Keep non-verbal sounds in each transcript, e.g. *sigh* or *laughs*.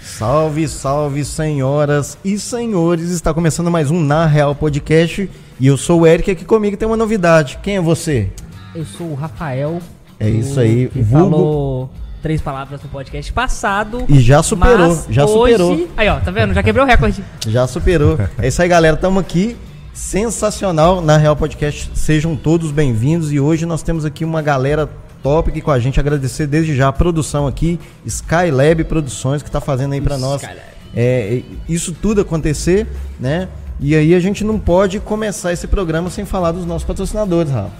Salve, salve, senhoras e senhores! Está começando mais um Na Real Podcast e eu sou o Eric e aqui comigo tem uma novidade. Quem é você? Eu sou o Rafael. É o isso aí, Que vulgo- falou três palavras no podcast passado. E já superou, mas já hoje- superou. Aí, ó, tá vendo? Já quebrou o recorde. Já superou. É isso aí, galera. Estamos aqui. Sensacional na Real Podcast. Sejam todos bem-vindos. E hoje nós temos aqui uma galera top aqui com a gente. Agradecer desde já a produção aqui, Skylab Produções, que tá fazendo aí para nós. Skylab. É, isso tudo acontecer, né? E aí a gente não pode começar esse programa sem falar dos nossos patrocinadores, Rafa.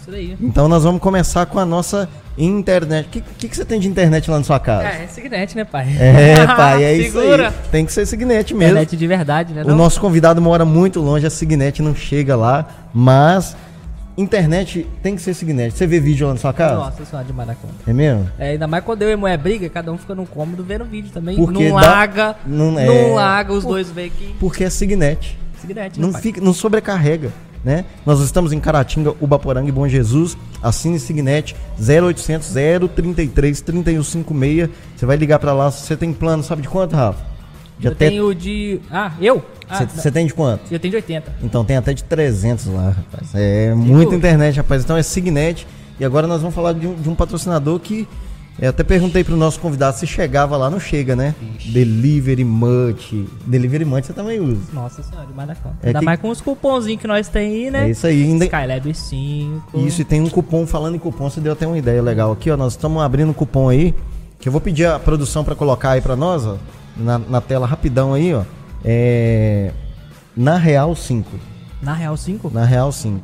Isso daí. Então nós vamos começar com a nossa internet. O que, que, que você tem de internet lá na sua casa? É, é Signet, né, pai? É, pai, *laughs* é isso Segura. aí. Tem que ser Signet mesmo. Signet de verdade, né? O nosso convidado mora muito longe, a Signet não chega lá, mas internet tem que ser Signet. Você vê vídeo lá na sua casa? Nossa senhora, de maracanã. É mesmo? É, ainda mais quando eu e a mulher briga, cada um fica num cômodo vendo vídeo também. Porque não dá- larga, não- não, é. larga os dois veem que... Porque é Signet. Signet, né, Não, pai? fica, não sobrecarrega, né? Nós estamos em Caratinga, Ubaporanga e Bom Jesus. Assine Signet 0800 033 3156. Você vai ligar pra lá. Você tem plano, sabe de quanto, Rafa? De Eu até- tenho de... Ah, eu? Ah, Você não. você tem de quanto? Eu tenho de 80. Então tem até de 300 lá, rapaz. É muita internet, rapaz. Então é Signet. E agora nós vamos falar de um, de um patrocinador que. Eu até perguntei pro nosso convidado se chegava lá, não chega, né? Delivery Munch. Delivery Munch você também usa. Nossa senhora, demais da conta. É Ainda que- mais com os cupomzinhos que nós tem aí, né? É isso aí. Ainda, Skylab 5. Isso, e tem um cupom, falando em cupom, você deu até uma ideia legal aqui, ó. Nós estamos abrindo um cupom aí, que eu vou pedir a produção para colocar aí para nós, ó, na, na tela rapidão aí, ó. É. Na Real 5. Na Real 5? Na Real 5.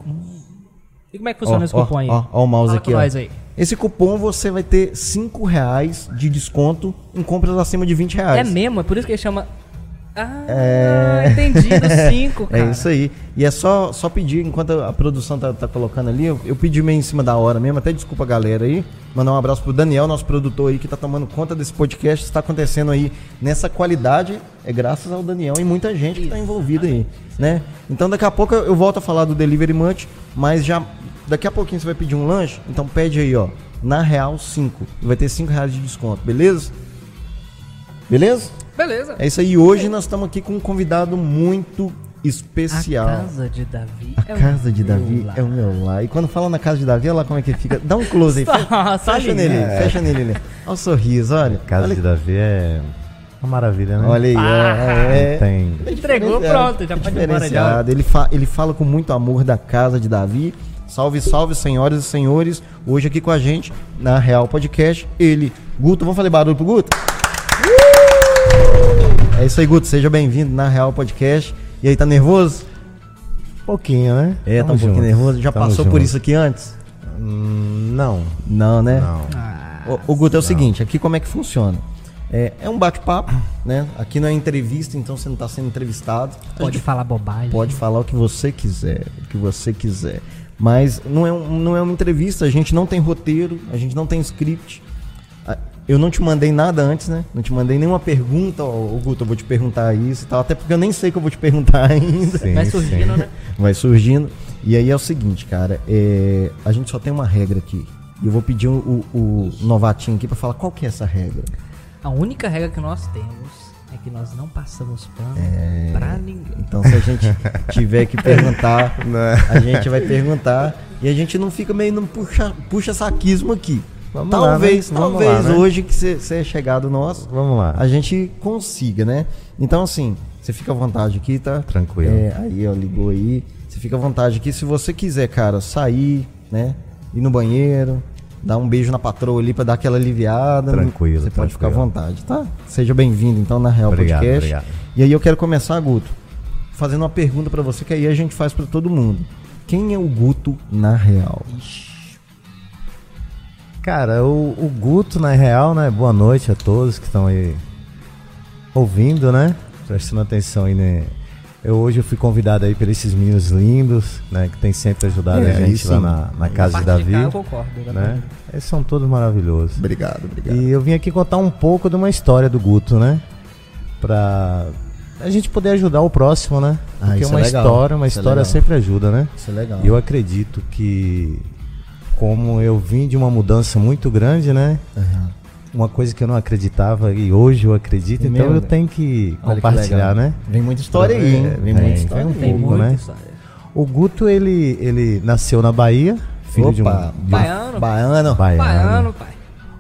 E como é que funciona Ó, esse cupom ó, aí? Ó, ó o mouse Fala aqui, com ó. nós aí. Esse cupom você vai ter 5 reais de desconto em compras acima de 20 É reais. mesmo? É por isso que ele chama. Ah, entendi. Do 5, cara. *laughs* É isso aí. E é só, só pedir, enquanto a produção tá, tá colocando ali, eu, eu pedi meio em cima da hora mesmo, até desculpa a galera aí. Mandar um abraço pro Daniel, nosso produtor aí, que tá tomando conta desse podcast. Está acontecendo aí nessa qualidade, é graças ao Daniel e muita gente que tá envolvida aí, né? Então daqui a pouco eu eu volto a falar do Delivery Munch, mas já daqui a pouquinho você vai pedir um lanche, então pede aí, ó, na Real 5. E Vai ter 5 reais de desconto, beleza? Beleza? Beleza. É isso aí. Hoje nós estamos aqui com um convidado muito A especial. casa de Davi. é A casa de Davi é o tá. meu lar. E quando fala na casa de Davi, olha lá como é que fica. Dá um close *laughs* aí. Fecha, Só- só fecha ali. nele, fecha nele. Lê. Olha o sorriso, olha. Casa olha, de Davi é uma maravilha, né? olha aí, é, é. Tem. Entregou, Diferenciado, pronto. Já pode ir embora já. é diferenciado. Ele, fa- ele fala com muito amor da casa de Davi. Salve, salve, senhoras e senhores. Hoje aqui com a gente, na Real Podcast, ele, Guto. Vamos fazer barulho pro Guto? Uh! É isso aí, Guto. Seja bem-vindo na Real Podcast. E aí, tá nervoso? Pouquinho, né? É, tá Tamo um pouquinho junto. nervoso. Já Tamo passou por junto. isso aqui antes? Hum, Não, Não, né? não. O, Guto, é o seguinte, aqui como é que funciona? É, é um bate-papo, né? Aqui não é entrevista, então você não tá sendo entrevistado. A Pode gente falar bobagem. pode falar o que você quiser, o que você quiser. Mas não é, um- não é uma entrevista, a gente não tem roteiro, a gente não tem script. A- Eu não te mandei nada antes, né? Não te mandei nenhuma pergunta, ó, ô, Guto, eu vou te perguntar isso e tal. Até porque eu nem sei o que eu vou te *laughs* perguntar ainda. Sim, Vai sim. surgindo, né? Vai surgindo. E aí é o seguinte, cara, é, a gente só tem uma regra aqui. E eu vou pedir o, o- o novatinho aqui pra falar qual que é essa regra. A única regra que nós temos é que nós não passamos pano pra ninguém. Então se a gente tiver que *laughs* perguntar, Né? a gente vai perguntar. E a gente não fica meio num puxa, puxa saquismo aqui. Vamos lá, talvez, né? Vamos talvez lá, né? hoje que você é chegado nosso, Vamos lá. a gente consiga, né? Então assim, você fica à vontade aqui, tá? Tranquilo. É, aí, ó, ligou aí. Você fica à vontade aqui. Se você quiser, cara, sair, né? Ir no banheiro, dar um beijo na patroa ali pra dar aquela aliviada. Tranquilo, Você pode tranquilo. ficar à vontade, tá? Seja bem-vindo, então, na Real Obrigado, Podcast. obrigado. E aí eu quero começar, Guto, fazendo uma pergunta pra você, que aí a gente faz pra todo mundo. Quem é o Guto na Real? Cara, o, o Guto, na real, né? Boa noite a todos que estão aí ouvindo, né? Prestando atenção aí, né? Eu, hoje eu fui convidado aí por esses meninos lindos, né? Que tem sempre ajudado É, a aí gente lá sim. na, na casa de Parte de cá, Davi. eu concordo. né? Eles são todos maravilhosos. Obrigado, obrigado. E eu vim aqui contar um pouco de uma história do Guto, né? Pra a gente poder ajudar o próximo, né? Ah, Porque isso é uma legal. história, uma Isso é história legal. sempre ajuda, né? Isso é legal. E eu acredito que como eu vim de uma mudança muito grande, né? uma coisa que eu não acreditava e hoje eu acredito, É então mesmo? eu tenho que Olha que compartilhar, legal. né? Vem muita história aí, hein? É, Vem tem, muita história. tem um aí. Tem pouco, muita né? história. O Guto, ele, ele nasceu na Bahia, filho de um, Opa, de um Baiano. Baiano. Baiano, pai.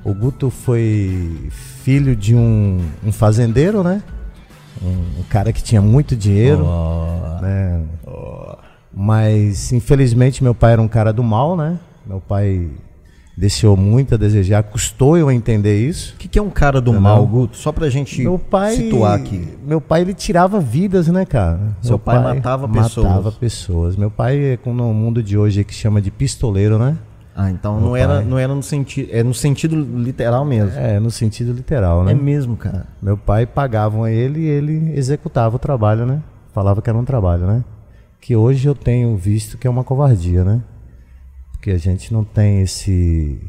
O Guto foi filho de um, um fazendeiro, né? Um, um cara que tinha muito dinheiro, né? Mas, infelizmente, meu pai era um cara do mal, né? Meu pai deixou muito a desejar, custou eu entender isso. O que, que é um cara do mal, Guto? Só pra gente Meu pai, situar aqui. meu pai ele tirava vidas, né, cara? Seu Meu pai matava pessoas. Matava pessoas. Meu pai é como no mundo de hoje é que chama de pistoleiro, né? Ah, então não era, não era no sentido. É no sentido literal mesmo. É, no sentido literal, né? É mesmo, cara. Meu pai pagavam a ele e ele executava o trabalho, né? Falava que era um trabalho, né? Que hoje eu tenho visto que é uma covardia, né? Porque a gente não tem esse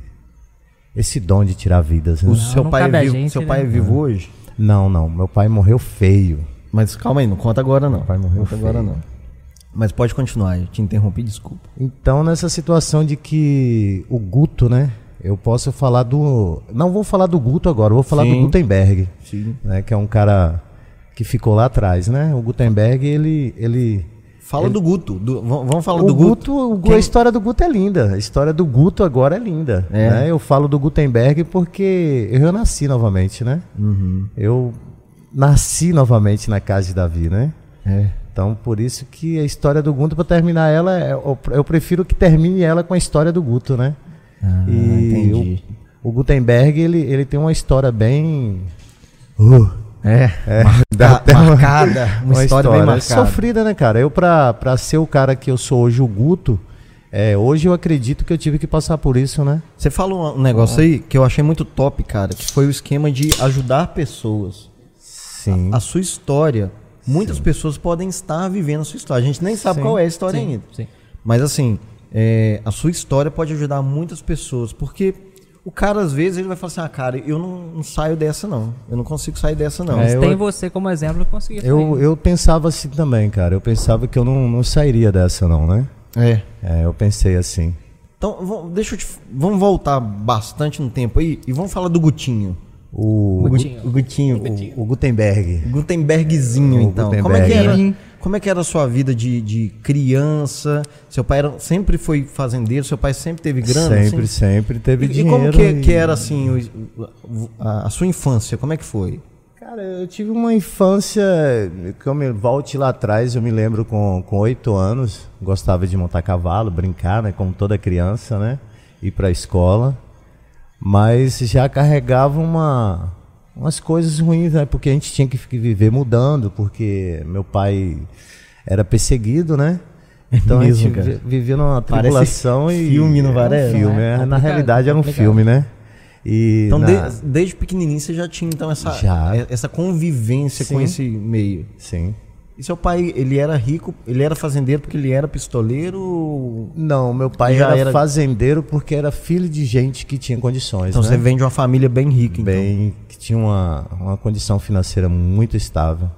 esse dom de tirar vidas, né? O seu não pai, cabe é a vivo, gente, seu né? pai é vivo hoje? Não, não, meu pai morreu feio. Mas calma aí, não conta agora não. pai morreu conta agora não. Mas pode continuar, eu te interrompi, desculpa. Então, nessa situação de que o Guto, né? Eu posso falar do. Não vou falar do Guto agora, eu vou falar Sim. do Gutenberg. Sim. Né, que é um cara que ficou lá atrás, né? O Gutenberg, ele. ele Fala do Guto. do- v- vamos falar o do Guto, Guto. o Gu- a história do Guto é linda. A história do Guto agora é linda. É. né? Eu falo do Gutenberg porque eu nasci novamente, né? Uhum. Hum. Eu nasci novamente na casa de Davi, né? É. Então, por isso que a história do Guto, para terminar ela, é- eu- eu prefiro que termine ela com a história do Guto, né? Ah, entendi. O, o Gutenberg, ele, ele tem uma história bem. Uh, É. *laughs* dá até uma- marcada. *laughs* Uma, história, bem marcada. Sofrida, né, cara? Eu, pra, pra ser o cara que eu sou hoje, o Guto, é, hoje eu acredito que eu tive que passar por isso, né? Você fala um- um negócio aí que eu achei muito top, cara, que foi o esquema de ajudar pessoas. Sim. A sua história, muitas pessoas podem estar vivendo a sua história. A gente nem sabe Sim. qual é a história ainda. Sim. Mas assim, é, a sua história pode ajudar muitas pessoas, porque o cara às vezes ele vai falar assim, ah, cara, eu não, não saio dessa não, eu não consigo sair dessa não. Mas É, eu- tem você como exemplo que conseguiu Eu, eu pensava assim também, cara. Eu pensava que eu não, não sairia dessa, não, né? É. É, eu pensei assim. Então, vo- deixa eu te, vamos voltar bastante no tempo aí e vamos falar do Gutinho. O, Gutinho. O Gutinho. o, o Gutenberg. O Gutenbergzinho, O então. Como, é que era, Gutenberg. né? como é que era a sua vida de, de criança? Seu pai era, sempre foi fazendeiro? Seu pai sempre teve grana? assim? sempre, sempre teve E, e dinheiro. como que, e- que era, assim, o- o- a, a sua infância? Como é que foi? Cara, eu tive uma infância, que eu me volte lá atrás, eu me lembro com com oito anos, gostava de montar cavalo, brincar, né, como toda criança, né, ir pra escola, mas já carregava uma, umas coisas ruins, né, porque a gente tinha que fi- viver mudando, porque meu pai era perseguido, né, então mesmo, a gente vi- cara. vivia numa Parece tribulação e... filme, não era parece? Um filme, É é, na complicado, realidade era um complicado. filme, né. E Então, na- de- desde pequenininho você já tinha, então, essa, Já. e- essa convivência com Sim. esse meio. Sim. E seu pai, ele era rico, ele era fazendeiro porque ele era pistoleiro? ou- Não, meu pai Já era, era- fazendeiro porque era filho de gente que tinha condições, Então, né? você vem de uma família bem rica, então. Bem, que tinha uma, uma condição financeira muito estável. né,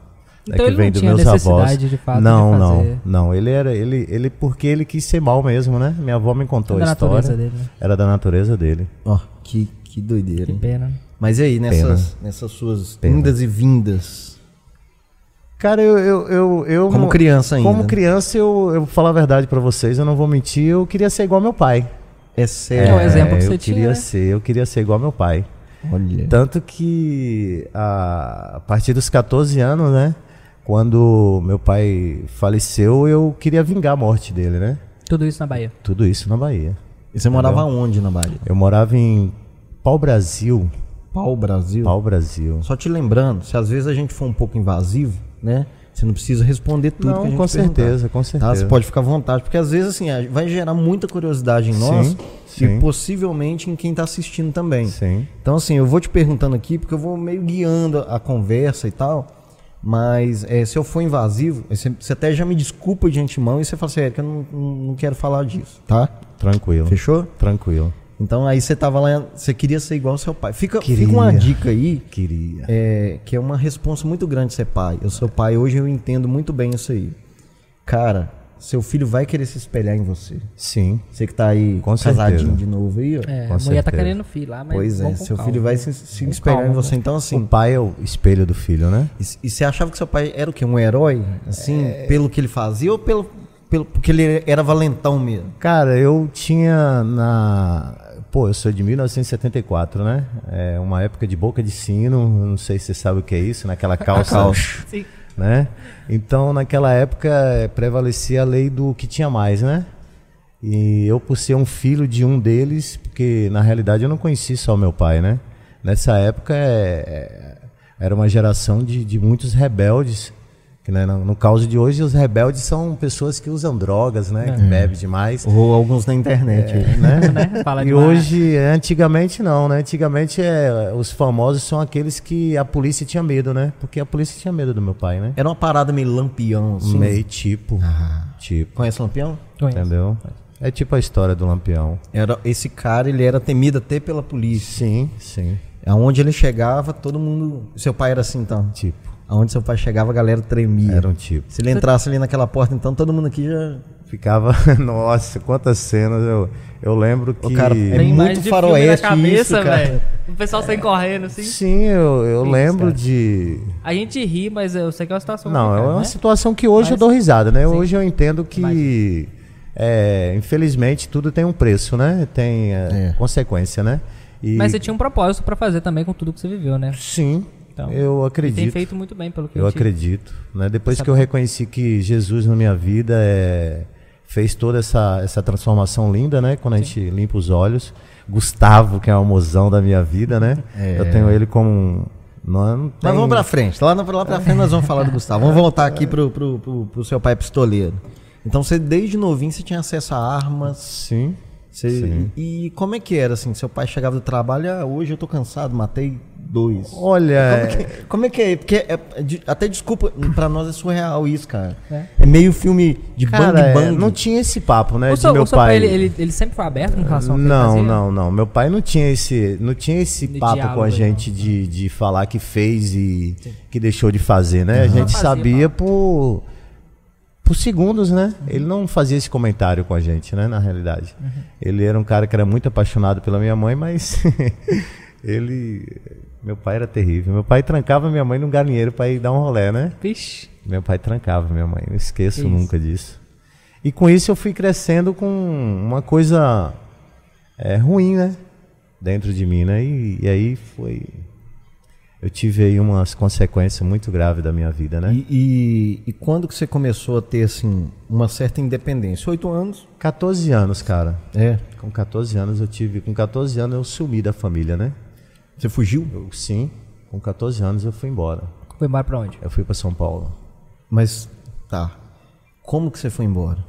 Então que ele não vem dos tinha meus necessidade, avós. de fato, de não, fazer- não, não. Ele era ele ele porque ele quis ser mal mesmo, né? Minha avó me contou Da a história. natureza dele, né? Era da natureza dele. Ó, que, que doideira, hein? Pena. Mas e aí, nessas, nessas suas Pena. indas e vindas? Cara, eu. eu, eu, eu Como não- criança ainda, Como né? criança, eu, eu vou falar a verdade pra vocês, eu não vou mentir, eu queria ser igual meu pai. É É Então, sério. um exemplo que eu você tinha, queria né? ser, eu queria ser igual meu pai. Olha. Tanto que a, a partir dos 14 anos, né? Quando meu pai faleceu, eu queria vingar a morte dele, né? Tudo isso na Bahia. Tudo isso na Bahia. E você morava onde na Bahia? Eu morava em Pau Brasil. Pau Brasil. Pau Brasil. Só te lembrando, se às vezes a gente for um pouco invasivo, né? Você não precisa responder tudo Não, que a gente com perguntar, certeza, com Tá? certeza. Você pode ficar à vontade, porque às vezes assim, a- vai gerar muita curiosidade em Sim, nós e sim. possivelmente em quem tá assistindo também. Sim. Então assim, eu vou te perguntando aqui, porque eu vou meio guiando a conversa e tal, mas eh, se eu for invasivo, eh, você você até já me desculpa de antemão e você fala assim, Eric, eu não, não- não quero falar disso, tá? Tranquilo. Fechou? Tranquilo. Então aí você tava lá, você queria ser igual ao seu pai. Fica, fica Queria. uma dica aí, Queria. é, que é uma responsa muito grande ser pai. Eu sou pai hoje, eu entendo muito bem isso aí. Cara, seu filho vai querer se espelhar em você. Sim. Você que tá aí Com casadinho certeza. de novo aí, ó. É, a Com mulher certeza. tá querendo filho lá, mas. pois é, vamos com seu calma. né? filho vai se, se Com espelhar em calma. né? você. Então, O assim, pai é o espelho do filho, né? e, e você achava que seu pai era o quê? Um herói? Assim, pelo que ele fazia ou pelo, pelo. Porque ele era valentão mesmo? Cara, eu tinha na. Pô, eu sou de 1974, né? É uma época de boca de sino, eu não sei se você sabe o que é isso, naquela calça. Sim. né? Então, naquela época, eh, prevalecia a lei do que tinha mais, né? E eu, por ser um filho de um deles, porque na realidade eu não conheci só meu pai, né? Nessa época eh, eh, era uma geração de, de muitos rebeldes. Que, né, no, no caso de hoje, os rebeldes são pessoas que usam drogas, né? É. Que bebem demais. Ou alguns na internet. aí. Né? Né? Fala e demais. hoje, é, antigamente não, né? Antigamente é, os famosos são aqueles que a polícia tinha medo, né? Porque a polícia tinha medo do meu pai, né? *laughs* Era uma parada meio lampião, assim. Meio tipo. Tipo. Conhece lampião? Ah. Conheço. Entendeu? É tipo a história do Lampião. Era, esse cara, ele era temido até pela polícia. Sim, sim. Aonde ele chegava, todo mundo. Seu pai era assim, então. Tipo. Aonde seu pai chegava, a galera tremia. Era um tipo. Se ele entrasse ali naquela porta, então todo mundo aqui já. Ficava. *laughs* Nossa, quantas cenas. Eu, eu lembro que. cara é Tem muito mais de filme faroeste na cabeça, isso, cara. velho. O pessoal sai correndo, assim. Sim, eu, eu lembro de. A gente ri, mas eu sei que é uma situação. Não, é complicada, uma né? situação que hoje eu dou risada, né? Hoje eu entendo que. é, infelizmente, tudo tem um preço, né? Tem é, É. consequência, né? E, Mas você tinha um propósito pra fazer também com tudo que você viveu, né? Sim, Então, eu E tem acredito. feito muito bem, pelo que Eu a gente- acredito. Né? Depois que eu reconheci que Jesus na minha vida é, fez toda essa, essa transformação linda, né? Quando a gente limpa os olhos. Gustavo, que é o mozão da minha vida, né? Eu tenho ele como um. Não, não tem- Mas vamos pra frente. Lá, na- lá pra frente nós vamos falar do Gustavo. Vamos voltar aqui pro, pro, pro, pro seu pai pistoleiro. Então você, desde novinho, você tinha acesso a armas. Sim. você- E, e como é que era, assim? Seu pai chegava do trabalho, ah, hoje eu tô cansado, matei dois. Olha. Como, que, como é que é? Porque é- é de- até desculpa, pra nós é surreal isso, cara. É, meio filme de Cara, bang é, bang. não tinha esse papo, né? O de seu, meu o seu pai. pai, ele, ele, ele sempre foi aberto com relação ao que ele Não, fazia? não, não. Meu pai não tinha esse, não tinha esse De papo diálogo, com a não. gente de, de falar que fez e que deixou de fazer, né? A gente fazia, sabia por, por segundos, né? Ele não fazia esse comentário com a gente, né? Na realidade. Uhum. Ele era um cara que era muito apaixonado pela minha mãe, mas *laughs* ele. Meu pai era terrível. Meu pai trancava minha mãe num galinheiro para ir dar um rolé, né? Vixe. Meu pai trancava minha mãe, não esqueço Que isso. nunca disso. E com isso eu fui crescendo com uma coisa é, ruim, né? Dentro de mim, né? E, e aí foi. Eu tive aí umas consequências muito graves da minha vida, né? E, e- e quando que você começou a ter, assim, uma certa independência? Oito anos? 14 anos, cara. É. Com 14 anos eu tive. Com 14 anos eu sumi da família, né? Você fugiu? Eu, sim, com 14 anos eu fui embora. Foi embora pra onde? Eu fui para São Paulo. Mas, tá. Como que você foi embora?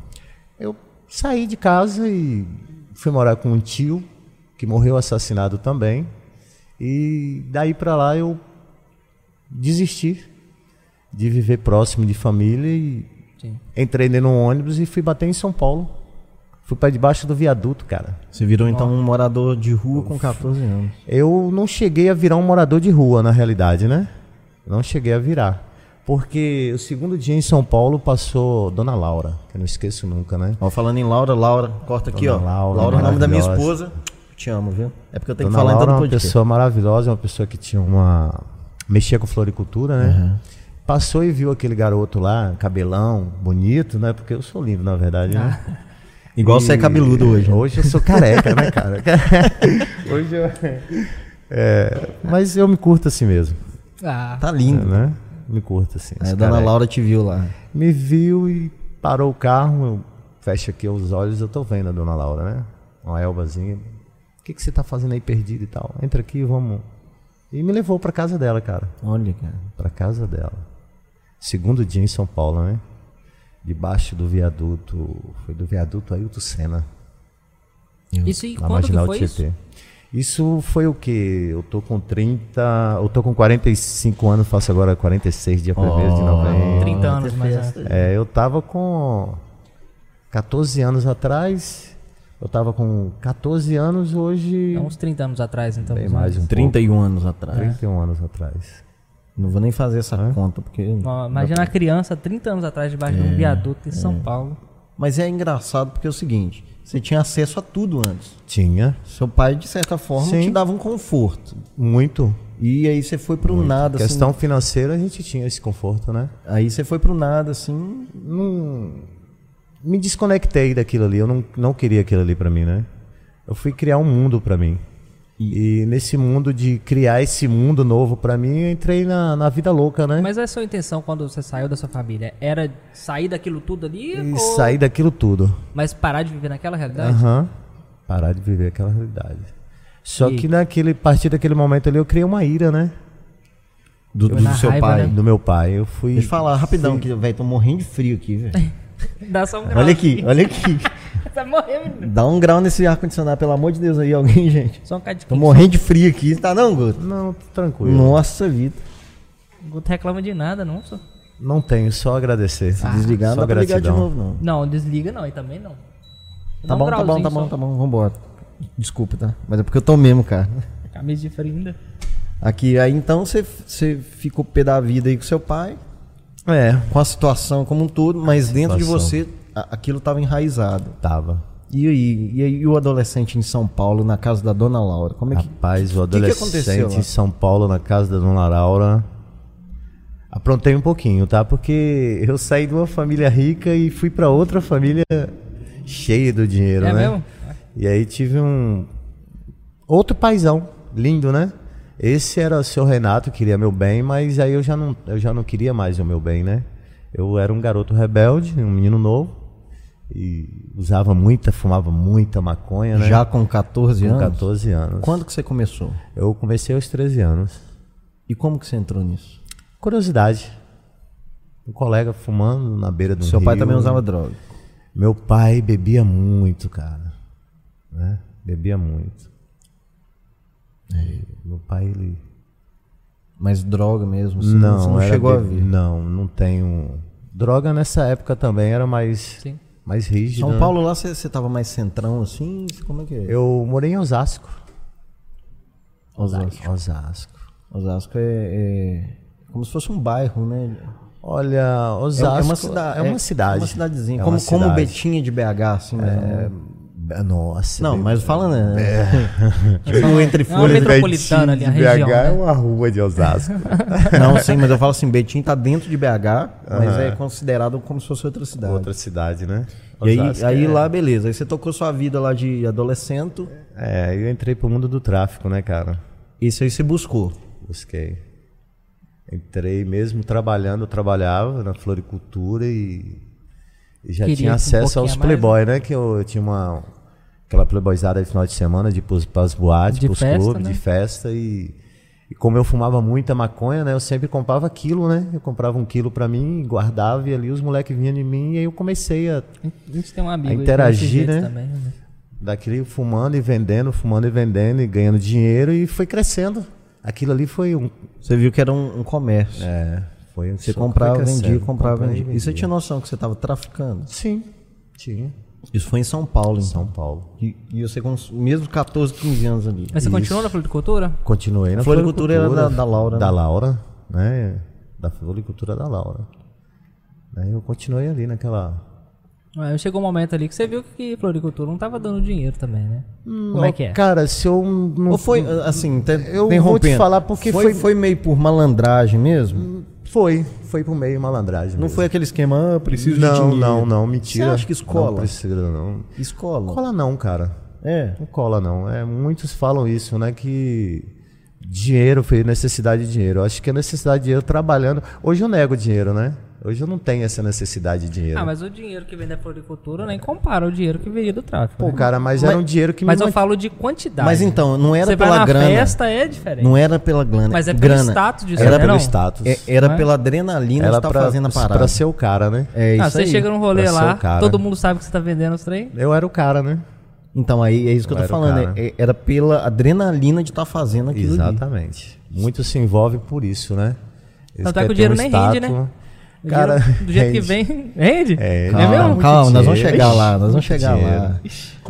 Eu saí de casa e fui morar com um tio que morreu assassinado também. E daí pra lá eu desisti de viver próximo de família e Sim. entrei num ônibus e fui bater em São Paulo. Fui pra debaixo do viaduto, cara. Você virou, então, um morador de rua com 14 anos. Eu não cheguei a virar um morador de rua, na realidade, né? Não cheguei a virar. Porque o segundo dia em São Paulo passou Dona Laura, que eu não esqueço nunca, né? Ó, falando em Laura, Laura, corta aqui, Dona ó. Laura, Laura, é o nome da minha maravilhosa. esposa. Te amo, viu? É porque eu tenho Dona que falar então Laura é no uma podcast. pessoa maravilhosa, é uma pessoa que tinha uma. mexia com floricultura, né? Passou e viu aquele garoto lá, cabelão, bonito, né? Porque eu sou lindo, na verdade, né? Igual você é E- Ah, cabeludo hoje. né? Hoje eu sou careca, *laughs* né, cara? hoje eu. É, mas eu me curto assim mesmo, Ah, Tá lindo. né? Me curto assim. Aí a sou É, dona careca. Laura te viu lá. Me viu e parou o carro, eu fecho aqui os olhos, eu tô vendo a dona Laura, né? Uma elbazinha. O que, que você tá fazendo aí perdido e tal? Entra aqui, vamos. E me levou pra casa dela, cara. Olha, cara. Pra casa dela. Segundo dia em São Paulo, né? Debaixo do viaduto. Foi do viaduto Ailton Senna. isso e Na quando que Tá marginal foi isso? Tietê. Isso foi o quê? Eu tô com 30. Eu tô com 45 anos, faço agora 46, dia 1 de novembro. 30 anos, mais ou menos. É, eu tava com 14 anos atrás. Eu tava com 14 anos hoje. É uns 30 anos atrás, então. Tem mais ou mais um 31 anos atrás. pouco, 31 anos atrás. Não vou nem É? fazer essa conta, porque. É, Ó, Imagina a criança 30 anos atrás debaixo de um viaduto em São Paulo. Mas é engraçado porque é o seguinte: você tinha acesso a tudo antes. Tinha. Seu pai, de certa forma, Sim. te dava um conforto. Muito. E aí você foi pro nada, assim. Questão financeira, a gente tinha esse conforto, né? Aí você foi pro nada, assim. Me desconectei daquilo ali. Eu não, não queria aquilo ali pra mim, né? Eu fui criar um mundo pra mim. E, nesse mundo de criar esse mundo novo pra mim, eu entrei na, na vida louca, né? Mas essa é a sua intenção quando você saiu da sua família? Era sair daquilo tudo ali? E ou- sair daquilo tudo. Mas parar de viver naquela realidade? Aham. Parar de viver aquela realidade. Só E- que naquele, a partir daquele momento ali eu criei uma ira, né? Do, na raiva, né? Do meu pai. Eu fui. Deixa eu falar rapidão, que, velho, tô morrendo de frio aqui, velho. Dá só um grau. Ah. Olha aqui, olha aqui. Tá morrendo. Dá um grau nesse ar-condicionado, pelo amor de Deus aí, alguém, gente. Só um cara de Tô morrendo de frio aqui, tá não, Guto? Não, tranquilo. Nossa vida. Não reclama de nada, não, só. Não tenho, só agradecer. Se desligar, não Ah, só dá pra ligar de gratidão. novo, não. Não, desliga não, e também não. Tá Dá bom, tá um bom, grauzinho tá bom, só. tá bom, vambora. Desculpa, tá? Mas é porque eu tô mesmo, cara. Camisa de frio ainda. Aqui, aí então você- você ficou pé da vida aí com seu pai, É, com a situação como um todo, mas dentro de situação. você a- aquilo tava enraizado. tava. E aí, e aí e o adolescente em São Paulo, na casa da dona Laura? Como é que. Rapaz, o que que aconteceu adolescente lá? em São Paulo, na casa da dona Laura. Aprontei um pouquinho, tá? Porque eu saí de uma família rica e fui pra outra família cheia do dinheiro, É né? mesmo? E aí tive um outro paizão, lindo, né? Esse era o seu Renato, queria meu bem, mas aí eu já não, eu já não queria mais o meu bem, né? Eu era um garoto rebelde, um menino novo e usava muita, fumava muita maconha, né? Já com 14 com anos? 14 anos. Quando que você começou? Eu comecei aos 13 anos. E como que você entrou nisso? Curiosidade. Um colega fumando na beira do Seu pai rio. também usava droga. Meu pai bebia muito, cara. Né? Bebia muito. E meu pai, ele. Mas droga mesmo, você não, você não era chegou a be- ver. Não, não tenho. Droga nessa época também era mais. Sim. Mais rígida. São né? Paulo lá você, você tava mais centrão assim? Como é que é? Eu morei em Osasco. Osasco. Osasco. Osasco é, é como se fosse um bairro, né? Olha, É, Osasco. é uma cidade. É uma cidade. É uma cidadezinha. É como, uma como cidade. É, Betinha de BH, assim. mais ou menos. Nossa. Não, Betinha. mas fala, né? *laughs* *laughs* Tipo, entre É uma folhas. metropolitana ali, a de região. BH é né? uma rua *laughs* de Osasco. Não, sim, mas eu falo assim, Betim tá dentro de BH, mas é considerado como se fosse outra cidade. Outra cidade, né? E aí, Osasco aí é- lá, beleza. Aí você tocou sua vida lá de adolescente, É, eu entrei pro mundo do tráfico, né, cara? isso aí você buscou. Busquei. Entrei mesmo trabalhando, eu trabalhava na floricultura e, e já Queria tinha um acesso pouquinho aos a mais, playboy, né? Que eu, eu tinha uma. Aquela playboyzada de final de semana, de ir pros, pras boates, De pros festa, clubes, né? de festa e. E como eu fumava muita maconha, né? Eu sempre comprava quilo, né? Eu comprava um quilo pra mim, guardava e ali os moleques vinham de mim e aí eu comecei a é? A gente tem um amigo. A aí, interagir, desse jeito né? Também, né? daquele fumando e vendendo, fumando e vendendo e ganhando dinheiro e foi crescendo. Aquilo ali foi um. Você viu que era um, um comércio. É, foi um Você soco que comprava, foi crescendo. vendia, comprava, Comprei vendia. E você tinha noção que você tava traficando? Sim, tinha. Isso foi em São Paulo, então. São Paulo. E, e você com os- mesmo 14, 15 anos ali. Mas você continuou na floricultura? Continuei na Floricultura era da- da Laura, Da né? Laura, né? Da floricultura da Laura. Aí eu continuei ali naquela. Aí chegou um momento ali que você viu que floricultura não tava dando dinheiro também, né? Como é que é? Hum. Cara, se eu não. Ou foi, assim, até Eu interrompendo, vou te falar porque foi, foi- Hum, foi meio por malandragem mesmo? Foi, foi pro meio malandragem. Não mesmo. foi aquele esquema, ah, preciso de Não, dinheiro. não, não, mentira. Você acha que escola? Não precisa, não. Escola. Cola não, cara. É. Não cola, não. É, muitos falam isso, né? Que dinheiro, filho, necessidade de dinheiro. Eu acho que a necessidade de dinheiro trabalhando. Hoje eu nego dinheiro, né? Hoje eu não tenho essa necessidade de dinheiro. Ah, mas o dinheiro que vem da floricultura nem compara o dinheiro que veio do tráfico. Pô, né? cara, mas, era um dinheiro que me Mas eu mant- falo de quantidade. Mas então, não era você vai pela na grana. festa, é diferente. Não era pela grana. Mas é pelo grana. status disso, Era né? pelo não? status. É, era Não é? pela adrenalina Era que tá pra, fazendo a parada. pra ser o cara, né? É isso Ah, você aí. chega num rolê Pra ser lá, o cara. todo mundo sabe que você tá vendendo os trem. Eu era o cara, né? Então, aí é isso que eu tô Era o falando. cara. é- é- era pela adrenalina de estar fazendo aquilo ali. Exatamente. Muito se envolve por isso, né? Eles Tanto é que o querem ter dinheiro um nem rende, status. né? O Cara, dinheiro, do jeito que rende. vem, rende. É, Não é Calma, mesmo? calma, Muito nós vamos dinheiro. chegar lá, nós vamos Muito chegar lá. dinheiro.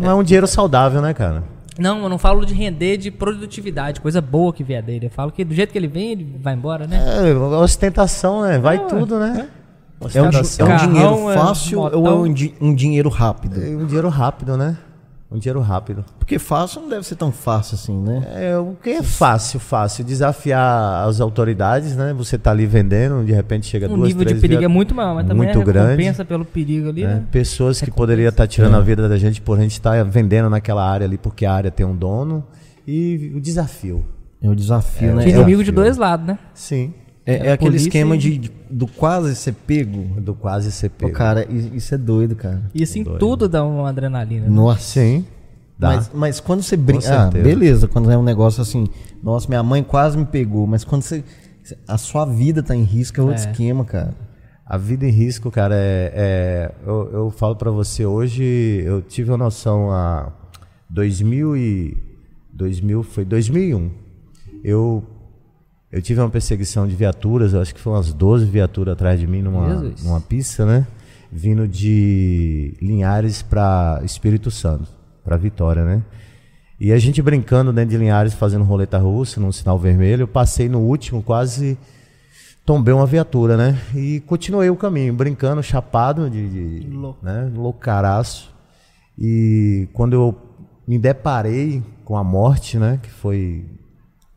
Não é um dinheiro saudável, né, cara? Não, eu não falo de render de produtividade, coisa boa que vier dele. Eu falo que do jeito que ele vem, ele vai embora, né? É, ostentação, né? Vai tudo, né? É um, Os di- caras é um são- Carrão, dinheiro é fácil ou é motão. um, di- um dinheiro rápido? É um dinheiro rápido, né? Um dinheiro rápido. Porque fácil não deve ser tão fácil assim, né? É, o que é fácil, fácil. Desafiar as autoridades, né? Você tá ali vendendo, de repente chega O duas, nível de três perigo via- é muito maior, mas também muito a recompensa grande. pelo perigo ali, né? né? Pessoas que poderiam estar tirando a vida da gente por a gente estar vendendo naquela área ali, porque a área tem um dono. E o desafio. É o desafio, né? Que inimigo de desafio. dois lados, né? Sim. É, é a aquele polícia esquema e- de, de- do quase ser pego. Do quase ser Pô, pego. cara, i- isso é doido, cara. E assim, tudo dá uma adrenalina. né? Nossa. Sim. Dá. Mas, mas quando você brinca. Ah, certeza. beleza, quando é um negócio assim, nossa, minha mãe quase me pegou, mas quando você. A sua vida tá em risco, é outro esquema, cara. A vida em risco, cara, é. é- eu, eu falo pra você hoje, eu tive uma noção a 2000 e 2000 foi 2001. Eu eu tive uma perseguição de viaturas, eu acho que foi umas 12 viaturas atrás de mim numa Jesus. numa pista, né? Vindo de Linhares pra Espírito Santo, pra Vitória, né? E a gente brincando dentro de Linhares, fazendo roleta russa, num sinal vermelho, eu passei no último quase tombei uma viatura, né? E continuei o caminho, brincando, chapado, de, de Louco. né? loucaraço. E quando eu me deparei com a morte, né? Que foi.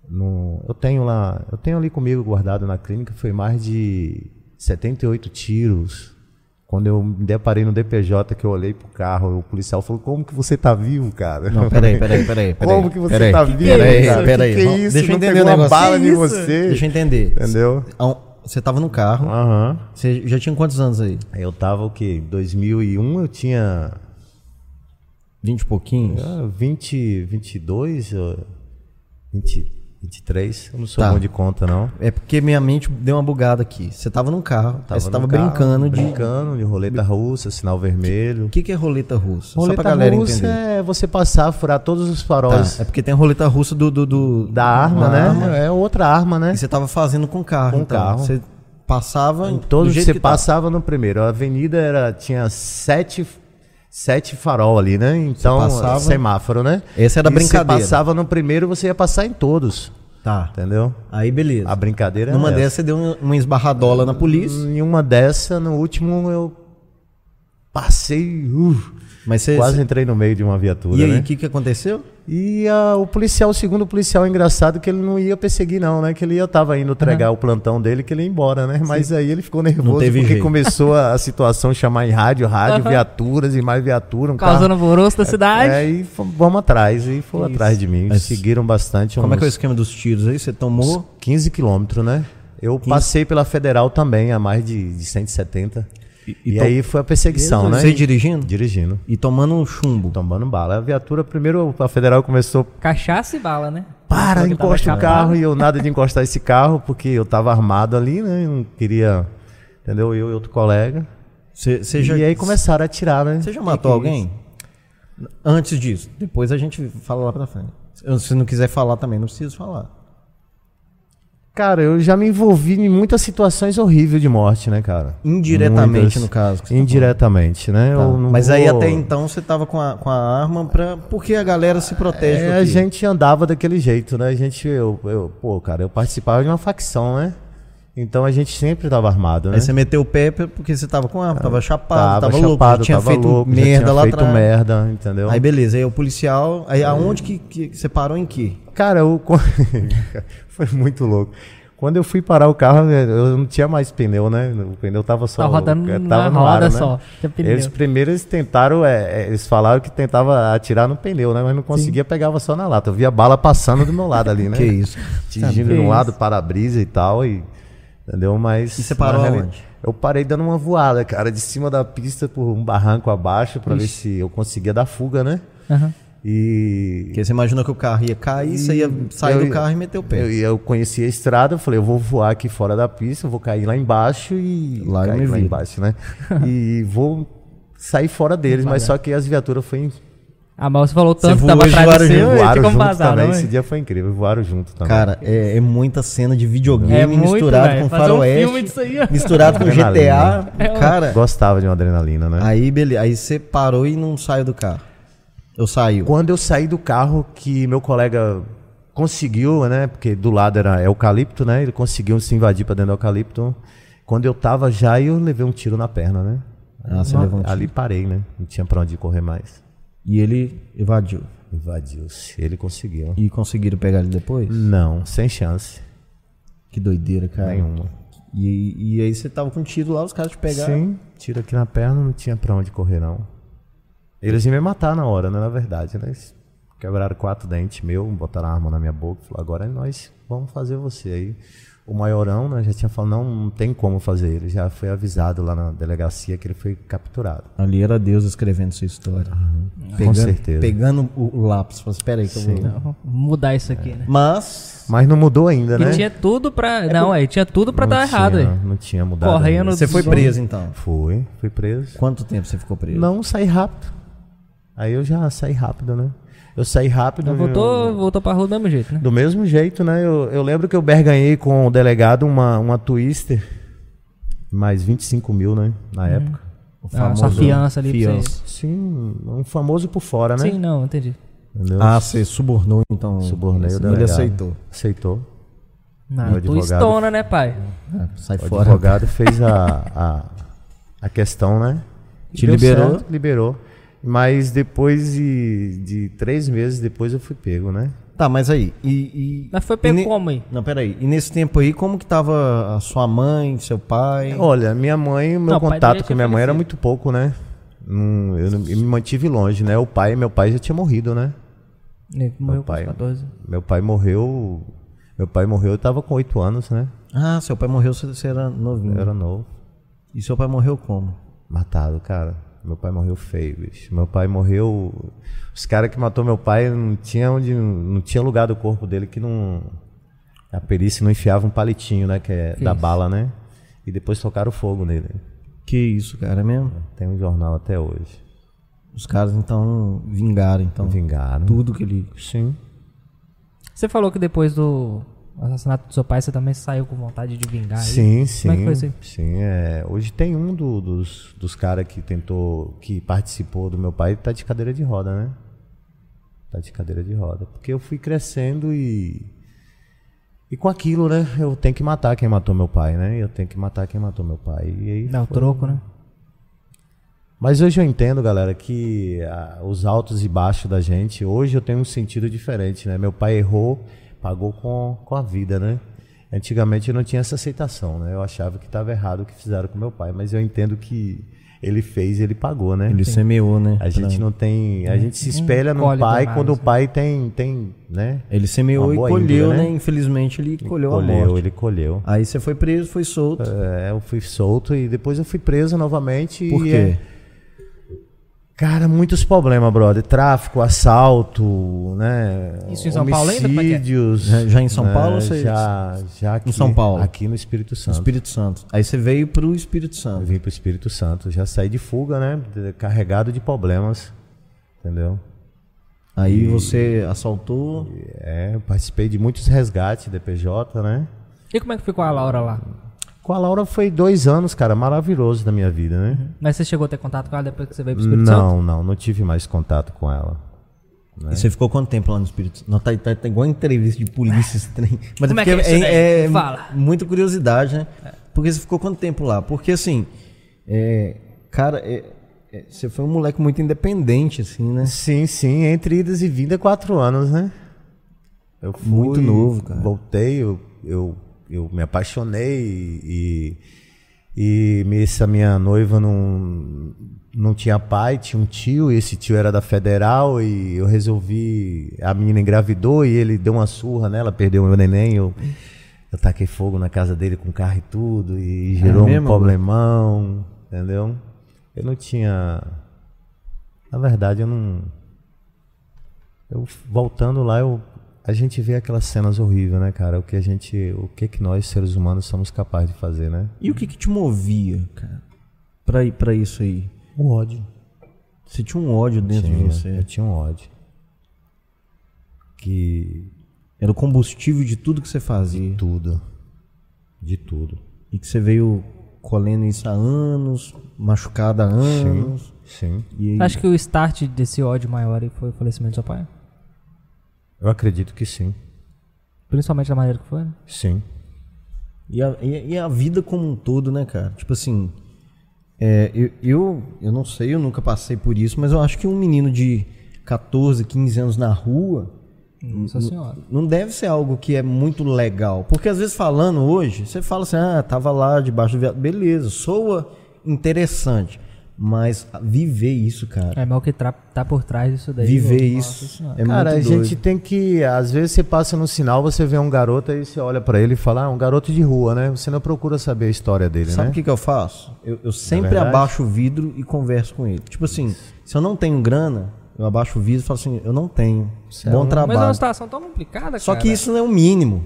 No, eu tenho lá, eu tenho ali comigo guardado na clínica, foi mais de 78 tiros. Quando eu me deparei no DPJ, que eu olhei pro carro, o policial falou: Como que você tá vivo, cara? Não, peraí, peraí, peraí. peraí Como que você peraí, tá vivo? Peraí, cara? peraí. Que que é vamos- isso? Deixa eu Não entender pegou o uma negócio. bala em Que isso? você. Deixa eu entender. *laughs* Entendeu? Você tava no carro, Aham. você já tinha quantos anos aí? Eu tava o quê? Em 2001 eu tinha 20 e pouquinhos? ah, 20, 22, eu- 20, 23. Eu não sou Tá. bom de conta, não. É porque minha mente deu uma bugada aqui. Você tava num carro, aí você no tava carro, brincando de. Brincando de roleta russa, sinal vermelho. O que, que é roleta russa? Só roleta pra galera russa entender. é você passar, furar todos os Tá, faróis é porque tem a roleta russa do. do, do- da arma, da né? arma. É outra arma, né? E você tava fazendo com o carro, Com o então. carro. Você passava. Em todos do jeito você que tá. passava no primeiro. A avenida era, tinha sete, sete farol ali, né? Então, passava- semáforo, né? Essa era a E brincadeira. Você passava no primeiro, você ia passar em todos. Tá. Entendeu? Aí beleza. A é brincadeira Numa era dessas você deu um- uma esbarradola na polícia, essa. Em uma dessa, no último eu passei, uh, mas você. quase entrei no meio de uma viatura, E aí, o né? que, que aconteceu? E ah, o policial, o segundo policial, engraçado que ele não ia perseguir não, né? Que ele ia tava indo entregar o plantão dele, que ele ia embora, né? Mas aí ele ficou nervoso teve porque jeito. começou a, a situação chamar em rádio, rádio, Aham. viaturas e mais viatura, um Causando carro. alvoroço da cidade. É, e fomos- vamos atrás, e foram atrás de mim. Mas- Seguiram bastante. um Como é que é o uns- esquema dos tiros aí? Você uns tomou. 15 quilômetros, né? Eu passei pela Federal também, a mais de, de 170. E, e aí foi a perseguição, né? Então, Você dirigindo? Dirigindo, E tomando um chumbo. tomando bala. A viatura, primeiro a Federal começou, Cachaça e bala, né? para, é Porque tava encosta o chapado. carro. E eu nada de encostar esse carro, porque eu tava armado ali, né? Eu não queria, entendeu? Eu e outro colega. Você, você já, e aí começaram a atirar, né? você já Que matou que alguém? Antes disso. Depois a gente fala lá pra frente. Se- Se não quiser falar também, não preciso falar. Cara, eu já me envolvi em muitas situações horríveis de morte, né, cara? Indiretamente, no caso, que você tá Indiretamente, né? Eu não Mas aí vou- até então você tava com a, com a arma pra. Porque a galera se protege. É, do a que- gente andava daquele jeito, né? A gente, eu, eu- pô, cara, eu participava de uma facção, né? Então a gente sempre tava armado, né? É. Aí você meteu o pé porque você tava com a arma, tava chapado, tava, louco, já tinha tava feito louco, já merda tinha lá feito atrás. merda, entendeu? Aí beleza, aí o policial. Aí aonde que, que você parou em que? Cara, eu... co- *laughs* foi muito louco. Quando eu fui parar o carro, eu não tinha mais pneu, né? O pneu tava só. é, Tava rodando tava na no roda aro, só, tinha pneu. Eles primeiro eles tentaram, é, é, eles falaram que tentava atirar no pneu, né? Mas não conseguia, pegava só na lata. Eu via bala passando do meu lado *laughs* ali, né? Que isso. Tingindo Que de um isso. lado, para-brisa e tal, e, entendeu? Mas... E você parou na reali- aonde? Eu parei dando uma voada, cara, de cima da pista por um barranco abaixo pra ver se eu conseguia dar fuga, né? Aham. E... Porque você imaginou que o carro ia cair, você ia sair eu- do carro e meter o pé. Eu, eu conheci a estrada, eu falei, eu vou voar aqui fora da pista, eu vou cair lá embaixo e. Lá eu cair me lá viro. *laughs* embaixo, né? e vou sair fora deles, mas só que as viaturas foi A Mal, Ah, você falou tanto que voou tava e atrás de voaram- você, eu ia voaram ter como junto vazar, também. não, Esse hein? dia foi incrível, voaram junto também. Cara, é, é muita cena de videogame É muito, misturado velho. com Fazer um faroeste, filme disso aí, É ó. misturado com *laughs* Adrenalina. GTA. Cara, gostava de uma adrenalina, né? aí beleza, aí você parou e não saiu do carro. Eu saiu. Quando eu saí do carro, que meu colega conseguiu, né? Porque do lado era eucalipto, né? Ele conseguiu se invadir pra dentro do eucalipto. Quando eu tava já, eu levei um tiro na perna, né? Ah, você Uma- levou um tiro. Ali parei, né? Não tinha pra onde correr mais. E ele evadiu. Invadiu-se. Ele conseguiu. E conseguiram pegar ele depois? Não, sem chance. Que doideira, cara. Nenhuma. E, e aí você tava com um tiro lá, os caras te pegaram. Sim, tiro aqui na perna, não tinha pra onde correr, não. Eles iam me matar na hora, né? Na verdade, né? Eles quebraram quatro dentes meu, botaram a arma na minha boca, falaram, agora é nós vamos fazer você. Aí o maiorão, né, já tinha falado, não, não tem como fazer. Ele já foi avisado lá na delegacia que ele foi capturado. Ali era Deus escrevendo sua história. Com certeza. Pegando o, o lápis. Falou, espera aí que eu vou... Vamos Mudar isso aqui, né? Mas... Mas não mudou ainda, né? E tinha tudo pra. não, é, tinha tudo pra Não dar errado tinha, aí. Não tinha mudado. Correndo ainda. Você foi Zona. preso, então. Fui, fui preso. Quanto tempo você ficou preso? Não, saí rápido. Aí eu já saí rápido, né? Eu saí rápido. Voltou, voltou pra rua do mesmo jeito, né? Do mesmo jeito, né? Eu, eu lembro que eu berganhei com o delegado uma, uma Twister, mais 25 mil, né? Hum. Na época. O Ah, só fiança ali pra fiança. Sim, um famoso por fora, né? Sim, não, entendi. Entendeu? Ah, você subornou, então. Subornei o Ele delegado. aceitou. Aceitou. Não, tu advogado- estona, né, pai? Ah, sai O fora. advogado fez *laughs* a, a, a questão, né? Te Deu liberou? certo, liberou. Mas depois de, de três meses, depois eu fui pego, né? Tá, mas aí. E, e- Mas foi e pego ne- como aí? Não, peraí. E nesse tempo aí, como que tava a sua mãe, seu pai? Olha, minha mãe, meu Não, pai dele contato já com minha tinha mãe era falecido. muito pouco, né? Hum, eu, não- eu me mantive longe, né? O pai, meu pai já tinha morrido, né? Ele morreu com pai- os 14. Meu pai morreu. Meu pai morreu, eu tava com oito anos, né? Ah, seu pai morreu, você você era novinho. Eu era novo. E seu pai morreu como? Matado, cara. Meu pai morreu feio, bicho. Meu pai morreu. Os caras que matou meu pai não tinha onde. Não tinha lugar do corpo dele que não. A perícia não enfiava um palitinho, né? Que é da isso. bala, né? E depois tocaram fogo nele. Que isso, cara, é mesmo? Tem um jornal até hoje. Os caras então vingaram, então. Vingaram. Tudo que ele. Sim. Você falou que depois do assassinato do seu pai, você também saiu com vontade de vingar. aí. Sim, sim. Como é que foi isso aí? Sim, é. Hoje tem um do- dos, dos caras que tentou, que participou do meu pai, tá de cadeira de roda, né? Tá de cadeira de roda. Porque eu fui crescendo e. E com aquilo, né? Eu tenho que matar quem matou meu pai, né? Eu tenho que matar quem matou meu pai. E aí Dá o foi- troco, né? Mas hoje eu entendo, galera, que ah, os altos e baixos da gente, hoje eu tenho um sentido diferente, né? Meu pai errou, pagou com, com a vida, né? Antigamente eu não tinha essa aceitação, né? Eu achava que estava errado o que fizeram com meu pai, mas eu entendo que ele fez, ele pagou, né? Ele É, semeou, né? A gente não tem, a um gente se espelha no colhe pai do quando o nada, pai tem, tem, né? Ele semeou Uma e boa colheu, índole, né? né? Infelizmente ele colheu, a Colheu, morte. ele colheu. Aí você foi preso, foi solto. É, eu fui solto e depois eu fui preso novamente. Por e quê? é- Cara, muitos problemas, brother. Tráfico, assalto, né? Isso em São Paulo ainda? Como é que é? Homicídios. Já- já em São né? Paulo ou você- Já, já aqui, São Paulo? Aqui no Espírito Santo. Espírito Santo. Aí você veio pro Espírito Eu Santo. vim pro Espírito Santo. Já saí de fuga, né? De- Carregado de problemas. Entendeu? Aí você assaltou. É, eu participei de muitos resgates DPJ, né? E como é que ficou a Laura lá? Com a Laura foi dois anos, cara, maravilhoso da minha vida, né? Mas você chegou a ter contato com ela depois que você veio pro Uhum. Espírito Santo? Não, não, não tive mais contato com ela. E você ficou quanto tempo lá no Espírito Santo? né? Não, tá, tá, tá igual entrevista de polícia esse trem. *laughs* Mas Como é que porque é isso daí? mu- Fala. Muita curiosidade, né? Porque você ficou quanto tempo lá? Porque assim, é, cara, é, é, você foi um moleque muito independente, assim, né? Sim, sim, entre idas e vindas, quatro anos, né? Eu fui, Muito novo, cara. Voltei, eu, eu, eu me apaixonei e, e me- essa minha noiva não, não tinha pai, tinha um tio, e esse tio era da Federal, e eu resolvi. A menina engravidou e ele deu uma surra nela, perdeu o meu neném, eu, eu taquei fogo na casa dele com carro e tudo, e gerou um mesmo? problemão, entendeu? Eu não tinha. Na verdade, eu não. Eu voltando lá, eu a gente vê aquelas cenas horríveis, né, cara? O que a gente, o que que nós seres humanos somos capazes de fazer, né? E o que que te movia, cara, pra, ir- pra isso aí? O ódio. Você tinha um ódio dentro Um de Eu você. tinha um ódio. Que Era o combustível de tudo que você fazia. tudo, de tudo. E que você veio colhendo isso há anos, machucada há anos. Sim. E aí, Acho que o start desse ódio maior aí foi o falecimento do seu pai. Eu acredito que sim. Principalmente da maneira que foi. né? Sim. E a, e, e a vida como um todo, né, cara? Tipo assim, é, eu, eu, eu não sei, eu nunca passei por isso, mas eu acho que um menino de 14, 15 anos na rua Hum, Nossa senhora. não deve ser algo que é muito legal. Porque às vezes falando hoje, você fala assim, ah, tava lá debaixo do viado. Beleza, soa interessante. Mas viver isso, cara. É mal que tra- tá por trás disso daí. Viver velho. Nossa isso senhora. é Cara, a muito gente doido. tem que. Às vezes você passa no sinal, você vê um garoto aí você olha pra ele e fala, ah, é um garoto de rua, né? Você não procura saber a história dele, Sabe o né? que, que eu faço? Eu, eu sempre verdade? abaixo o vidro e converso com ele. Tipo assim, se eu não tenho grana, eu abaixo o vidro e falo assim, eu não tenho. Bom Mas trabalho. é uma situação tão complicada, Só cara. que isso não é o mínimo.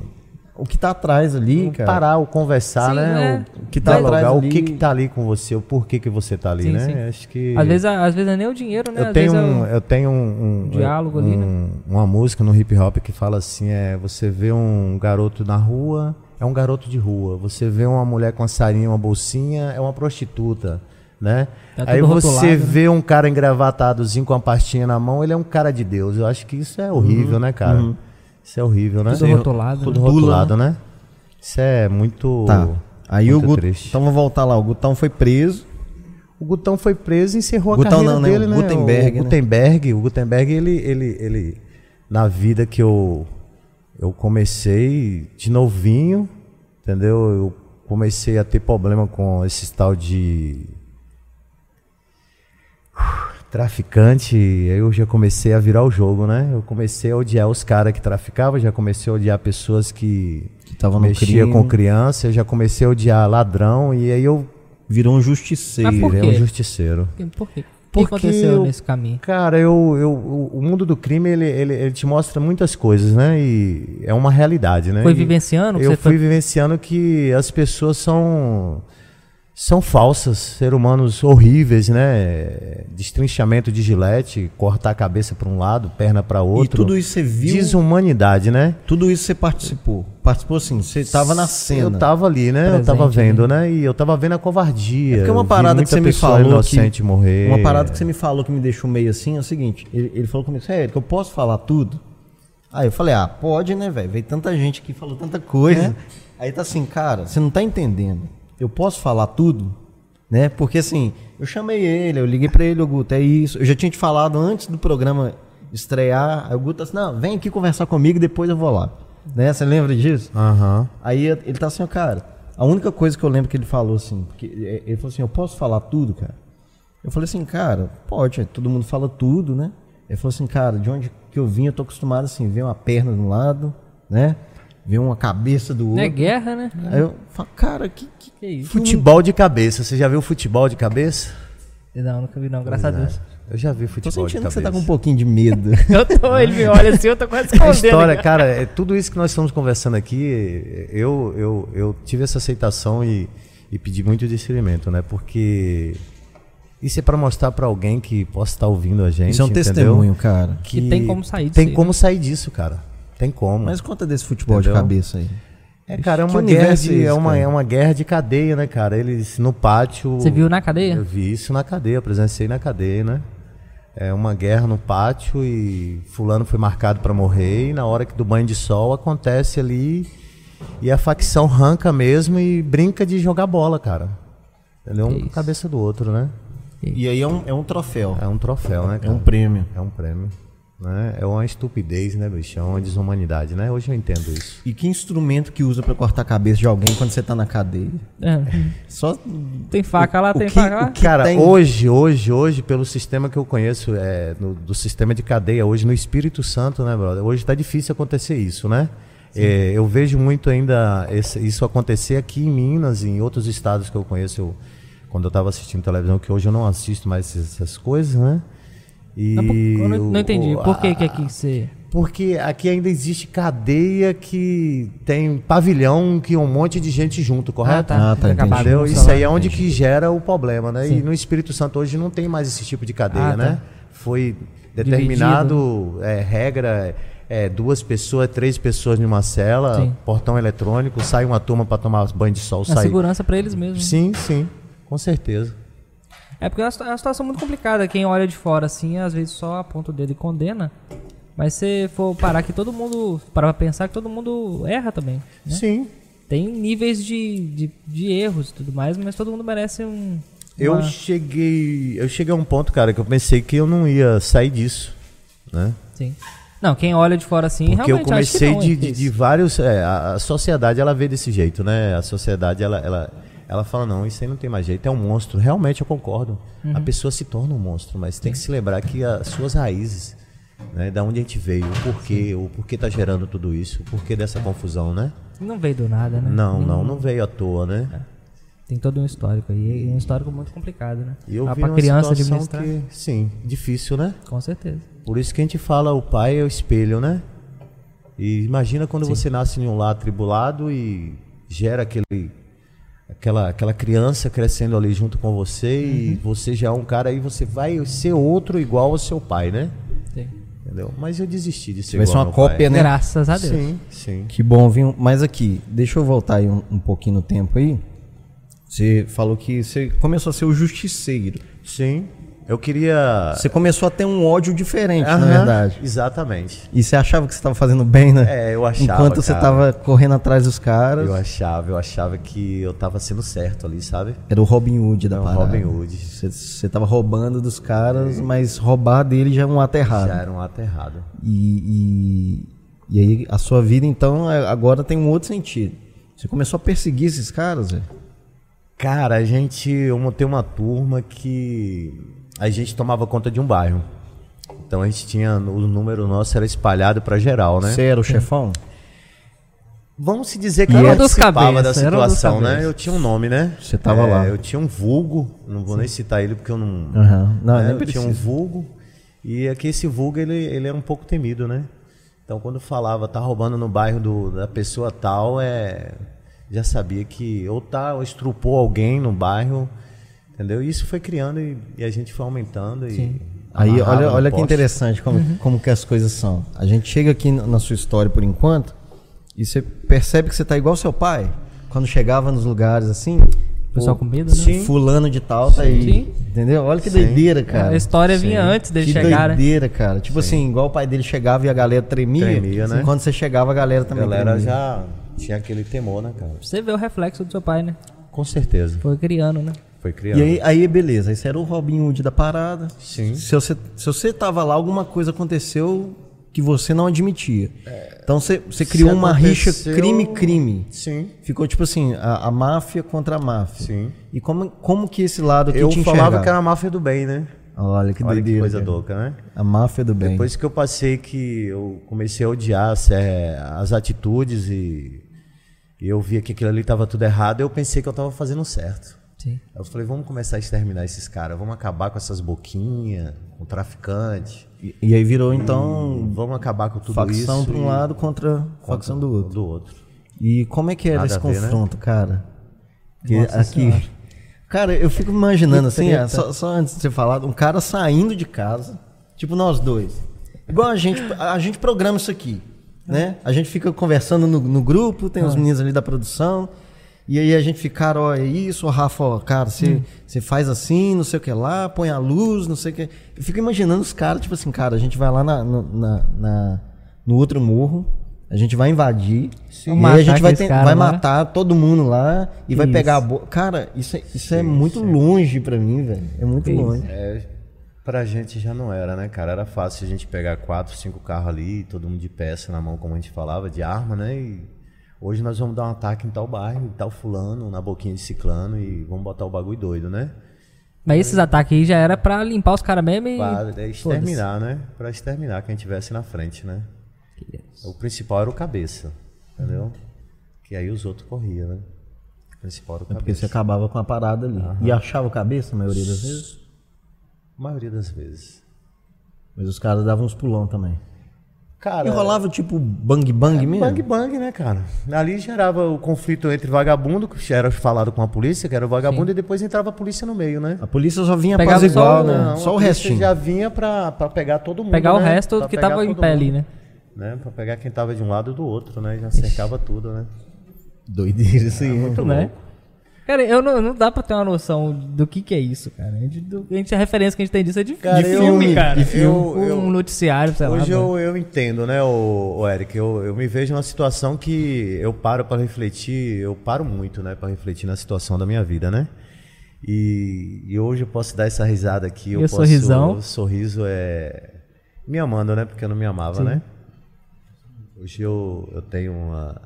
O que tá atrás ali, cara. Parar, o conversar, Sim, né? né? O Que que tá tá atrás dialogar, o ali. que que tá ali com você, o porquê que você tá ali, Sim, né? sim. Acho que. Às vezes, às vezes é nem o dinheiro, né? Eu às tenho, vezes é um, o- eu tenho um, um- diálogo ali, né? um- uma música no hip hop que fala assim: é você vê um garoto na rua, é um garoto de rua. Você vê uma mulher com a sarinha, uma bolsinha, é uma prostituta, né? Tá Aí tudo você rotulado, né? vê um cara engravatadozinho com uma pastinha na mão, ele é um cara de Deus. Eu acho que isso é horrível, né, cara? Isso é horrível, né? Tudo rotulado, né? Tudo Rotula, rotulado, né? Isso é muito. Tá. Aí muito o Gutão. triste. Então vamos voltar lá. O Gutão foi preso. O Gutão foi preso e encerrou Gutão a carreira não, né? dele, O né? Gutenberg, né? o Gutenberg, o Gutenberg, ele, ele, ele, na vida que eu, eu comecei de novinho, entendeu? Eu comecei a ter problema com esse tal de traficante, eu já comecei a virar o jogo, né? Eu comecei a odiar os caras que traficavam, já comecei a odiar pessoas que, Que tava no mexia crime. com criança, eu já comecei a odiar ladrão, e aí eu Virou um justiceiro. Mas por virei quê? um justiceiro. Por quê? O que Porque aconteceu eu- nesse caminho? Cara, eu, eu, o- o mundo do crime, ele, ele, ele te mostra muitas coisas, né? E é uma realidade, né? Foi E vivenciando? que Eu você fui foi- vivenciando que as pessoas são, são falsas, ser humanos horríveis, né? Destrinchamento de gilete, cortar a cabeça para um lado, perna para E outro. tudo isso você viu. Desumanidade, né? Tudo isso você participou. Participou assim, você tava na cena. Eu tava ali, né? eu tava Presente, vendo, né? E eu tava vendo a covardia. É porque uma Eu vi parada que muita você me pessoa falou. inocente que, morrer. Uma parada que você me falou que me deixou meio assim é o seguinte: ele, ele falou comigo, sério, que eu posso falar tudo? Aí eu falei, ah, pode, né, velho? Veio tanta gente aqui, falou tanta coisa. Aí tá assim, cara, você não tá entendendo. Eu posso falar tudo? Né? Porque assim, eu chamei ele, eu liguei pra ele, o Guto, é isso. Eu já tinha te falado antes do programa estrear. Aí o Guto tá assim, não, vem aqui conversar comigo, depois eu vou lá. Né? Você lembra disso? Aham. Aí ele tá assim, ó, cara, a única coisa que eu lembro que ele falou assim, porque é, ele falou assim, eu posso falar tudo, cara? Eu falei assim, cara, pode, é, todo mundo fala tudo, né? Ele falou assim, cara, de onde que eu vim, eu tô acostumado assim, ver uma perna de um lado, né? Ver uma cabeça do Não é outro. guerra, né? Aí eu falo, cara, que, que, Que isso? Futebol de cabeça. Você já viu futebol de cabeça? É. Não, nunca vi não, graças a Deus. Eu já vi tô futebol de sentindo que cabeça. você tá com um pouquinho de medo. *laughs* Eu tô, ele me olha assim, eu tô quase *laughs* A um escondendo. história, cara, é tudo isso que nós estamos conversando aqui, eu, eu, eu tive essa aceitação e, e pedi muito discernimento, né? Porque isso é pra mostrar pra alguém que possa estar ouvindo a gente, Isso é um entendeu? testemunho, cara. Que tem como sair disso Tem aí, como sair disso, cara. Tem como. né? Mas conta desse futebol de Entendeu? cabeça aí. é, cara, é que uma guerra universo de, é esse, é, uma, cara? é uma guerra de cadeia, né, cara? Eles no pátio. Você viu na cadeia? Eu vi isso na cadeia, eu presenciei na cadeia, né? É uma guerra no pátio e fulano foi marcado pra morrer e na hora que do banho de sol acontece ali e a facção arranca mesmo e brinca de jogar bola, cara. Entendeu? Um com a cabeça do outro, né? E aí é um, é um troféu, É um troféu, né, é um cara? prêmio. É um prêmio. Né? É uma estupidez, né, bicho? É uma desumanidade, né? Hoje eu entendo isso. E que instrumento que usa pra cortar a cabeça de alguém quando você tá na cadeia? É. Só Tem faca lá, O tem que- faca lá. o que- Cara, tem- hoje, hoje, hoje, pelo sistema que eu conheço, é, no- do sistema de cadeia, hoje no Espírito Santo, né, brother? Hoje tá difícil acontecer isso, né? É, eu vejo muito ainda esse- isso acontecer aqui em Minas e em outros estados que eu conheço, eu- quando eu tava assistindo televisão, que hoje eu não assisto mais essas- essas coisas, né? E Não, por- eu não, não o- Ah, entendi. a- Por que é que aqui você... porque aqui ainda existe cadeia que tem pavilhão que um monte de gente junto, correto? tá. Ah, tá, entendi. acabado, Entendeu? vamos Isso falar. aí é onde que gera o problema, né? E no Espírito Santo hoje não tem mais esse tipo de cadeia, Ah, tá. né? Foi determinado é, regra, é, duas pessoas, três pessoas numa cela, Sim. portão eletrônico, sai uma turma para tomar banho de sol, A sai. segurança pra eles mesmos. Sim, sim, com certeza. É porque é uma situa- é uma situação muito complicada. Quem olha de fora assim, às vezes só aponta o dedo e condena. Mas se for parar que todo mundo. Parar pra pensar que todo mundo erra também. né? Sim. Tem níveis de, de, de erros e tudo mais, mas todo mundo merece um. Eu uma- cheguei. Eu cheguei a um ponto, cara, que eu pensei que eu não ia sair disso. Né? Sim. Não, quem olha de fora assim, Porque eu realmente acho que comecei não, de, hein, de, Cris? de vários. é, a, a sociedade ela vê desse jeito, né? A sociedade ela, ela, ela fala: não, isso aí não tem mais jeito, é um monstro. Realmente eu concordo. A Uhum. pessoa se torna um monstro, mas tem que se lembrar que as suas raízes, né? Da onde a gente veio, o porquê, o porquê tá gerando tudo isso, o porquê dessa confusão, né? Não veio do nada, né? Não, não, não veio à toa, né? É. Tem todo um histórico aí. e um histórico muito complicado, né? E eu Ah, vi pra uma criança situação administrar. que, sim, difícil, né? Com certeza. Por isso que a gente fala o pai é o espelho, né? E imagina quando você nasce em um lar atribulado e gera aquele aquela aquela criança crescendo ali junto com você Uhum. e você já é um cara e você vai ser outro igual ao seu pai, né? Sim. Entendeu? Mas eu desisti de ser Vai igual ser uma ao meu cópia, né? Graças a pai. Deus. Sim, sim. Que bom, viu? Mas aqui, deixa eu voltar aí um, um pouquinho no tempo aí. Você falou que você começou a ser o justiceiro. Sim. Eu queria Você começou a ter um ódio diferente, na Aham, verdade. Exatamente. E você achava que você estava fazendo bem, né? É, eu achava, Enquanto você cara. estava correndo atrás dos caras. Eu achava, eu achava que eu tava sendo certo ali, sabe? Era o Robin Hood da É o parada. Robin Hood. É. Você, você tava roubando dos caras, mas roubar dele já é um ato errado. Já era um ato errado. E, e, e aí a sua vida, então, é- agora tem um outro sentido. Você começou a perseguir esses caras, é? velho? Cara, a gente. Eu montei uma turma que a gente tomava conta de um bairro. Então a gente tinha. O número nosso era espalhado pra geral, né? Você era o chefão? Vamos se dizer que Era eu um dos participava cabeça, da era um dos situação, né? cabeça. Eu tinha um nome, né? Você tava lá. Eu tinha um vulgo, não vou nem citar ele porque eu não. Aham. Não, né? Ah, nem Eu precisa. tinha um vulgo. E aqui esse vulgo, ele, ele era um pouco temido, né? Então quando falava, tá roubando no bairro do- da pessoa tal, é. Já sabia que ou tá, ou estrupou alguém no bairro, entendeu? E isso foi criando e, e a gente foi aumentando e. Aí, amarrava olha, no olha que poste. interessante como, Uhum. como que as coisas são. A gente chega aqui n- na sua história por enquanto e você percebe que você tá igual seu pai. Quando chegava nos lugares assim, Pessoal pô, com medo, né? Sim. fulano de tal tá aí. Sim. Entendeu? Olha que doideira, cara. A história vinha antes dele que chegar, né? doideira, cara. Tipo assim, igual o pai dele chegava e a galera tremia. Tremia, né? Quando você chegava, a galera A também né? galera tremia. já tinha aquele temor, né, cara? Você vê o reflexo do seu pai, né? Com certeza. Foi criando, né? Foi criando. E aí, aí, beleza. Esse era o Robin Hood da parada. Sim. Se você, se você tava lá, alguma coisa aconteceu que você não admitia. Então você, você criou uma rixa É. aconteceu- crime-crime. Sim. Ficou tipo assim, a, a máfia contra a máfia. Sim. E como, como que esse lado aqui Eu te falava enxergava? que era a máfia do bem, né? Olha que Olha doideira. que coisa cara. louca, né? A máfia do bem. Depois que eu passei que eu comecei a odiar as, eh, as atitudes e e eu via que aquilo ali estava tudo errado, eu pensei que eu estava fazendo certo. Sim. Eu falei, vamos começar a exterminar esses caras, vamos acabar com essas boquinhas, com o traficante, E, e aí virou, então, vamos acabar com Hum, tudo facção isso. pra um e lado contra facção do outro. Do outro. E como é que era Nada esse a ver, né? confronto, cara? Porque Nossa aqui. Senhora. Cara, eu fico imaginando assim, treta. ah, só, só antes de você falar, um cara saindo de casa, tipo nós dois. Igual a gente, a gente programa isso aqui, né? A gente fica conversando no, no grupo, tem Ah. os meninos ali da produção, e aí a gente fica, cara, ó, é isso, ó, Rafa, ó, cara, você Hum. você faz assim, não sei o que lá, põe a luz, não sei o que. Eu fico imaginando os caras, tipo assim, cara, a gente vai lá na- no- na- na, no outro morro, a gente vai invadir. Vamos E aí a matar gente vai, aqueles ten- caras vai lá. né? matar todo mundo lá e vai Isso. pegar a boca. Cara, isso, é- isso é muito longe pra mim, velho. É muito Isso. longe. É, pra gente já não era, né, cara? Era fácil a gente pegar quatro, cinco carros ali, todo mundo de peça na mão, como a gente falava, de arma, né? E hoje nós vamos dar um ataque em tal bairro, em tal fulano, na boquinha de ciclano e vamos botar o bagulho doido, né? Mas esses ataques aí já era pra limpar os caras mesmo e. Pra é, exterminar, né? Pra exterminar quem tivesse na frente, né? O principal era o cabeça, Uhum. entendeu? Que aí os outros corriam, né? O principal era o É Porque você cabeça. acabava com a parada ali. E achava o cabeça, a maioria das vezes. A maioria das vezes. Mas os caras davam uns pulão também. Cara, Enrolava tipo bang bang mesmo? É. Bang bang, né, cara? Ali gerava o conflito entre vagabundo, que era falado com a polícia, que era o vagabundo, e depois entrava a polícia no meio, né? A polícia só vinha Pegava quase só igual, o- né? um, Não, só o a polícia restinho. já vinha pra, pra pegar todo mundo. Pegar o né? resto Pra que pegar tava em todo pé mundo, ali, né? né? Pra pegar quem tava de um lado e do outro, né? Já cercava tudo, né? Doideira isso aí. né? né? Cara, eu não, não dá pra ter uma noção do que que é isso, cara. A, gente, do- a gente- a referência que a gente tem disso é de, Cara, de eu- filme, cara. de filme. um Eu- eu- noticiário, sei lá. Hoje mano. eu, eu entendo, né, o, Eric? Eu, eu me vejo numa situação que eu paro para refletir, eu paro muito, né, para refletir na situação da minha vida, né? E, e hoje eu posso dar essa risada aqui. E Eu o posso, sorrisão? O sorriso é. Me amando, né? Porque eu não me amava, né? Hoje eu, eu tenho uma.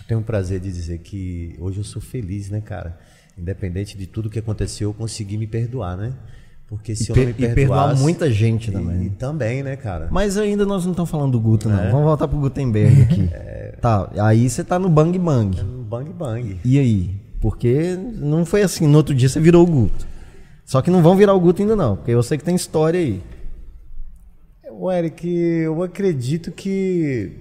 Eu tenho o prazer de dizer que hoje eu sou feliz, né, cara? Independente de tudo que aconteceu, eu consegui me perdoar, né? Porque E, se eu não me per- e perdoar perdoasse- muita gente e É. também. também, né, cara? Mas ainda nós não estamos falando do Guto, não. Vamos voltar pro Gutenberg aqui. *laughs* É. Tá, aí você tá no Bang Bang. Um Bang bang. E aí? Porque não foi assim, no outro dia você virou o Guto. Só que não vão virar o Guto ainda não, porque eu sei que tem história aí. O Eric, eu acredito que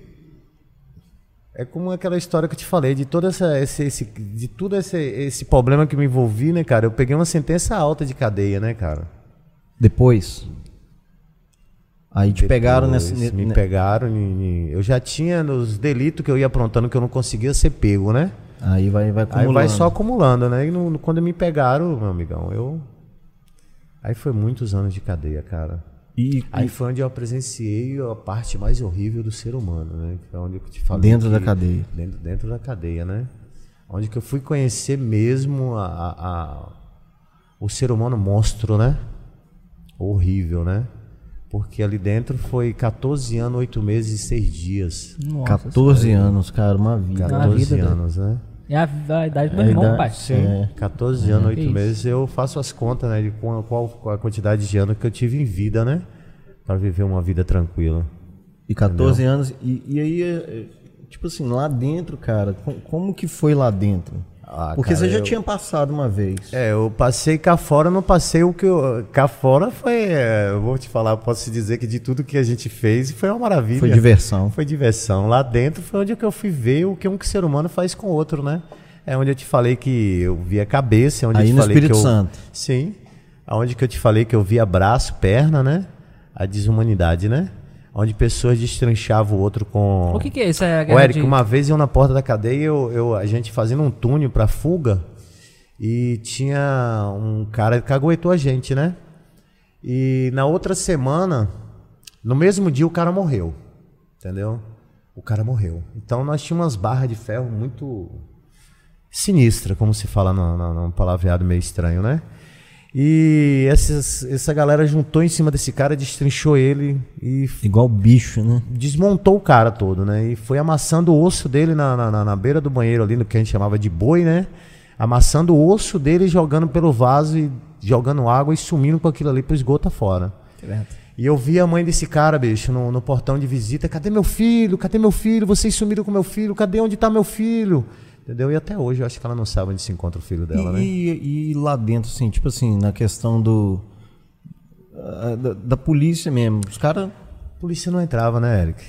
é como aquela história que eu te falei de toda essa esse, esse- de tudo esse, esse problema que eu me envolvi, né, cara? Eu peguei uma sentença alta de cadeia, né, cara? Depois. Aí te pegaram Depois nessa. ne- me ne- pegaram, e- e eu já tinha nos delitos que eu ia aprontando que eu não conseguia ser pego, né? Aí vai, vai Aí acumulando. vai só acumulando, né? E no- no- quando me pegaram, meu amigão, eu aí foi muitos anos de cadeia, cara. E Aí foi onde eu presenciei a parte mais horrível do ser humano, né? Que é onde eu te falei. dentro que- da cadeia. Dentro, dentro da cadeia, né? Onde que eu fui conhecer mesmo a, a- a- o ser humano monstro, né? Horrível, né? Porque ali dentro foi 14 anos, 8 meses e 6 dias. Nossa, 14 anos, cara, uma vida. Cara, uma 14 vida, anos, né? É a, a idade do meu irmão, idade- pai. sim. É. 14 anos, que 8 isso. meses, eu faço as contas, né? De qual, qual- qual a quantidade de anos que eu tive em vida, né? Pra viver uma vida tranquila. E 14 anos. E, e aí, é, é, tipo assim, lá dentro, cara, com- como que foi lá dentro? Ah, Porque cara, você já eu- tinha passado uma vez. É, eu passei cá fora, não passei o que eu. Cá fora foi. é, Eu vou te falar, posso te dizer que de tudo que a gente fez foi uma maravilha. Foi diversão. é. Foi diversão. Lá dentro foi onde é que eu fui ver o que um ser humano faz com o outro, né? É onde eu te falei que eu vi a cabeça, é onde Aí eu te no falei Espírito que eu. Santo. Sim. Onde que eu te falei que eu via braço, perna, né? A desumanidade, né? Onde pessoas destranchavam o outro com. O que que é isso? É a Ô, guerra Eric, de- uma vez eu na porta da cadeia, eu, eu- a gente fazendo um túnel pra fuga e tinha um cara que caguetou a gente, né? E na outra semana, no mesmo dia, o cara morreu. Entendeu? O cara morreu. Então nós tínhamos umas barras de ferro muito sinistra, como se fala na- na- num palavreado meio estranho, né? E essas- essa galera juntou em cima desse cara, destrinchou ele e Igual bicho, né? desmontou o cara todo, né? E foi amassando o osso dele na, na, na- na beira do banheiro ali, no que a gente chamava de boi, né? Amassando o osso dele, jogando pelo vaso e jogando água e sumindo com aquilo ali pro esgoto afora. E eu vi a mãe desse cara, bicho, no, no portão de visita. Cadê meu filho? Cadê meu filho? Vocês sumiram com meu filho? Cadê onde tá meu filho? Entendeu? E até hoje eu acho que ela não sabe onde se encontra o filho dela, e, né? e- e lá dentro, assim, tipo assim, na questão do. ah, Da, da polícia mesmo. Os caras. A polícia não entrava, né, Eric?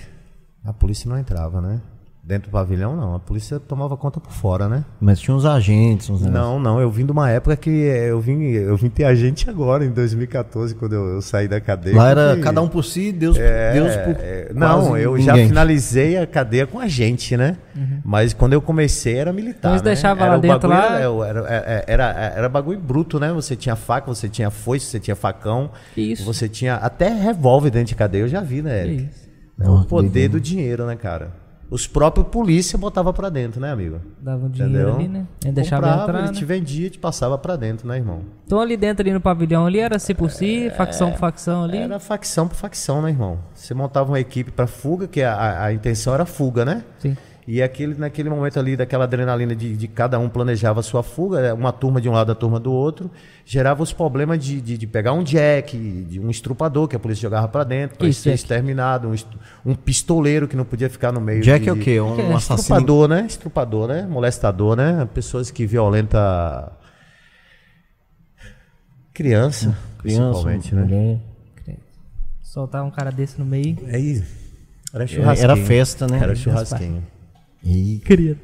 A polícia não entrava, né? Dentro do pavilhão, não. A polícia tomava conta por fora, né? Mas tinha uns agentes, uns negócios. Não, não, eu vim de uma época que é, eu vim, eu vim ter agente agora, em 2014, quando eu, eu saí da cadeia. Lá era que- cada um por si, Deus, Deus por. é, quase Não, eu já ninguém. finalizei a cadeia com agente, né? Mas quando eu comecei era militar. Mas né? Uhum. Então deixava Era lá o dentro, bagulho, lá- Era, é, era, era- era bagulho bruto, né? Você tinha faca, você tinha foice, você tinha facão. Que isso. Você tinha até revólver dentro de cadeia, eu já vi, né, Que Eric? isso. É o poder do dinheiro, né, cara? Os próprios polícia botava pra dentro, né, amigo? Dava um dinheiro Entendeu? ali, né? Ele deixava Comprava, entrar, ele né? te vendia, te passava pra dentro, né, irmão? Então ali dentro, ali no pavilhão, ali era si por si, É, facção por facção ali. Era facção por facção, né, irmão? Você montava uma equipe pra fuga, que a- a, a intenção era fuga, né? Sim. E aquele, naquele momento ali, daquela adrenalina de, de cada um planejava a sua fuga, né? uma turma de um lado, a turma do outro, gerava os problemas de, de, de pegar um jack, de um estrupador que a polícia jogava pra dentro, pra Que isso, ser Jack? exterminado, um, est- um pistoleiro que não podia ficar no meio. Jack de- é o quê? Que que Um é? assassino. Estrupador, né? Estrupador, né? Molestador, né? Pessoas que violenta criança, Criança, principalmente, né? mulher. Soltar um cara desse no meio. É isso. Era churrasquinho. É, Era festa, né? Era churrasquinho. Ih, Queria.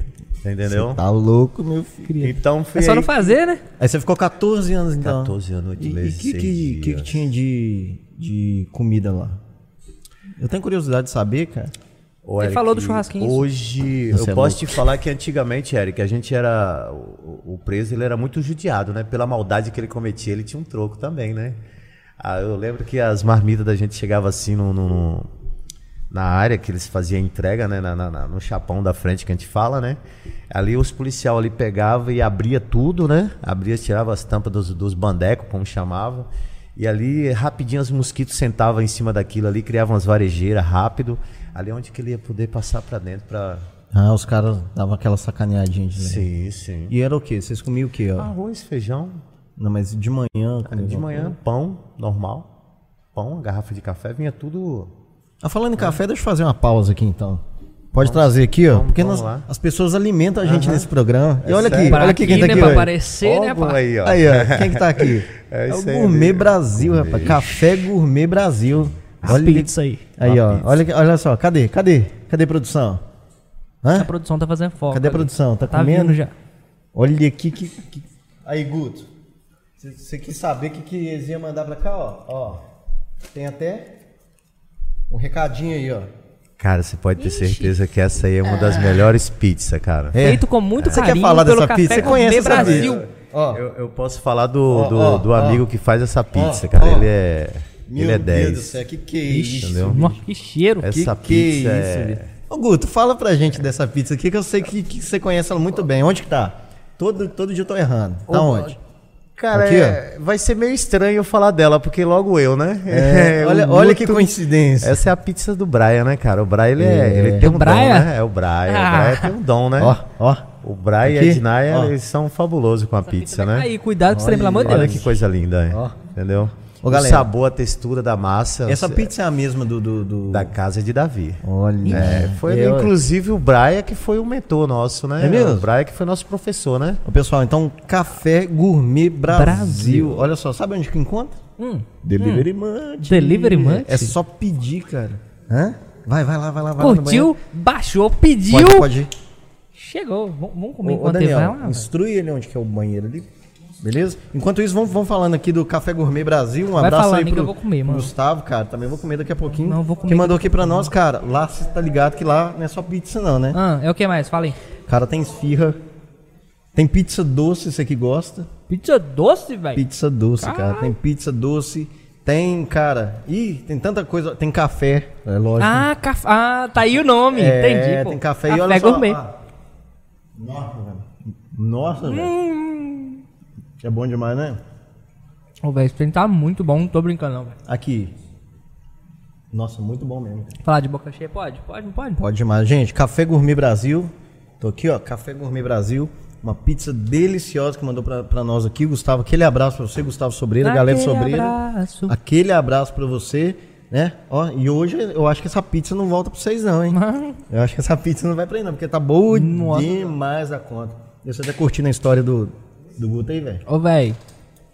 Entendeu? Tá louco, meu filho. Então foi É só aí não fazer, né? Aí você ficou 14 anos então. 14 anos, oito E- E meses, o que, seis que, que que dias. tinha de, de comida lá? Eu tenho curiosidade de saber, cara. Ô, Ele falou do churrasquinho, isso. Hoje, Você eu é posso louco. te falar que antigamente, Eric, a gente era. O, o preso ele era muito judiado, né? Pela maldade que ele cometia, ele tinha um troco também, né? Ah, eu lembro que as marmitas da gente chegava assim no, no- no- na área que eles faziam entrega, né? Na, na- na- no chapão da frente que a gente fala, né? Ali os policial ali pegava e abria tudo, né? Abria, tirava as tampas dos, dos bandecos, como chamava. E ali, rapidinho, os mosquitos sentavam em cima daquilo ali, criavam umas varejeiras rápido. Ali é onde que ele ia poder passar pra dentro pra... Ah, os caras davam aquela sacaneadinha de leve. Sim, sim. E era o quê? Vocês comiam o quê? Ó? Arroz, feijão, Não, mas de manhã. comia Ah, de alguma manhã, pão, normal. Pão, garrafa de café, vinha tudo Ah, falando em café, deixa eu fazer uma pausa aqui então. Pode trazer aqui, ó. vamos- porque vamos nós- lá. É as pessoas alimentam a gente nesse programa. E olha aqui, sério? olha aqui quem tá né, aqui pra hoje. aparecer, né, Óbvio pá? aí, *laughs* ó. Aí, ó, quem que tá aqui? *laughs* É o isso aí, Gourmet amigo. Brasil, rapaz. Gourmet. Café Gourmet Brasil. As Olha, pizzas aí. aí, A ó. pizza. Olha, que- olha só, cadê? Cadê? Cadê a produção? A Hã? produção tá fazendo foco. Cadê a ali. produção? Tá Tá comendo? vindo já. Olha aqui que. que- Aí, Guto. Você quis saber o que, que eles iam mandar pra cá, ó? Ó. Tem até um recadinho aí, ó. Cara, você pode ter certeza que essa aí é uma das melhores pizzas, cara. É. Feito com muito Você carinho quer falar pelo dessa Café pizza? Você Gourmet conhece essa Brasil. pizza? Ó. Eu, eu posso falar do, do, ó, do ó. amigo que faz essa pizza, Ó, cara. ó. Ele é. Meu ele é Deus 10. do céu, que que é isso? entendeu? Nossa, que cheiro. Essa- que pizza que é- isso, bicho? Ô, Guto, fala pra gente dessa pizza aqui que eu sei que, que você conhece ela muito bem. Onde que tá? Todo, todo dia eu tô errando. Tá Ô, onde? Cara, Aqui, é- vai ser meio estranho eu falar dela, porque logo *laughs* eu, né? É, É, olha, o olha que Guto- coincidência. Essa é a pizza do Brian, né, cara? O Brian, ele, é, ele tem O um Brian? dom, né? É o Brian. Ah. O Brian tem um dom, né? Ó, ó. O Brian Aqui? e a Dinaya, Ó. eles são fabulosos com a pizza, né? Aí, cuidado com isso aí, pelo amor de Olha Deus. que coisa linda, é. Ó. entendeu? Ô, o galera. sabor, a textura da massa Essa é pizza é a mesma do. do, do- da casa é de Davi. Olha. É, foi eu- inclusive o Braia que foi o mentor nosso, né? É mesmo? O Braia que foi nosso professor, né? Ô, Pessoal, então, Café Gourmet Brasil. Brasil. Olha só, sabe onde que encontra? Hum. Delivery Munch. Delivery Munch? É só pedir, cara. Hã? Vai, vai lá, vai lá, vai lá. no Curtiu, baixou, pediu. banheiro. Pode, pode ir. Chegou. Vamos vamos Ô, comer ô, enquanto ele vai Daniel, lá. instrui ele onde que é o banheiro ali. Beleza? Enquanto isso, vamos, vamos falando aqui do Café Gourmet Brasil. Um Vai abraço falando aí aí que pro eu vou comer, mano. Gustavo, cara. Também vou comer daqui a pouquinho. Não, eu vou comer Que mandou aqui pra nós, cara. Lá você tá ligado que lá não é só pizza, não, né? Ah, é o que mais? Fala aí. Cara, tem esfirra. Tem pizza doce, você que gosta. Pizza doce, velho. Pizza doce, cara. Caralho. Tem pizza doce. Tem, cara. Ih, tem tanta coisa. Tem café. É lógico. Ah, caf... ah, tá aí o nome. É, Entendi. Pô. Tem café, e olha só. gourmet. ah. Nossa, velho. Nossa, velho. Hum. É bom demais, né? Ô, velho, esse trem tá muito bom. Não tô brincando, não, velho. Aqui. Nossa, muito bom mesmo. cara. Falar de boca cheia, pode? Pode, não pode? Pode demais. Gente, Café Gourmet Brasil. Tô aqui, ó. Café Gourmet Brasil. Uma pizza deliciosa que mandou pra, pra nós aqui, Gustavo. Aquele abraço pra você, Gustavo Sobreira, galera de Aquele Sobreira. abraço. *laughs* Aquele abraço pra você, né? Ó, e hoje eu acho que essa pizza não volta pra vocês, não, hein? Mano, Eu acho que essa pizza não vai pra aí, não, porque tá boa Nossa. demais a conta. E você tá curtindo a história do, do Guto aí, velho? Ô, velho,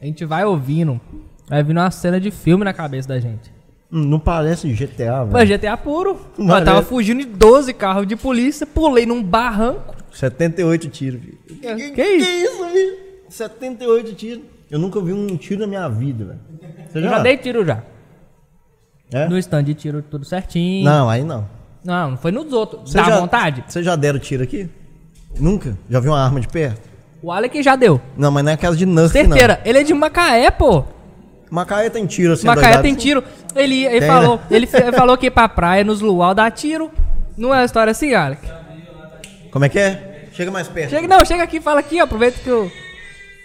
a gente vai ouvindo. Vai vindo uma cena de filme na cabeça da gente. Hum, Não parece GTA, Pô, velho. GTA puro. Mano, eu tava é- fugindo de 12 carros de polícia, pulei num barranco. 78 tiros, filho. Que, Que isso? isso, filho? 78 tiros. Eu nunca vi um tiro na minha vida, velho. Você Eu já dei tiro já. É? No stand de tiro tudo certinho. Não, aí não. Não, não foi nos outros. Você Dá já- vontade? Você já deram tiro aqui? Nunca? Já viu uma arma de perto? O Alec já deu. Não, mas não é casa de Nerf, Certeira, ele é de Macaé, pô. não. Macaé tem tiro assim, Macaé doidado. tem tiro. Ele, ele Tem, falou, né? ele fe- falou que ir pra praia nos luau dá tiro. Não é uma história assim, Alec. Como é que é? Chega mais perto. Chega, não, chega aqui, fala aqui, ó. Aproveita que o,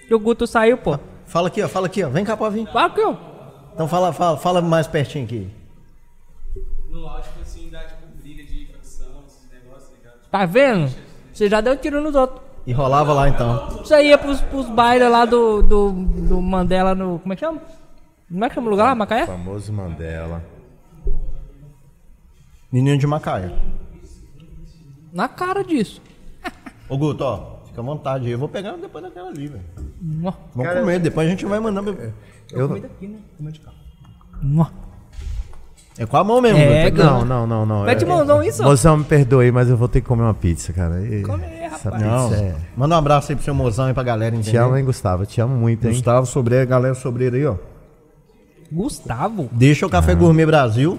que o Guto saiu, pô. Fala aqui, ó. Fala aqui, ó. Vem cá pra vir. Fala que eu. Então fala, fala, fala mais pertinho aqui. No áudio, tipo assim, dá tipo briga de facção, esses negócios, tá ligado? Tá vendo? Você já deu tiro nos outros. E rolava lá então. Você ia pros, pros bailes lá do, do, do Mandela no. Como é que chama? Como é que chama o lugar lá, Macaé? Famoso Mandela. Menino de Macaé. Na cara disso. Ô Guto, ó. Fica à vontade aí. Eu vou pegar depois daquela ali, velho. Nó. Vamos comer, depois a gente vai mandando. Eu, Nó. É com a mão mesmo. É, Guto. não, não, não, não. Mete É- mãozão isso, ó. Mozão, me perdoe, mas eu vou ter que comer uma pizza, cara. E- Come aí, Essa rapaz. pizza Não. é... Manda um abraço aí pro seu mozão e pra galera, entendeu? Te amo, hein, Gustavo? Te amo muito, hein? Gustavo Sobreira, galera Sobreira aí, ó. Gustavo? Deixa o Café Gourmet Brasil.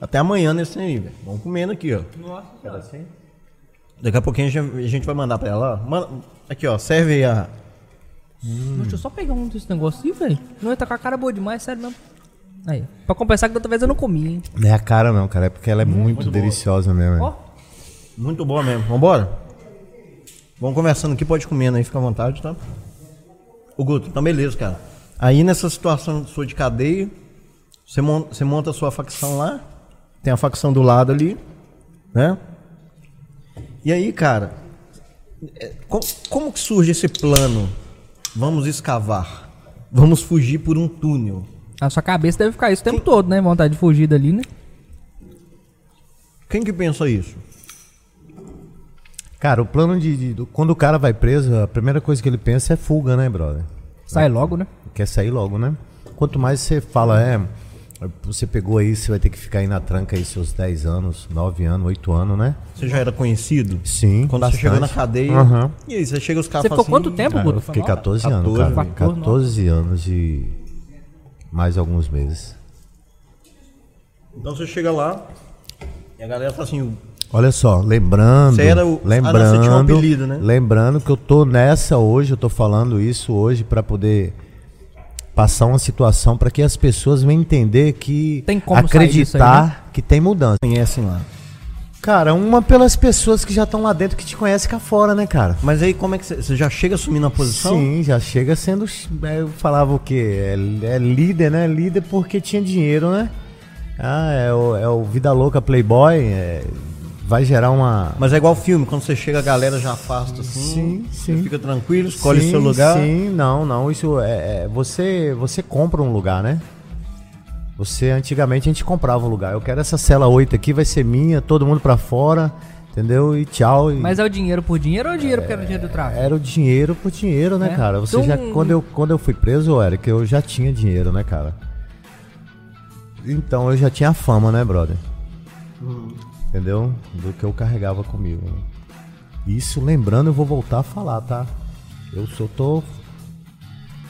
Até amanhã nesse aí, velho. Vamos comendo aqui, ó. Nossa, Era assim? Daqui a pouquinho a gente- a gente vai mandar pra ela. ó. Manda- Aqui, ó. Serve aí a. Hum. Deixa eu só pegar um desse negócio aí, velho. Não, ele tá com a cara boa demais, sério mesmo. Aí, pra compensar que da outra vez eu não comi, hein. Não é a cara não, cara. É porque ela é muito, deliciosa mesmo. Hum, Ó, velho. Muito boa mesmo. Vambora? Vamos conversando aqui, pode comendo aí, fica à vontade, tá? Ô Guto, então beleza, cara. Aí nessa situação sua de cadeia, você mon- você monta a sua facção lá, tem a facção do lado ali, né? E aí, cara, é, co- como que surge esse plano? Vamos escavar. Vamos fugir por um túnel. a sua cabeça deve ficar isso o tempo todo, né? Vontade de fugir dali, né? Quem que pensou isso? Cara, o plano de, de- do- Quando o cara vai preso, a primeira coisa que ele pensa é fuga, né, brother? Sai logo, né? Quer sair logo, né? Quanto mais você fala, é. Você pegou aí, você vai ter que ficar aí na tranca aí seus 10 anos, 9 anos, 8 anos, né? Você já era conhecido? Sim, Quando bastante. você chegou na cadeia. Aham. E assim, aí, você chega os caras Você falam ficou quanto tempo, Ah, Guto? eu Foi fiquei uma hora? 14 anos, 14, cara. 14, 14 anos e mais alguns meses. Então você chega lá e a galera fala assim, Olha só, lembrando, Você era o- lembrando, Ah, não, você tinha um apelido, né? lembrando que eu tô nessa hoje, eu tô falando isso hoje pra poder passar uma situação pra que as pessoas venham entender que Tem como sair disso aí, né? acreditar que tem mudança. conhecem lá. Cara, uma pelas pessoas que já estão lá dentro que te conhecem cá fora, né, cara? Mas aí como é que você, você já chega assumindo a posição? Sim, já chega sendo. Eu falava o quê? É, é líder, né? Líder porque tinha dinheiro, né? Ah, é o, é o Vida Louca Playboy. é, vai gerar uma. Mas é igual filme, quando você chega a galera já afasta assim, Sim, sim. você fica tranquilo, escolhe Sim, o seu lugar. Sim, não, não. Isso é, é- Você, você compra um lugar, né? Você antigamente a gente comprava um lugar. Eu quero essa cela 8 aqui, vai ser minha, todo mundo pra fora, entendeu? E tchau. e- Mas é o dinheiro por dinheiro ou é o dinheiro porque era o dinheiro do tráfico? Era o dinheiro por dinheiro, né, É. cara? Você Então- já quando eu quando eu fui preso, Eric, eu já tinha dinheiro, né, cara? Então eu já tinha fama, né, brother? Entendeu? Do que eu carregava comigo. né? Isso lembrando, eu vou voltar a falar, tá? Eu só tô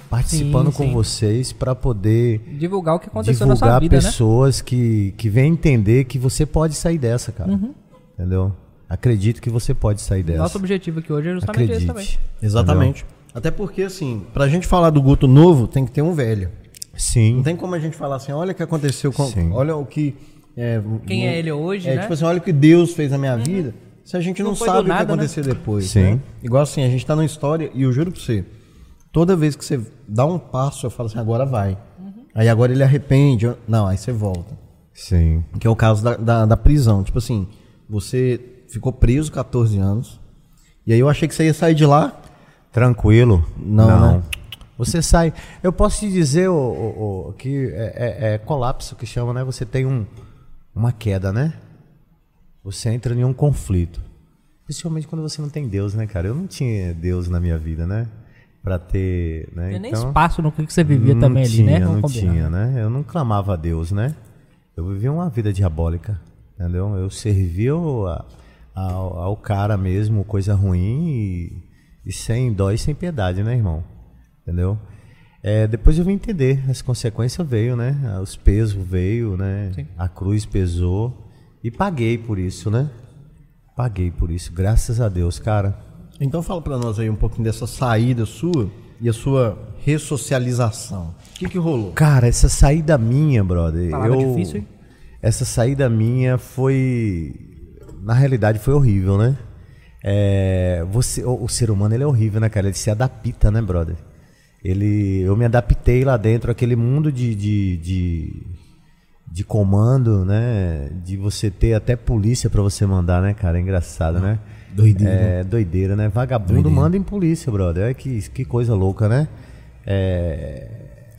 participando Sim, com sim. vocês pra poder Divulgar o que aconteceu na sua divulgar vida, né? pessoas que, que vêm entender que você pode sair dessa, cara. Entendeu? Acredito que você pode sair dessa. Uhum. Nosso objetivo aqui hoje é justamente esse também. Acredite. Exatamente. Até porque assim, pra gente falar do Guto novo, tem que ter um velho. Sim. Não tem como a gente falar assim, olha o que aconteceu com, Sim. olha o que é, Quem é ele hoje, É, né? Uhum. tipo assim, olha o que Deus fez na minha vida. Se a gente não, Não foi do sabe o nada, que né? aconteceu depois. Sim. né? Igual assim, a gente tá numa história e eu juro pra você, toda vez que você dá um passo, eu falo assim, agora vai. Uhum. Aí agora ele arrepende. eu- Não, aí você volta. Sim. Que é o caso da, da, da prisão. Tipo assim, você ficou preso 14 anos. E aí eu achei que você ia sair de lá. Tranquilo? Não, né? Você sai. Eu posso te dizer ô, ô, ô, que é, é- é colapso que chama, né? Você tem um, uma queda, né? Você entra em um conflito. Principalmente quando você não tem Deus, né, cara? Eu não tinha Deus na minha vida, né? Pra ter. Né? Não tinha nem Então- espaço no que que você vivia não também tinha, ali, né? Não Vamos combinar. tinha, né? Eu não clamava a Deus, né? Eu vivia uma vida diabólica, entendeu? Eu servia o- a- ao, ao cara mesmo, coisa ruim e, e sem dó e sem piedade, né, irmão? Entendeu? É, depois eu vim entender, as consequências veio, né? Os pesos veio, né? A cruz pesou e paguei por isso, né? Paguei por isso, graças a Deus, cara. Então fala pra nós aí um pouquinho dessa saída sua e a sua ressocialização. O que que rolou? Cara, essa saída minha, brother. Palavra eu- difícil, hein? Essa saída minha foi. Na realidade, foi horrível, né? É, você, o, o ser humano ele é horrível, né, cara? Ele se adapta, né, brother? Ele, eu me adaptei lá dentro, aquele mundo de, de, de, de comando, né? De você ter até polícia pra você mandar, né, cara? É engraçado, né? Doideira, É, Uhum. doideira, né? Vagabundo manda em polícia, brother. Olha que, que coisa louca, né? É,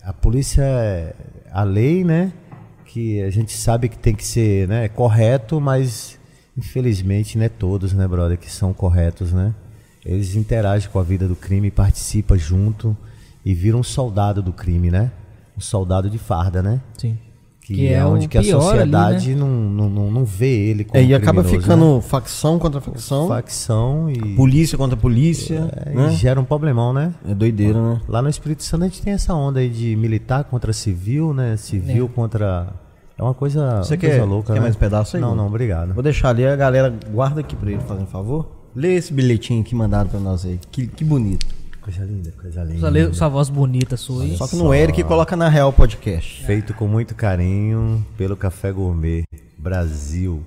a polícia, é a lei, né? Que a gente sabe que tem que ser né, correto, mas infelizmente não é todos, né, brother, que são corretos, né? Eles interagem com a vida do crime, participam junto e viram um soldado do crime, né? Um soldado de farda, né? Sim. Que, Que é, é o onde que a pior ali, sociedade não, não, não, não vê ele como É, e acaba criminoso, né? ficando facção contra facção, facção e, polícia contra polícia. é, e né? gera um problemão, né? É doideira, né? É. Lá no Espírito Santo a gente tem essa onda aí de militar contra civil, né? Civil contra É uma coisa, Você coisa quer- louca, quer né? mais um pedaço aí, Não, Guto? não, obrigado. Vou deixar ali, a galera guarda aqui pra ele, fazendo favor. Lê esse bilhetinho que mandaram pra nós aí. Que, que bonito. Coisa linda, coisa linda. Só lê sua voz bonita sua aí. Só que no Eric coloca na real podcast. Feito com muito carinho pelo Café Gourmet Brasil.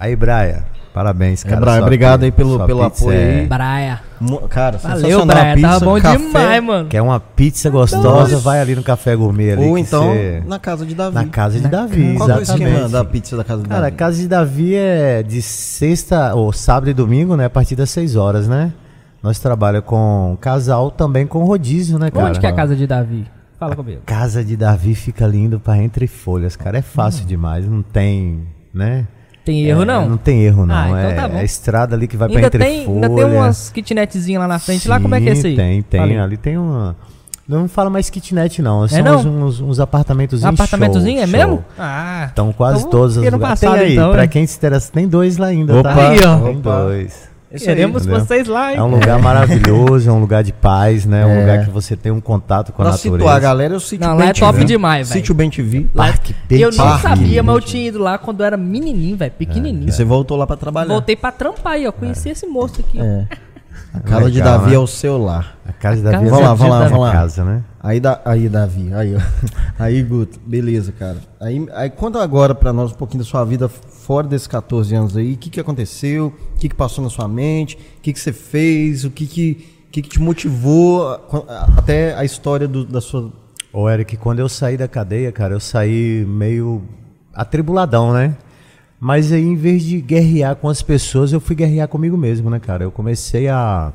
Aí, Braia, parabéns, cara. É, Braia, Sua obrigado pi- aí pelo- sua pelo pizza apoio é- aí. Braia. Mo- Cara, Valeu, sensacional. Braia. pizza, Tava bom café, demais, mano. é- Quer uma pizza gostosa? Vai ali no Café Gourmet ali. Ou que então você- na casa de Davi. na casa de Davi, Qual que é o esquema exatamente. da pizza da casa de Cara, a Davi? casa de Davi é de sexta ou sábado e domingo, né? A partir das 6 horas, né? Nós trabalhamos com casal, também com rodízio, né, cara? Onde que é a casa de Davi? Fala comigo. Casa de Davi fica lindo pra entre folhas, cara. É fácil demais, não tem, né? Tem erro, É, Hum. não? Não tem erro, não. Ah, então é, tá bom. é a estrada ali que vai Ainda pra tem, entre folhas. ainda tem umas kitnetzinhas lá na frente. lá como é que é isso aí? Tem, tem. Fala aí. É Ali tem uma. Não fala mais kitnet, não. São não? Uns, uns, uns apartamentos Apartamentozinho, é show. mesmo? Ah. Estão quase Então, todos os ano lugares. passado, tem aí, então, pra hein? quem se interessa, tem dois lá ainda, Opa, tá? Aí, ó. Tem opa. dois. Isso aí, Queremos É entendeu? vocês lá, hein? É um lugar maravilhoso, é um lugar de paz, né? É um lugar que você tem um contato com a Pra natureza. situar a galera, eu sítio Não, lá é Bem top TV. demais, velho. Sítio Bem TV. Parque E eu nem Parque. É, sabia, mas eu tinha ido lá quando eu era menininho, velho. Pequenininho. E você voltou lá pra trabalhar. Voltei pra trampar aí, ó. Conheci esse moço aqui. É. A casa de Legal, Davi né? é é o seu lar. A casa da Vila Vamos lá, vamos lá, Davi. vamos lá. Casa, né? Aí, da, aí Davi, aí, ó. *laughs* aí, Guto, beleza, cara. Aí, aí conta agora pra nós um pouquinho da sua vida fora desses 14 anos aí. O que, que aconteceu? O que, que passou na sua mente? O que, que você fez? O que, que, o que, que te motivou? a- a- Até a história do- da sua. Ô, Eric, quando eu saí da cadeia, cara, eu saí meio atribuladão, né? Mas aí, em vez de guerrear com as pessoas, eu fui guerrear comigo mesmo, né, cara? Eu comecei a.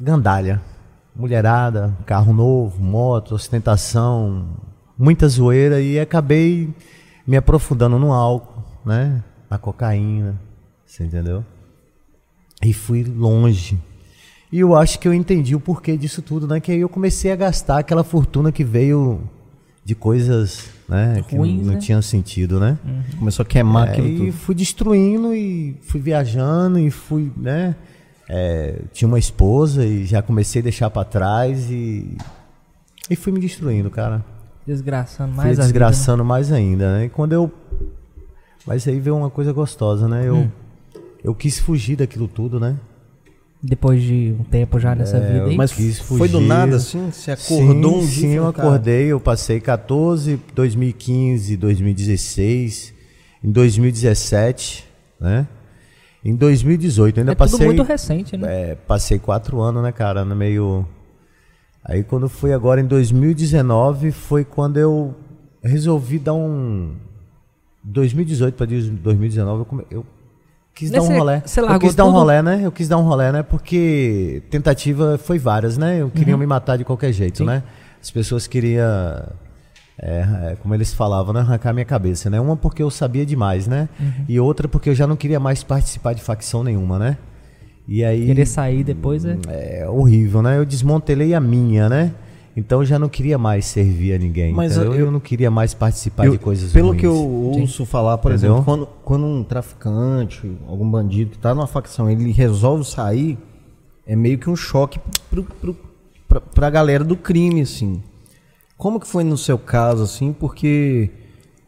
Gandalha. Mulherada, carro novo, moto, ostentação, muita zoeira e acabei me aprofundando no álcool, né? Na cocaína, você entendeu? E fui longe. E eu acho que eu entendi o porquê disso tudo, né? Que aí eu comecei a gastar aquela fortuna que veio de coisas, né? Que Ruins, não né? tinham sentido, né? Começou a queimar aquilo Aí tudo. É, fui destruindo e fui viajando e fui, né? é, tinha uma esposa e já comecei a deixar pra trás e e fui me destruindo, cara. Desgraçando Fui mais a desgraçando mais ainda, né? E quando eu Mas aí veio uma coisa gostosa, né? Eu Hum. eu quis fugir daquilo tudo, né? vida. Depois de um tempo já É, nessa vida aí. É Mas quis foi do fugir. nada assim? Você acordou sim, um dia? e Sim, eu falou, cara, acordei, eu passei 14, 2015, 2016, em 2017, né? Em 2018, ainda é passei. tudo muito recente, né? É, passei quatro anos, né, cara, no meio. Aí quando fui agora em 2019 foi quando eu resolvi dar um 2018 para 2019 eu, come- eu quis Mas dar um você- rolé. você eu largou quis dar um tudo? rolé, né? Eu quis dar um rolé, né? Porque tentativa foi várias, né? Eu Uhum. queria me matar de qualquer jeito, né? As pessoas queriam é, é, como eles falavam, né? arrancar minha cabeça, né? Uma porque eu sabia demais, né? Uhum. E outra porque eu já não queria mais participar de facção nenhuma, né? E aí Querer sair depois é. é horrível, né? Eu desmantelei a minha, né? Então eu já não queria mais servir a ninguém. Mas entendeu? eu- eu, não queria mais participar Eu- de coisas Pelo ruins. que eu ouço falar, por Entendeu? exemplo, quando, quando um traficante, algum bandido que tá numa facção, ele resolve sair, é meio que um choque pro, pro, pra, pra galera do crime, assim. Como que foi no seu caso, assim? Porque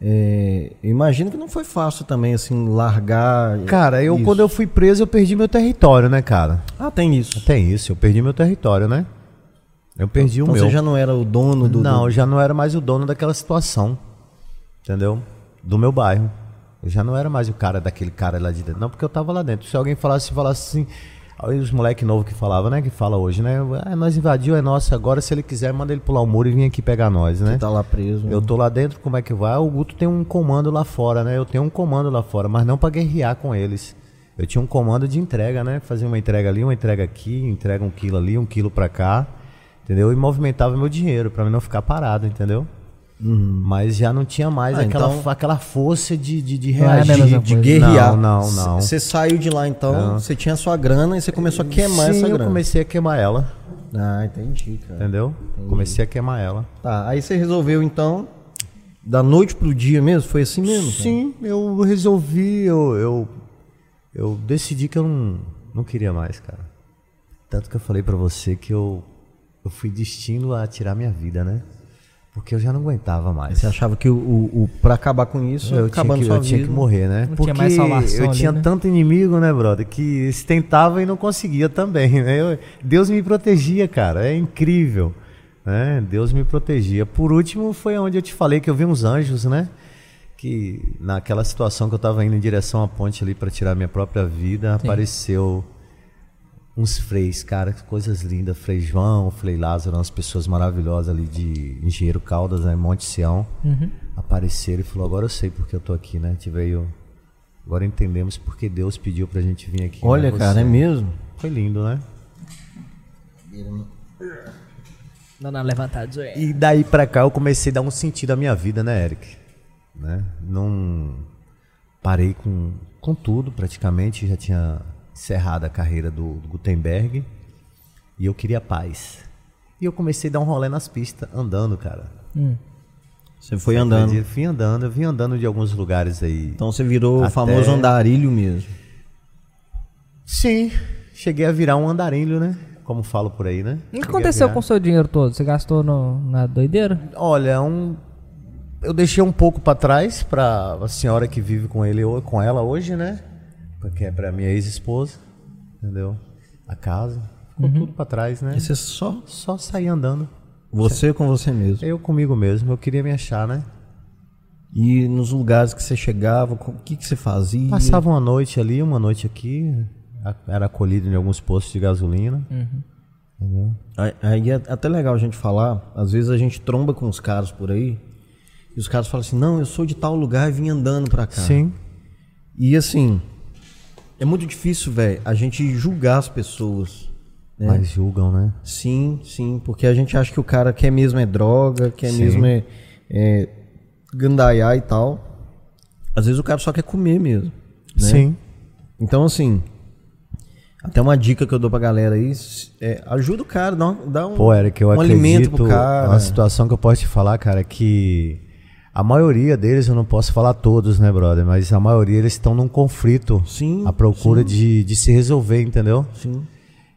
é, eu imagino que não foi fácil também, assim, largar. Cara, eu isso. quando eu fui preso, eu perdi meu território, né, cara? Ah, tem isso. Tem isso, eu perdi meu território, né? Eu perdi Então o meu. você já não era o dono do. Não, do- eu já não era mais o dono daquela situação. Entendeu? Do meu bairro. Eu já não era mais o cara daquele cara lá de dentro. Não, porque eu tava lá dentro. Se alguém falasse, falasse assim. aí Os moleque novo que falava, né? Que fala hoje, né? Ah, nós invadiu, é nosso agora. Se ele quiser, manda ele pular o muro e vir aqui pegar nós, né? que tá lá preso. Eu tô lá dentro, como é que vai? O Guto tem um comando lá fora, né? Eu tenho um comando lá fora, mas não pra guerrear com eles. Eu tinha um comando de entrega, né? Fazia uma entrega ali, uma entrega aqui, entrega um quilo ali, um quilo pra cá, entendeu? E movimentava meu dinheiro pra mim não ficar parado, entendeu? Mas já não tinha mais Ah, aquela, então- aquela força de, de, de Não é a reagir, mesma de coisa. guerrear. Não, não, não. Você saiu de lá então, você tinha sua grana e você começou a queimar Sim, essa eu grana. comecei a queimar ela, Ah, entendi, cara. entendeu? Comecei a queimar ela. Tá, aí você resolveu então, da noite pro dia mesmo? Foi assim mesmo? cara? Sim, eu resolvi, eu, eu, eu decidi que eu não, não queria mais, cara. Tanto que eu falei pra você que eu, eu fui destino a tirar minha vida, né? Porque eu já não aguentava mais. Você achava que o, o, o- pra acabar com isso, eu tinha, acabando que, sua eu tinha vida. que morrer, né? Não Porque tinha mais salvação eu ali, tinha né? tanto inimigo, né, brother, que se tentava e não conseguia também, *laughs* né? Eu- Deus me protegia, cara, é incrível, né? Deus me protegia. Por último, foi onde eu te falei que eu vi uns anjos, né? Que naquela situação que eu tava indo em direção à ponte ali para tirar minha própria vida, apareceu uns freis, cara, que coisas lindas. Frei João, Frei Lázaro, umas pessoas maravilhosas ali de Engenheiro Caldas, né? Monte Sião. Uhum. Apareceram e falou, agora eu sei porque eu tô aqui, né? Te veio. Agora entendemos porque Deus pediu pra gente vir aqui. Olha, né? cara, Você- é mesmo? Foi lindo, né? Dá uma levantada, Zoé. E daí pra cá eu comecei a dar um sentido à minha vida, né, Eric? Né? Não parei com, com tudo praticamente, já tinha encerrado a carreira do, do Gutenberg e eu queria paz. E eu comecei a dar um rolê nas pistas, andando, cara. Você foi andando. Eu vim andando, eu vim andando de alguns lugares aí. Então você virou o Até- famoso andarilho mesmo. Sim, cheguei a virar um andarilho, né? Como falo por aí, né? E o que Cheguei a aconteceu virar- com o seu dinheiro todo? Você gastou no- na doideira? Olha, um eu deixei um pouco pra trás pra a senhora que vive com ele ho- com ela hoje, né? Porque é pra minha ex-esposa, entendeu? A casa ficou tudo pra trás, né? Aí Você só Só saí andando. você com você mesmo. Eu comigo mesmo, eu queria me achar, né? E nos lugares que você chegava, co- o que, que você fazia? Passava uma noite ali, uma noite aqui, a- era acolhido em alguns postos de gasolina. Entendeu? Aí- Aí é até legal a gente falar, às vezes a gente tromba com os caras por aí, e os caras falam assim, não, eu sou de tal lugar e vim andando pra cá. Sim. E assim, é muito difícil, velho, a gente julgar as pessoas. né? Mas julgam, né? Sim, sim, porque a gente acha que o cara quer mesmo é droga, quer mesmo é, é gandaiar e tal. Às vezes o cara só quer comer mesmo. né? Sim. Então, assim, até uma dica que eu dou pra galera aí, s- é, ajuda o cara, dá, um- dá um, Pô, Eric, eu um alimento acredito. é pro cara. Uma situação que eu posso te falar, cara, é que a maioria deles, eu não posso falar todos, né, brother? Mas a maioria eles estão num conflito. Sim, A procura De, de se resolver, entendeu? Sim.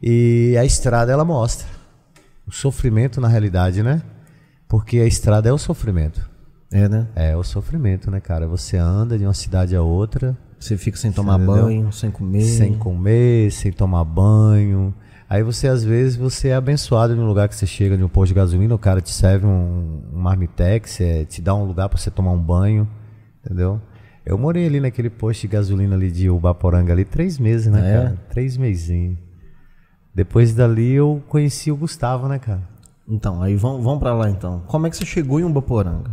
E a estrada, ela mostra. O sofrimento, na realidade, né? Porque a estrada é o sofrimento. É, né? É o sofrimento, né, cara? Você anda de uma cidade a outra. Você fica sem tomar entendeu? banho, sem comer. sem comer, sem tomar banho. Aí você, às vezes, você é abençoado em um lugar que você chega de um posto de gasolina, o cara te serve um, um marmitex, é, te dá um lugar pra você tomar um banho, entendeu? Eu morei ali naquele posto de gasolina ali de Ubaporanga ali três meses, né, É? cara? Três mesinhos. Depois dali eu conheci o Gustavo, né, cara? Então, aí vamos, vamos pra lá então. Como é que você chegou em Umbaporanga?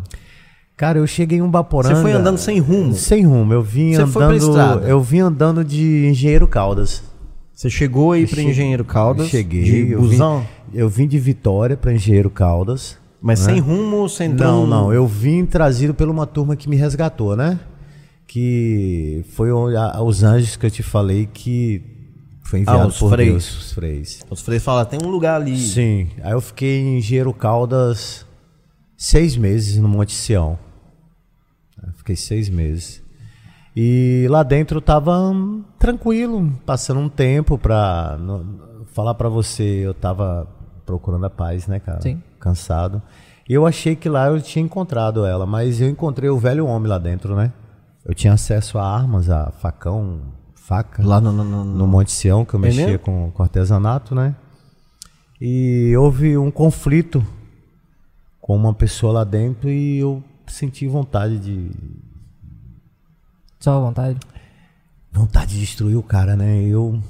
Cara, eu cheguei em Ubaporanga... Você foi andando sem rumo. Sem rumo, eu vim Você foi pra andando, estrada? eu vim andando de Engenheiro Caldas. Você chegou aí pra Engenheiro Caldas. Cheguei, De eu vim- busão? Eu vim de Vitória para Engenheiro Caldas. Mas sem rumo ou sem é? Não, não, eu vim trazido por uma turma que me resgatou, né? Que foi o- a- os anjos que eu te falei que foi enviado Ah, os por freis. Deus, os freis. Os freios falam, tem um lugar ali. Sim, aí eu fiquei em Engenheiro Caldas seis meses no Monte Sião. Eu Fiquei seis meses. E lá dentro eu tava hum, tranquilo, passando um tempo pra no- falar pra você, eu tava procurando a paz, né, cara? Sim. Cansado. E eu achei que lá eu tinha encontrado ela, mas eu encontrei o velho homem lá dentro, né? Eu tinha acesso a armas, a facão, faca Lá no, no, no- no Monte Sião, que eu mexia mesmo? com, com artesanato, né? E houve um conflito com uma pessoa lá dentro e eu senti vontade de Só à vontade. vontade de destruir o cara, né? E Eu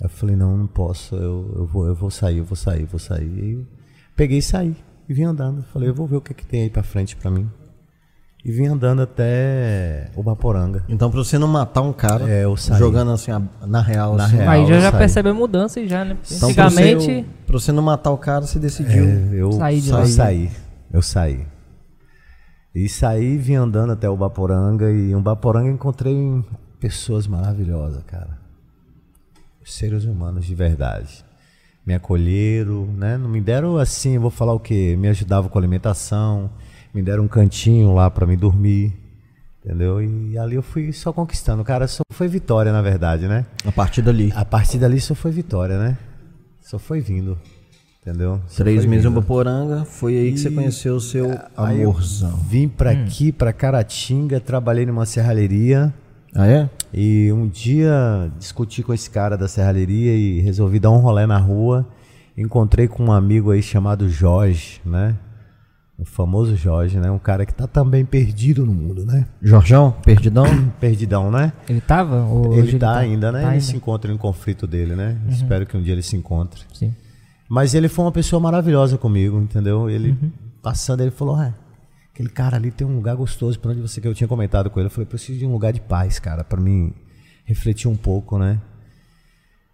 eu falei não, não posso, eu, eu vou eu vou sair, eu vou sair, eu vou sair. E eu peguei e saí e vim andando. Falei, eu vou ver o que, que tem aí pra frente pra mim. E vim andando até Ubaporanga. Então, pra você não matar um cara, É, eu saí. jogando assim, a- na real. Na assim. real. Aí já, já saí. percebeu a mudança e já, né? Então, pra você, Antigamente. pra você não matar o cara, você decidiu. É, eu Saí de eu lá. saí, eu saí. E saí, vim andando até Ubaporanga e em Ubaporanga encontrei pessoas maravilhosas, cara. Seres humanos de verdade. Me acolheram, né? Não me deram assim, eu vou falar o quê? Me ajudavam com alimentação, me deram um cantinho lá pra me dormir, entendeu? E ali eu fui só conquistando. Cara, só foi vitória, na verdade, né? A partir dali. A partir dali só foi vitória, né? Só foi vindo. Entendeu? Você Três foi meses em vindo. Ubaporanga, foi aí que você conheceu o seu Aí eu amorzão. Vim pra Hum. aqui, pra Caratinga, trabalhei numa serralheria. Ah, é? E um dia discuti com esse cara da serralheria e resolvi dar um rolê na rua. Encontrei com um amigo aí chamado Jorge, né? O famoso Jorge, né? Um cara que tá também perdido no mundo, né? Jorjão, perdidão? Perdidão, né? Ele tava? Ou hoje ele tá ainda, né? Tá ele ainda. Uhum. se encontra no conflito dele, né? Espero que um dia ele se encontre. Sim. Mas ele foi uma pessoa maravilhosa comigo, entendeu? Ele passando, ele falou: "Ah, aquele cara ali tem um lugar gostoso pra onde você que eu tinha comentado com ele. Eu falei: preciso de um lugar de paz, cara, pra mim refletir um pouco, né?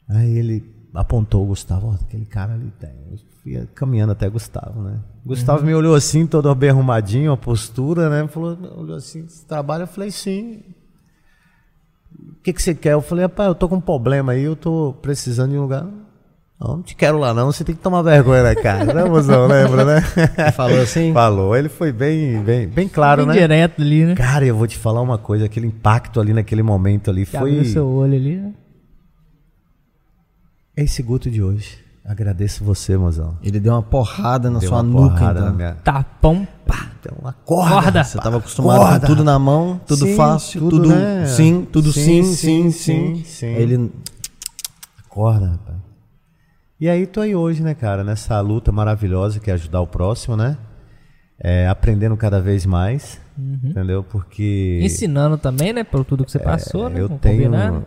Aí ele apontou o Gustavo, ó, aquele cara ali tem. Eu fui caminhando até Gustavo, né? Uhum. Gustavo me olhou assim, todo bem arrumadinho, a postura, né? Falou, olhou assim, você trabalha? Eu falei, sim. O que, que você quer? Eu falei, rapaz, eu tô com um problema aí, eu tô precisando de um lugar. Não, não te quero lá não, você tem que tomar vergonha na cara, né, mozão? *laughs* Lembra, né? *laughs* Ele falou *laughs* assim? Falou, ele foi bem, bem, bem claro, Bem né? direto ali, né? Cara, eu vou te falar uma coisa, aquele impacto ali naquele momento ali Que foi... Abriu seu olho ali, né? É esse Guto de hoje. Agradeço você, mozão. Ele deu uma porrada na Deu sua uma nuca, porrada então. na minha- Tapão. Então, acorda. Acorda. rapaz, Você tava acostumado acorda. com tudo na mão, tudo Sim, fácil, tudo, tudo, né? sim, tudo sim, Sim, sim, sim, sim. sim, sim. Aí Ele Acorda, rapaz. E aí tô aí hoje, né, cara, nessa luta maravilhosa que é ajudar o próximo, né? É, aprendendo cada vez mais, entendeu? Porque Ensinando também, né? Pelo tudo que É, você passou, né? eu Vamos tenho combinar, né?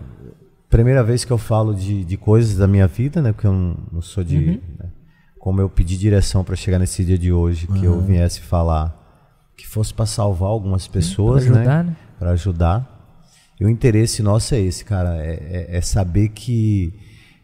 primeira vez que eu falo de, de coisas da minha vida, né? Porque eu não, não sou de. né, como eu pedi direção pra chegar nesse dia de hoje, que eu viesse falar que fosse pra salvar algumas pessoas, pra né? ajudar, né? Pra ajudar. E o interesse nosso é esse, cara. É, é- é saber que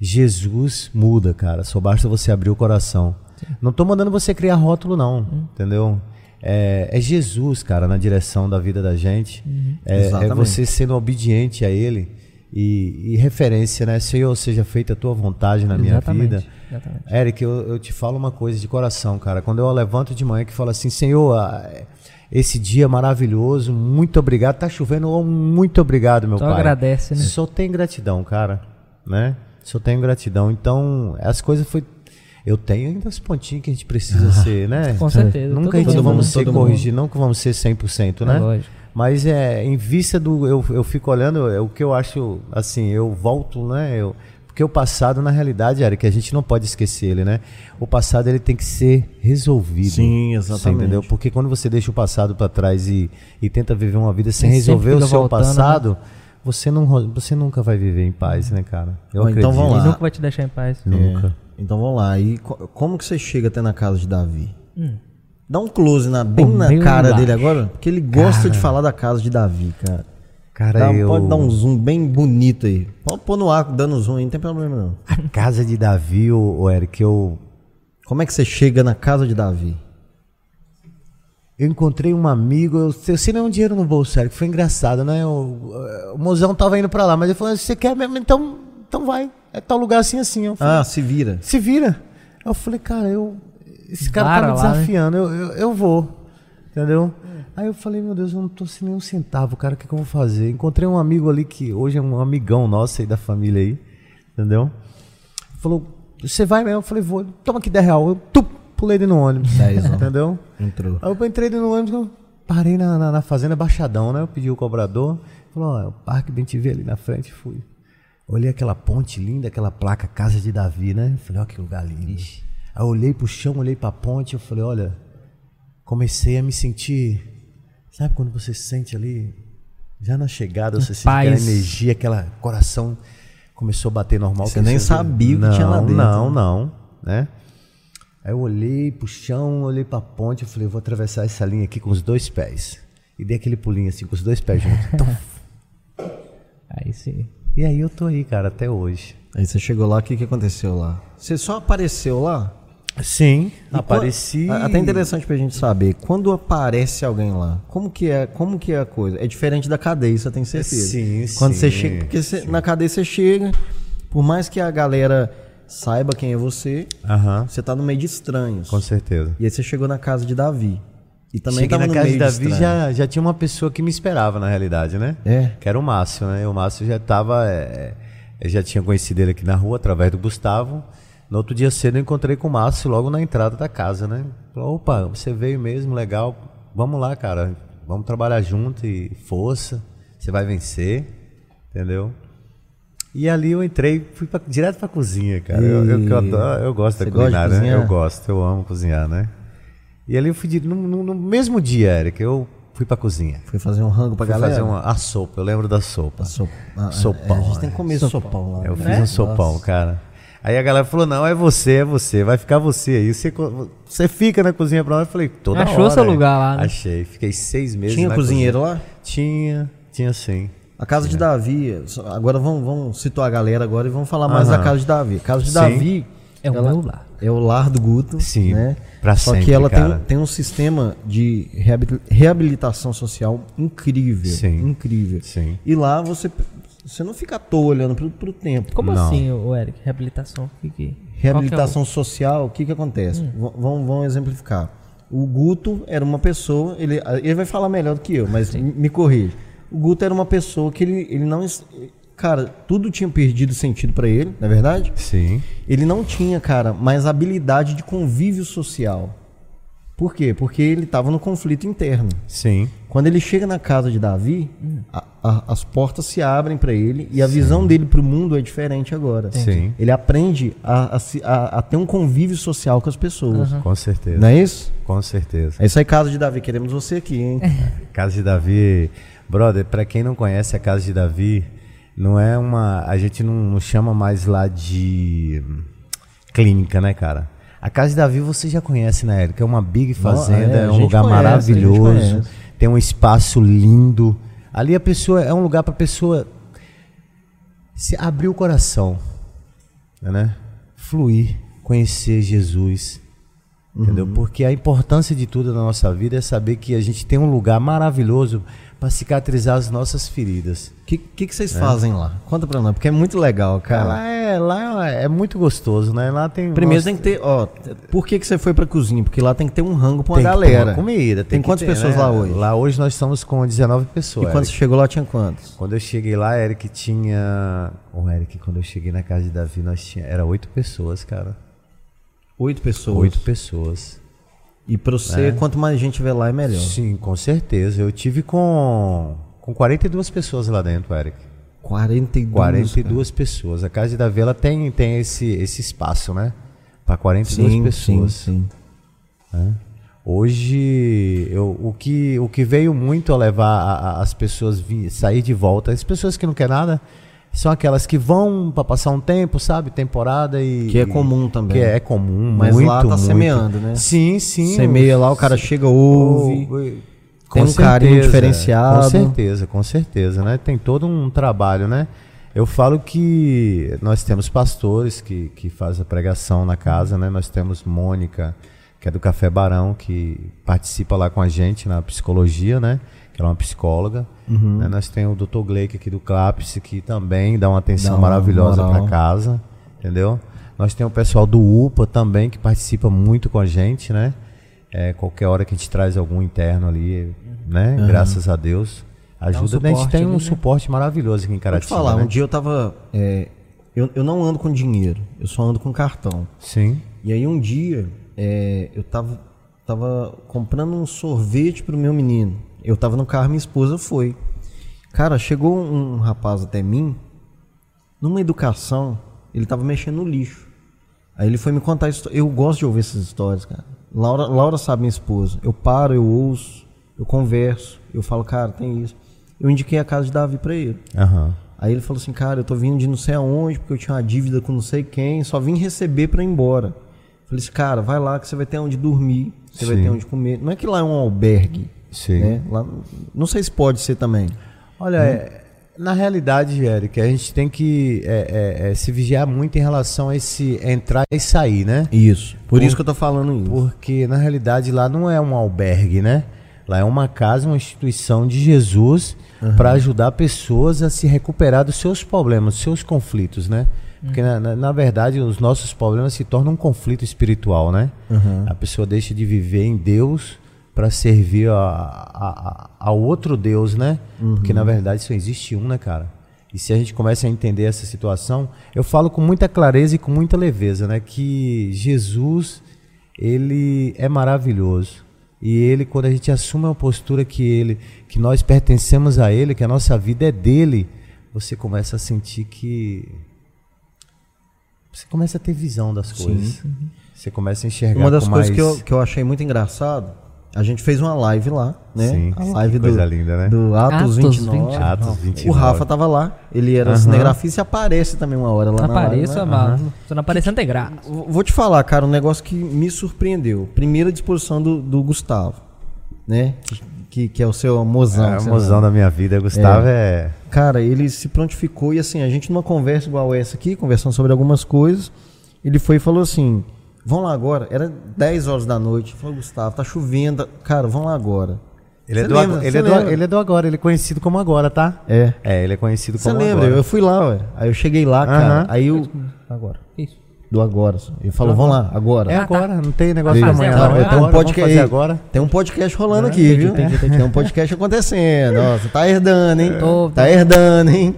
Jesus muda, cara. Só basta você abrir o coração. Não tô mandando você criar rótulo, não. Entendeu? É, é Jesus, cara, na direção da vida da gente. É, é Exatamente. você sendo obediente a Ele e, e referência, né? Senhor, seja feita a tua vontade na minha Exatamente, vida. exatamente. Eric, eu, eu te falo uma coisa de coração, cara. Quando eu levanto de manhã que falo assim, Senhor, ah, esse dia maravilhoso, muito obrigado. Tá chovendo, oh, muito obrigado, meu Só pai. agradece, né? Só tem gratidão, cara, né? Só tenho gratidão. Então, as coisas foi eu tenho ainda os pontinhos que a *laughs* gente precisa ser, né? Com certeza, todo Nunca a gente mundo, vamos né? ser Todo mundo. corrigido, não que vamos ser 100%, né? É lógico. Mas é, em vista do. Eu, eu fico olhando, é o que eu acho, assim, eu volto, né? Eu, porque o passado, na realidade, Eric, a gente não pode esquecer ele, né? O passado ele tem que ser resolvido. Sim, exatamente. Você entendeu? Porque quando você deixa o passado pra trás e, e tenta viver uma vida sem E sempre resolver o fica seu voltando, né? passado, você, não, ro- você nunca vai viver em paz, né, cara? Eu Bom, então vamos Ele lá. nunca vai te deixar em paz. Nunca. Então vamos lá. E co- como que você chega até na casa de Davi? Dá um close na, bem Pô, na bem cara embaixo. dele agora, porque ele gosta de falar da casa de Davi, cara. Cara, Dá- eu... Pode dar um zoom bem bonito aí. Pode pôr no ar dando zoom aí, não tem problema não. A casa de Davi, o, Eric, eu Como é que você chega na casa de Davi? Eu encontrei um amigo, eu, eu sei nem um dinheiro no bolso, Eric. Foi engraçado, né? O, o mozão tava indo pra lá, mas ele falou: você quer mesmo? Então, então vai. É tal lugar assim, assim. Eu falei, Ah, se vira. Se vira. Eu falei, cara, eu. Esse cara tá Vara me lá, né? desafiando, eu, eu, eu vou. Entendeu? Aí eu falei, meu Deus, eu não tô sem nenhum centavo, cara, o que, que eu vou fazer? Encontrei um amigo ali que hoje é um amigão nosso aí da família aí, entendeu? Falou, você vai mesmo? Eu falei, vou, toma aqui 10 real. Eu tup, pulei dele no ônibus. Dezão. entendeu? Entrou. Aí eu entrei no ônibus, eu parei na, na, na fazenda Baixadão, né? Eu pedi o cobrador, falou, ó, é o Parque Bem Te Vê ali na frente, fui. Olhei aquela ponte linda, aquela placa Casa de Davi, né? Falei, ó, que lugar lindo. Aí eu olhei pro chão, olhei pra ponte, eu falei, olha, comecei a me sentir. Sabe quando você se sente ali, já na chegada, você sente aquela Paz. energia, aquela coração começou a bater normal. Você que nem sabia o que tinha lá Não, dentro, Não, não, né? Aí eu olhei pro chão, olhei pra ponte, eu falei, eu vou atravessar essa linha aqui com os dois pés. E dei aquele pulinho assim, com os dois *laughs* pés juntos. Tum. Aí sim. e aí eu tô aí, cara, até hoje. Aí você chegou lá, o que, que aconteceu lá? Você só apareceu lá? Sim, E quan- apareci. A- Até interessante pra gente saber, quando aparece alguém lá, como que é, como que é a coisa? É diferente da cadeia, isso eu tenho certeza. Sim, Quando sim, você chega, porque você- na cadeia você chega, por mais que a galera saiba quem é você, Aham, você tá no meio de estranhos. com certeza. E aí você chegou na casa de Davi. E também Cheguei tava na no casa de meio Davi estranhos. já, já tinha uma pessoa que me esperava, na realidade, né? É. Que era o é, Márcio, né? O Márcio já tava. é, eu já tinha conhecido ele aqui na rua através do Gustavo. No outro dia cedo eu encontrei com o Márcio logo na entrada da casa, né? Falou, opa, você veio mesmo, legal. Vamos lá, cara. Vamos trabalhar junto e força. Você vai vencer, entendeu? E ali eu entrei, fui pra- direto pra cozinha, cara. Eu, eu, eu, adoro- eu gosto Você gosta da de culinária, né? cozinhar? Eu gosto, eu amo cozinhar, né? E ali eu fui, di- no, no- no mesmo dia, Eric, eu fui pra cozinha. Fui fazer um rango pra Fui galera. fazer uma, a sopa, eu lembro da sopa. Sopa. Ah, Sopão, A gente tem né? que comer sopão, lá. Eu né? fiz um sopão, cara. Aí a galera falou: não, é você, é você, vai ficar você aí. Você, co- você fica na cozinha pra lá. Eu falei: toda Achou hora, seu hein? lugar lá, né? Achei. Fiquei seis meses Tinha na cozinheiro lá? cozinha. Tinha, tinha sim. A casa É. de Davi, só- agora vamos, vamos situar a galera agora e vamos falar mais da casa de Davi. A casa de Sim. Davi É o Ela- meu lar. é o lar do Guto, Sim, né? pra Só que sempre, ela tem, cara. tem um sistema de reabi- reabilitação social incrível, Sim. incrível. Sim. E lá você você não fica à toa olhando pro, pro tempo. Como Não. assim, ô Eric? Reabilitação? Que que- qual que é o- Reabilitação social, o que que acontece? V- Vamos, vamos exemplificar. O Guto era uma pessoa, ele, ele vai falar melhor do que eu, mas me me corrija. O Guto era uma pessoa que ele, ele não. es- Cara, tudo tinha perdido sentido pra ele, não é verdade? Sim. Ele não tinha, cara, mais habilidade de convívio social. Por quê? Porque ele tava no conflito interno. Sim. Quando ele chega na casa de Davi, a- a- as portas se abrem pra ele e a visão dele pro mundo é diferente agora. Sim. Ele aprende a, a se- a- a ter um convívio social com as pessoas. Com certeza. Não é isso? Com certeza. É isso aí, casa de Davi. Queremos você aqui, hein? Casa de Davi, brother, pra quem não conhece a Casa de Davi, não é uma. A gente não, não chama mais lá de hum, clínica, né, cara? A Casa de Davi você já conhece, né, Érica? É uma big fazenda, é, a é, um gente lugar conhece, a gente maravilhoso, conhece. tem um espaço lindo. Ali a pessoa é um lugar pra pessoa se abrir o coração, né? Fluir, conhecer Jesus, entendeu? Uhum. Porque a importância de tudo na nossa vida é saber que a gente tem um lugar maravilhoso para cicatrizar as nossas feridas. O que, que, que vocês É. fazem lá? Conta pra nós, porque é muito legal, cara. Lá é, lá é muito gostoso, né? Lá tem Primeiro nossa, tem que ter, ó, por que, que você foi pra cozinha? Porque lá tem que ter um rango pra uma tem que ter uma galera. comida, Tem que quantas ter, pessoas né? lá hoje? Lá hoje nós estamos com 19 E pessoas. quando você Eric. chegou lá tinha quantos? Quando eu cheguei lá, Eric tinha, o Eric, quando eu cheguei na casa de Davi, nós tinha era oito pessoas, cara. Oito pessoas. Oito pessoas. E pra você, quanto mais gente vê lá, é melhor. Sim, com certeza. Eu tive com, com 42 pessoas lá dentro, Eric. 42. 42 pessoas. A Casa de Davi ela tem, tem esse, esse espaço, né? Para 42 sim, pessoas. Sim, sim. Hoje, eu, o, que, o que veio muito a levar a- a- as pessoas vi, sair de volta, as pessoas que não querem nada, são aquelas que vão para passar um tempo, sabe? Temporada e. Que é e- comum também. Que é comum, Mas muito, lá tá muito. semeando, né? Sim, sim. Semeia lá, o cara chega, ouve. Com Tem um carinho certeza, diferenciado. Com certeza, com certeza, né? Tem todo um trabalho, né? Eu falo que nós temos pastores que, que fazem a pregação na casa, né? Nós temos Mônica, que é do Café Barão, que participa lá com a gente na psicologia, né? Que ela é uma psicóloga. Uhum. Né? Nós temos o Dr. Gleick aqui do CLAPS, que também dá uma atenção Dá uma maravilhosa moral. para casa, entendeu? Nós temos o pessoal do UPA também, que participa muito com a gente, né? É, qualquer hora que a gente traz algum interno ali, né? Graças a Deus. Ajuda. né? a gente suporte tem ali, um né? suporte maravilhoso aqui em Vou te Caratinga. falar, né? um dia eu tava. é, eu, eu não ando com dinheiro, eu só ando com cartão. Sim, E aí um dia é, eu tava, tava comprando um sorvete pro meu menino. Eu tava no carro, minha esposa foi. Cara, chegou um, um rapaz até mim, numa educação, ele tava mexendo no lixo. Aí ele foi me contar história. Eu gosto de ouvir essas histórias, cara. Laura, Laura sabe, minha esposa. Eu paro, eu ouço, eu converso, eu falo, cara, tem isso. Eu indiquei a casa de Davi pra ele. aham. Aí ele falou assim, cara, eu tô vindo de não sei aonde, porque eu tinha uma dívida com não sei quem, só vim receber pra ir embora. Falei assim, cara, vai lá que você vai ter onde dormir, você vai Sim. ter onde comer. Não é que lá é um albergue, Sim. né? Lá, não sei se pode ser também. Olha, é, na realidade, Eric, a gente tem que é, é, é, se vigiar muito em relação a esse entrar e sair, né? Isso. Por, isso que eu tô falando isso. Porque na realidade lá não é um albergue, né? Lá é uma casa, uma instituição de Jesus para ajudar pessoas a se recuperar dos seus problemas, dos seus conflitos, né? Porque na, na- na verdade os nossos problemas se tornam um conflito espiritual, né? A pessoa deixa de viver em Deus para servir a, a- a- ao outro Deus, né? Porque na verdade só existe um, né, cara? E se a gente começa a entender essa situação, eu falo com muita clareza e com muita leveza, né? Que Jesus, ele é maravilhoso. E ele, quando a gente assume uma postura que ele, que nós pertencemos a ele, que a nossa vida é dele, você começa a sentir que você começa a ter visão das coisas. Você começa a enxergar Uma das com coisas mais... que eu, que eu achei muito engraçado, a gente fez uma live lá, né? Sim, a sim, live que do, coisa linda, né? do Atos, Atos 29. 29. Atos O 29. Rafa tá tava lá, ele era cinegrafista e aparece também uma hora lá na live, Apareça, né? mano. Você não aparecendo tem graça. Vou vou te falar, cara, um negócio que me surpreendeu. Primeira disposição do, do Gustavo, né? Que, que é o seu mozão. É, que você o mozão da minha vida, Gustavo é. Cara, ele se prontificou e assim, a gente numa conversa igual essa aqui, conversando sobre algumas coisas, ele foi e falou assim: vão lá agora, era 10 horas da noite. Falou, Gustavo, tá chovendo, tá- cara, vão lá agora. Ele, é Você do, lembra? agora- Você ele, é do, lembra? ele é do agora, ele é conhecido como agora, tá? É. É, ele é conhecido Você como lembra? agora. Eu fui lá, ué. Aí eu cheguei lá, cara. Aham. Aí eu. Agora. Que Isso. Do agora. só. Ele falou, vão lá, agora. É Ah, tá. agora, não tem negócio Ah, da fazer manhã. agora. não. É tem um agora, vamos podcast fazer agora. É, Tem um podcast rolando aqui, viu? *laughs* Tem um podcast acontecendo. Ó, você tá herdando, *laughs* hein? Tô- Tá herdando, hein?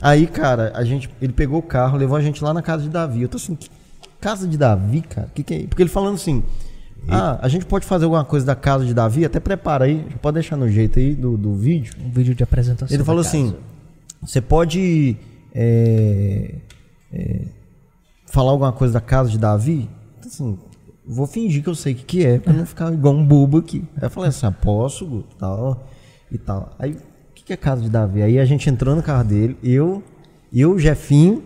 Aí, cara, a gente, ele pegou o carro, levou a gente lá na casa de Davi. Eu tô assim, que casa de Davi, cara? Que que é? Porque ele falando assim, ah, a gente pode fazer alguma coisa da casa de Davi? Até prepara aí, pode deixar no jeito aí do, do vídeo. Um vídeo de apresentação. Ele falou da casa. assim: você pode é, é, falar alguma coisa da casa de Davi? Assim, vou fingir que eu sei o que, que é, *laughs* pra não ficar igual um bobo aqui. Aí eu falei assim: ah, posso, Guto, tal, e tal. Aí, o que, que é casa de Davi? Aí a gente entrou no carro dele, eu, eu, o Jefinho,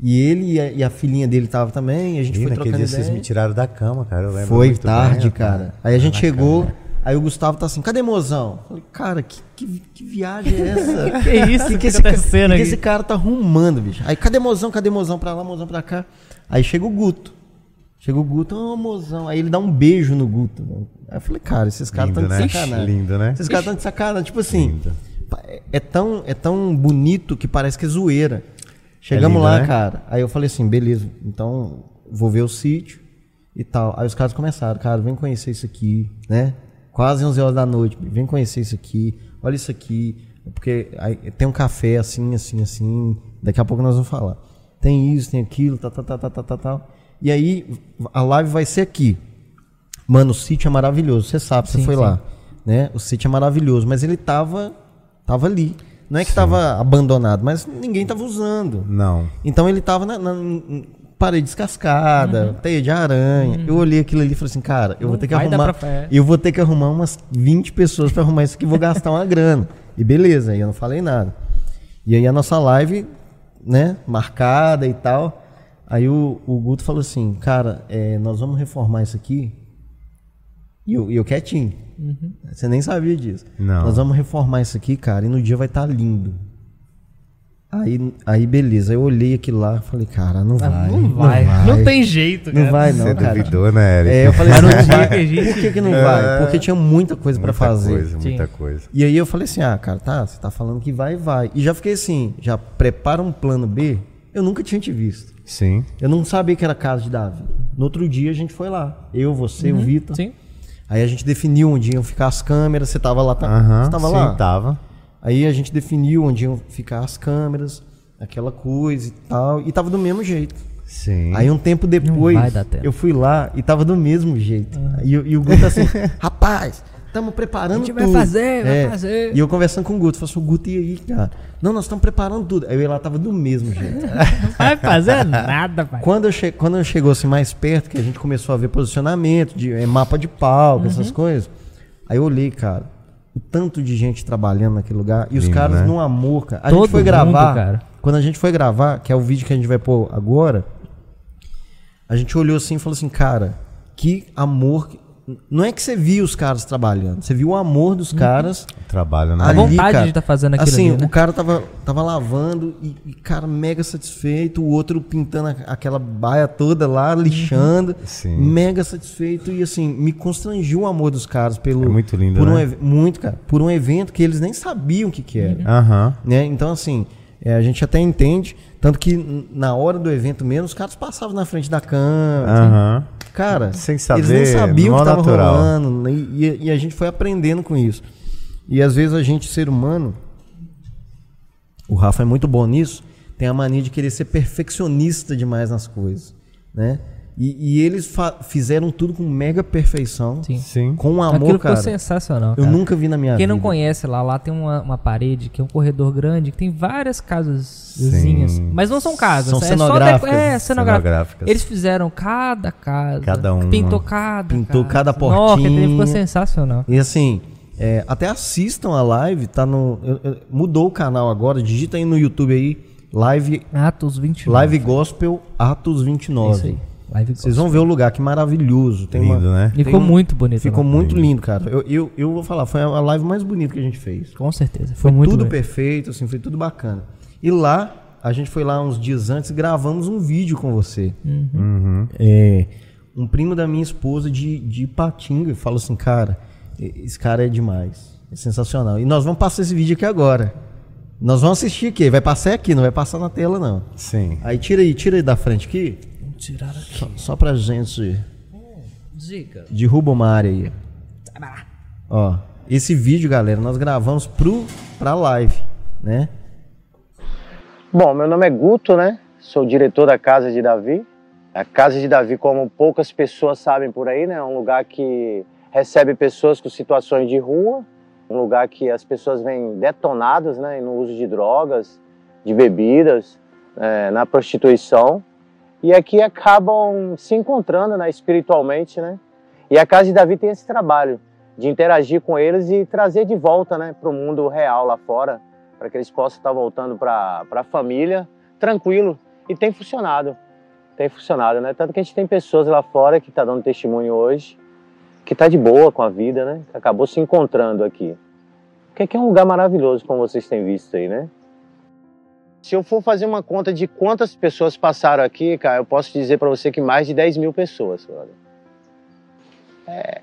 e ele e a, e a filhinha dele tava também, e a gente Hum. Ih, foi naquele trocando dia ideia. vocês me tiraram da cama, cara. Eu lembro Foi muito tarde, bem, cara. Aí a gente chegou, aí o Gustavo tá assim, cadê mozão? Eu Falei, cara, que, que, que viagem é *laughs* essa? *laughs* Que isso *laughs* que, que, que tá esse, ca- acontecendo que aqui? esse cara tá arrumando, bicho? Aí cadê mozão, cadê mozão pra lá, mozão pra cá? Aí chega o Guto. Chega o Guto, ô mozão. Aí ele dá um beijo no Guto. né? Aí eu falei, cara, esses caras Lindo, estão de né? sacanagem. Lindo, né? Esses caras estão de sacanagem. Tipo assim, Lindo. pa- é- é tão, é tão bonito que parece que é zoeira. Chegamos lindo, lá, né? cara. Aí eu falei assim, beleza, então vou ver o sítio e tal. Aí os caras começaram, cara, vem conhecer isso aqui, né? Quase 11 horas da noite, vem conhecer isso aqui, olha isso aqui. Porque aí tem um café assim, assim, assim. Daqui a pouco nós vamos falar. Tem isso, tem aquilo, tá, tal, tal, tal, tal, tal, tal, tal. E aí a live vai ser aqui. Mano, o sítio é maravilhoso, você sabe, você Sim, foi sim. lá, né? O sítio é maravilhoso, mas ele tava tava ali. Não é que tava abandonado, mas ninguém tava usando. Não. Então ele tava na, na- em- parede descascada, teia de aranha. Eu olhei aquilo ali e falei assim, cara, eu vou Uhum. Não ter que vai dar arrumar, pra- é. eu vou ter que arrumar umas 20 pessoas pra arrumar isso aqui, vou gastar uma grana. E beleza, aí eu não falei nada. E aí a nossa live, né, marcada e tal. Aí o, o Guto falou assim, cara, é, nós vamos reformar isso aqui. E eu, e eu quietinho. Uhum. Você nem sabia disso. Não. Nós vamos reformar isso aqui, cara, e no dia vai estar lindo. Aí, aí beleza, eu olhei aquilo lá falei, cara, não vai. Ah, Não vai. *laughs* Não tem jeito, cara. Não vai, não, Você cara. duvidou, né, Eric? É, eu falei, Mas não não tinha vai. que a gente- É. Por que, que não vai? Porque tinha muita coisa pra muita fazer. coisa, muita Sim. coisa. E aí eu falei assim, ah, cara, tá, você tá falando que vai, vai. E já fiquei assim, já prepara um plano B, eu nunca tinha te visto. Sim. Eu não sabia que era casa de Davi. No outro dia a gente foi lá. Eu, você, o Vitor. Uhum, Sim. Aí a gente definiu onde iam ficar as câmeras, você tava lá, tá? Aham. você tava sim, lá? tava. Aí a gente definiu onde iam ficar as câmeras, aquela coisa e tal, e tava do mesmo jeito. Sim. Aí um tempo depois, vai dar tempo. Ah. eu fui lá e tava do mesmo jeito. E, o- e o Guto *laughs* assim, rapaz, estamos preparando A gente vai tudo. É. fazer, vai fazer. E eu conversando com o Guto, falei assim, Guto, e aí, cara? Não, nós estamos preparando tudo. Aí eu ia lá tava do mesmo jeito. Não *laughs* vai fazer nada, pai. Quando eu, che- quando eu chegou assim mais perto, que a gente começou a ver posicionamento, de, eh, mapa de palco, essas Uhum. coisas, aí eu olhei, cara, o tanto de gente trabalhando naquele lugar e os Lindo, caras né? num amor, cara. A Todo gente foi mundo, gravar, cara. quando a gente foi gravar, que é o vídeo que a gente vai pôr agora, a gente olhou assim e falou assim, cara, que amor. que- Não é que você viu os caras trabalhando, você viu o amor Uhum. dos caras Trabalho, né? A vontade de tá fazendo aquilo Assim, ali, né? o cara tava, tava lavando e, e, cara, mega satisfeito. O outro pintando a- aquela baia toda lá, Uhum. lixando. Sim. Mega satisfeito. E, assim, me constrangiu o amor dos caras pelo... É muito lindo, por um né? ev- Muito, cara. Por um evento que eles nem sabiam o que que era. Aham. Né? Então, assim, é, a gente até entende. Tanto que, n- na hora do evento mesmo, os caras passavam na frente da câmera. Aham. Cara, Sem eles nem saber, sabiam o que mó tava natural. rolando. né? E, e- e a gente foi aprendendo com isso. E às vezes a gente, ser humano, o Rafa é muito bom nisso, tem a mania de querer ser perfeccionista demais nas coisas, né? E, e eles fa- fizeram tudo com mega perfeição, Sim. Sim. com amor, Aquilo cara. ficou sensacional. Eu cara. nunca vi na minha Quem vida. não conhece lá, lá tem uma, uma parede que é um corredor grande que tem várias casazinhas. Sim. Mas não são casas, São é só cenográficas. deco- é, cenográfica. Cenográficas. Eles fizeram cada casa. Cada uma. Pintou cada. Pintou casa. cada portinha. Nossa, aquele ficou sensacional. E assim, é, até assistam a live, tá no. eu- eu- mudou o canal agora, digita aí no YouTube aí, Live, Atos 29. live Gospel Atos É 29. Isso aí. Live Vocês vão ver o lugar, que maravilhoso. Tem uma- Lindo, né? E tem um- ficou muito bonito. Ficou lá. muito lindo, cara. Eu, eu, eu vou falar, foi a live mais bonita que a gente fez. Com certeza. Foi, muito tudo bonito. perfeito, assim, foi tudo bacana. E lá, a gente foi lá uns dias antes e gravamos um vídeo com você. Uhum. Uhum. É, um primo da minha esposa de, de Patinga falou assim, cara, e- esse cara é demais. É sensacional. E nós vamos passar esse vídeo aqui agora. Nós vamos assistir aqui. Vai passar aqui, não vai passar na tela, não. Sim. Aí tira aí, tira aí da frente aqui. Vamos tirar aqui. Só, só pra gente. Diga. Derruba uma área aí. Ó, esse vídeo, galera, nós gravamos pro, pra live, né? Bom, meu nome é Guto, né? Sou diretor da Casa de Davi. A Casa de Davi, como poucas pessoas sabem por aí, né? É um lugar que recebe pessoas com situações de rua, um lugar que as pessoas vêm detonadas, né? No uso de drogas, de bebidas, eh, na prostituição. E aqui acabam se encontrando, né? Espiritualmente, né? E a Casa de Davi tem esse trabalho de interagir com eles e trazer de volta, né? Para o mundo real lá fora para que eles possam estar voltando para a família tranquilo. E tem funcionado, tem funcionado, né? Tanto que a gente tem pessoas lá fora que estão dando testemunho hoje, que está de boa com a vida, né? Que acabou se encontrando aqui. Porque aqui é um lugar maravilhoso, como vocês têm visto aí, né? Se eu for fazer uma conta de quantas pessoas passaram aqui, cara, eu posso dizer para você que mais de 10 mil pessoas, cara. É,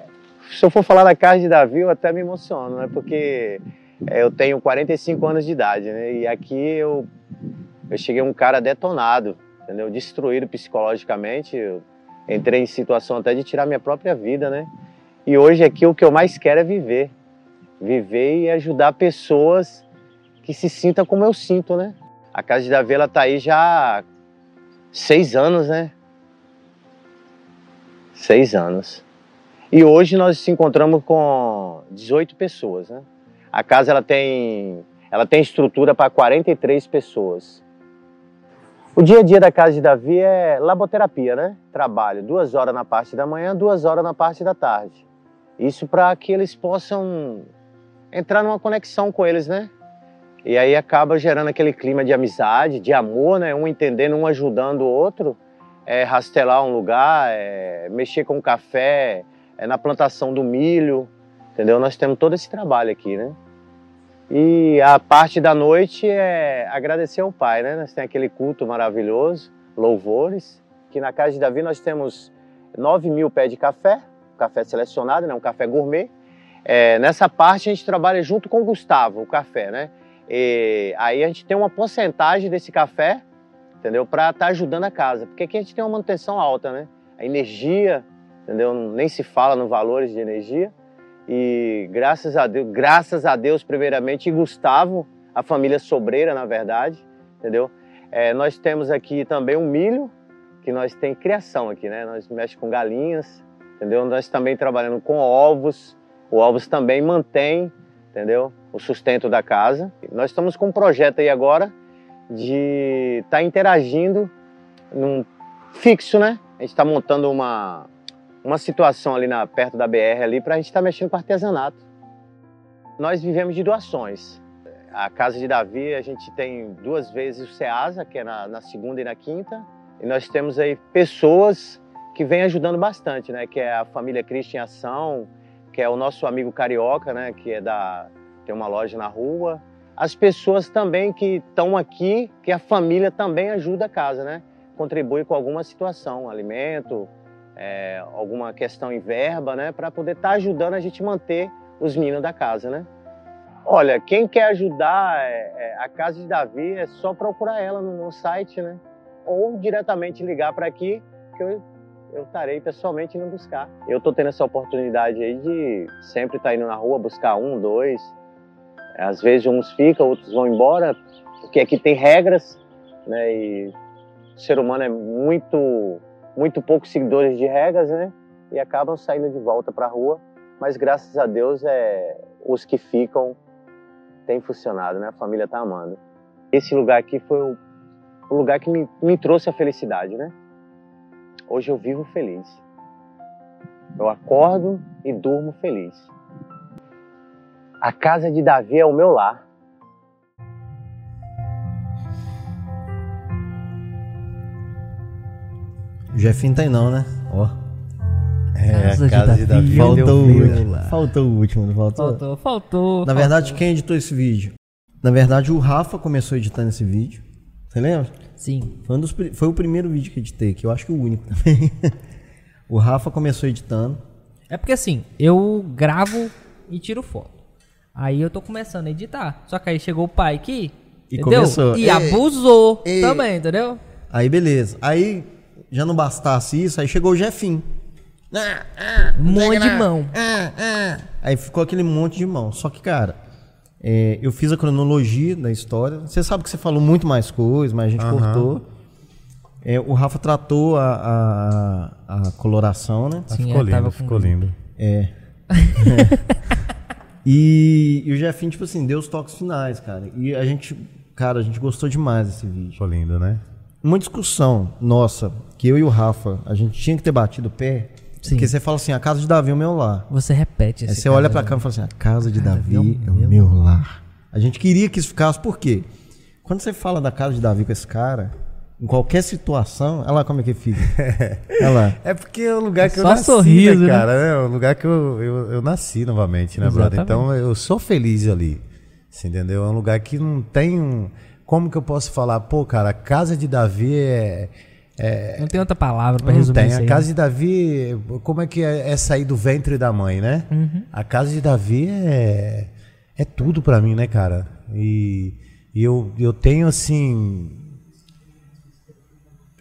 se eu for falar da casa de Davi, eu até me emociono, né? Porque é, Eu tenho 45 anos de idade, né? E aqui eu, eu cheguei um cara detonado, entendeu? Destruído psicologicamente. Eu entrei em situação até de tirar minha própria vida, né? E hoje aqui o que eu mais quero é viver. Viver e ajudar pessoas que se sintam como eu sinto, né? A Casa de Davi, ela tá aí já há seis anos, né? Seis anos. E hoje nós nos encontramos com 18 pessoas, né? A casa ela tem, ela tem estrutura para 43 pessoas. O dia a dia da casa de Davi é laboterapia, né? Trabalho duas horas na parte da manhã, duas horas na parte da tarde. Isso para que eles possam entrar numa conexão com eles, né? E aí acaba gerando aquele clima de amizade, de amor, né? Um entendendo, um ajudando o outro. É rastelar um lugar, é mexer com o café, é na plantação do milho, entendeu? Nós temos todo esse trabalho aqui, né? E a parte da noite é agradecer ao Pai, né? Nós temos aquele culto maravilhoso, louvores, que na Casa de Davi nós temos 9 mil pés de café, café selecionado, né? um café gourmet. É, nessa parte a gente trabalha junto com o Gustavo, o café, né? E aí a gente tem uma porcentagem desse café, entendeu? Para estar ajudando a casa, porque aqui a gente tem uma manutenção alta, né? A energia, entendeu? Nem se fala nos valores de energia. E graças a Deus, graças a Deus primeiramente, e Gustavo, a família Sobreira, na verdade, entendeu? É, nós temos aqui também o milho, que nós tem criação aqui, né? Nós mexemos com galinhas, entendeu? Nós também trabalhando com ovos, o ovos também mantém, entendeu? O sustento da casa. Nós estamos com um projeto aí agora de estar interagindo num fixo, né? A gente está montando uma, uma situação ali na, perto da BR ali para a gente estar mexendo com artesanato. Nós vivemos de doações. A Casa de Davi, a gente tem duas vezes o SEASA, que é na, na segunda e na quinta. E nós temos aí pessoas que vêm ajudando bastante, né? Que é a família Cristo em Ação, que é o nosso amigo carioca, né? Que é da, tem uma loja na rua. As pessoas também que estão aqui, que a família também ajuda a casa, né? Contribui com alguma situação, alimento, é, alguma questão em verba, né, para poder estar ajudando a gente manter os meninos da casa, né? Olha, quem quer ajudar é, é, a casa de Davi é só procurar ela no, no site, né? Ou diretamente ligar para aqui que eu eu estarei pessoalmente indo buscar. Eu estou tendo essa oportunidade aí de tá sempre estar indo na rua buscar um, dois. Às vezes uns ficam, outros vão embora porque aqui tem regras, né? E o ser humano é muito, muito poucos seguidores de regras, né? E acabam saindo de volta para a rua, mas graças a Deus é os que ficam tem funcionado, né? A família tá amando. Esse lugar aqui foi o, o lugar que me, me trouxe a felicidade, né? Hoje eu vivo feliz. Eu acordo e durmo feliz. A casa de Davi é o meu lar. Jefinho tem não, né? Ó. É, Casa a de casa de Davi. Davi. Faltou deu o brilho último. lá. Faltou o último, não faltou? Faltou, faltou. Na verdade, quem editou esse vídeo? Na verdade, o Rafa começou editando esse vídeo. Você lembra? Sim. Foi, um dos pri- foi o primeiro vídeo que eu editei, que eu acho que o único também. *laughs* o Rafa começou editando. É porque assim, eu gravo e tiro foto. Aí eu tô começando a editar. Só que aí chegou o pai aqui, E entendeu? começou. E Ei, abusou ei. também, entendeu? Aí, beleza. Aí, já não bastasse isso, aí chegou o Ah, Jefim. Um monte de mão. Ah, Aí ficou aquele monte de mão. Só que, cara, é, eu fiz a cronologia da história. Você sabe que você falou muito mais coisa, mas a gente cortou. É, o Rafa tratou a, a- a- a coloração, né? Ah, Sim, ficou eu tava lindo, com- ficou lindo. E, e o Jefim, tipo assim, deu os toques finais, cara. E a gente, cara, a gente gostou demais desse vídeo. Ficou lindo, né? Uma discussão nossa, que eu e o Rafa, a gente tinha que ter batido o pé. Sim. Porque você fala assim, a casa de Davi é o meu lar. Você repete Aí esse você olha cara. pra cá e fala assim: a casa de Davi é o é o meu meu lar. A gente queria que isso ficasse, por quê? Quando você fala da casa de Davi com esse cara, em qualquer situação, olha lá como é que *laughs* fica. olha lá. É porque é o lugar que eu Só nasci, sorriso, né, né? cara? É o lugar que eu, eu, eu nasci novamente, né, brother? Exatamente. Então eu sou feliz ali. Você entendeu? É um lugar que não tem um. Como que eu posso falar, pô, cara, a casa de Davi é. Não tem outra palavra pra Não resumir tem. isso A aí. né? casa de Davi, como é que é, é sair do ventre da mãe, né? Uhum. A casa de Davi é, é tudo pra mim, né, cara? E, e eu, eu tenho, assim.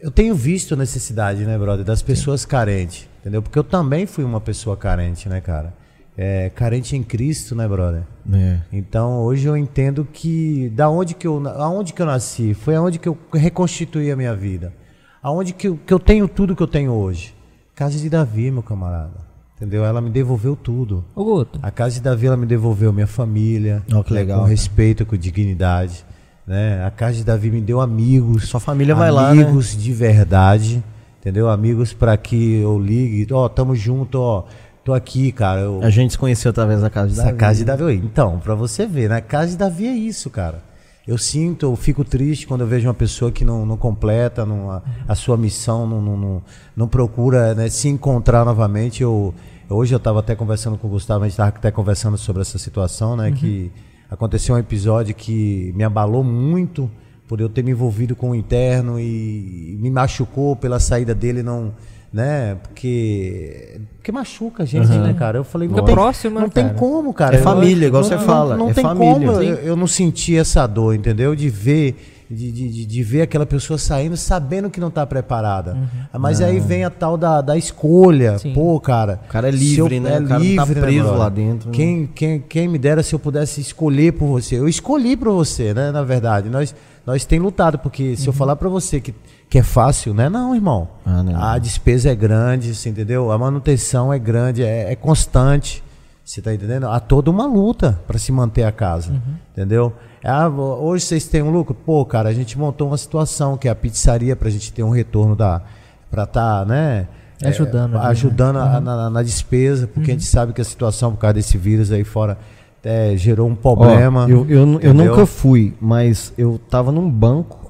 Eu tenho visto a necessidade, né, brother, das pessoas carentes, entendeu? Porque eu também fui uma pessoa carente, né, cara? É, carente em Cristo, né, brother? É. Então hoje eu entendo que da onde que eu, na- aonde que eu nasci, foi aonde que eu reconstituí a minha vida. Aonde que eu, que eu tenho tudo que eu tenho hoje. Casa de Davi, meu camarada. Entendeu? Ela me devolveu tudo. Ô, Guto, A casa de Davi ela me devolveu minha família, Ó, que né, legal, com cara. respeito, com dignidade, né? A casa de Davi me deu amigos, Sua família vai lá, né? amigos de verdade, entendeu? Amigos pra que eu ligue, ó, tamo junto, ó, tô aqui, cara, eu A gente se conheceu através da casa de essa Davi. casa de Davi. Oi, Então, pra você ver, na casa de Davi é isso, cara. Eu sinto, eu fico triste quando eu vejo uma pessoa que não, não completa não- a, a sua missão, não, não, não- não procura né, se encontrar novamente. Eu, hoje eu estava até conversando com o Gustavo, a gente estava até conversando sobre essa situação, né? Que Uhum. aconteceu um episódio que me abalou muito por eu ter me envolvido com o interno e, e me machucou pela saída dele não né porque porque machuca a gente Uhum. né cara eu falei Fica não tem- próximo, não né, tem cara? como cara É eu- família, igual não- você não- fala, não é tem família. como eu, eu não senti essa dor entendeu de ver de, de, de- de ver aquela pessoa saindo sabendo que não tá preparada mas aí vem a tal da, da escolha Sim. pô cara O cara é se livre, eu- né? é O cara não livre tá né, preso brother? lá dentro, né? quem quem, quem, quem me dera se eu pudesse escolher por você. Eu escolhi por você, né? Na verdade, nós, nós tem lutado, porque se eu falar pra você que, que é fácil, né? Não, irmão. Uhum. Ah, não. A despesa é grande, você entendeu? A manutenção é grande, é, é constante. Você tá entendendo? Há toda uma luta pra se manter a casa, Uhum. entendeu? Ah, vo- hoje vocês têm um lucro? Pô, cara, a gente montou uma situação que é a pizzaria pra gente ter um retorno da. pra tá, né? é, Ajudando ali, né? ajudando Uhum. a- na, na- na despesa, porque a gente sabe que a situação por causa desse vírus aí fora é, gerou um Ó, problema. eu, eu, eu entendeu? nunca fui, mas eu tava num banco.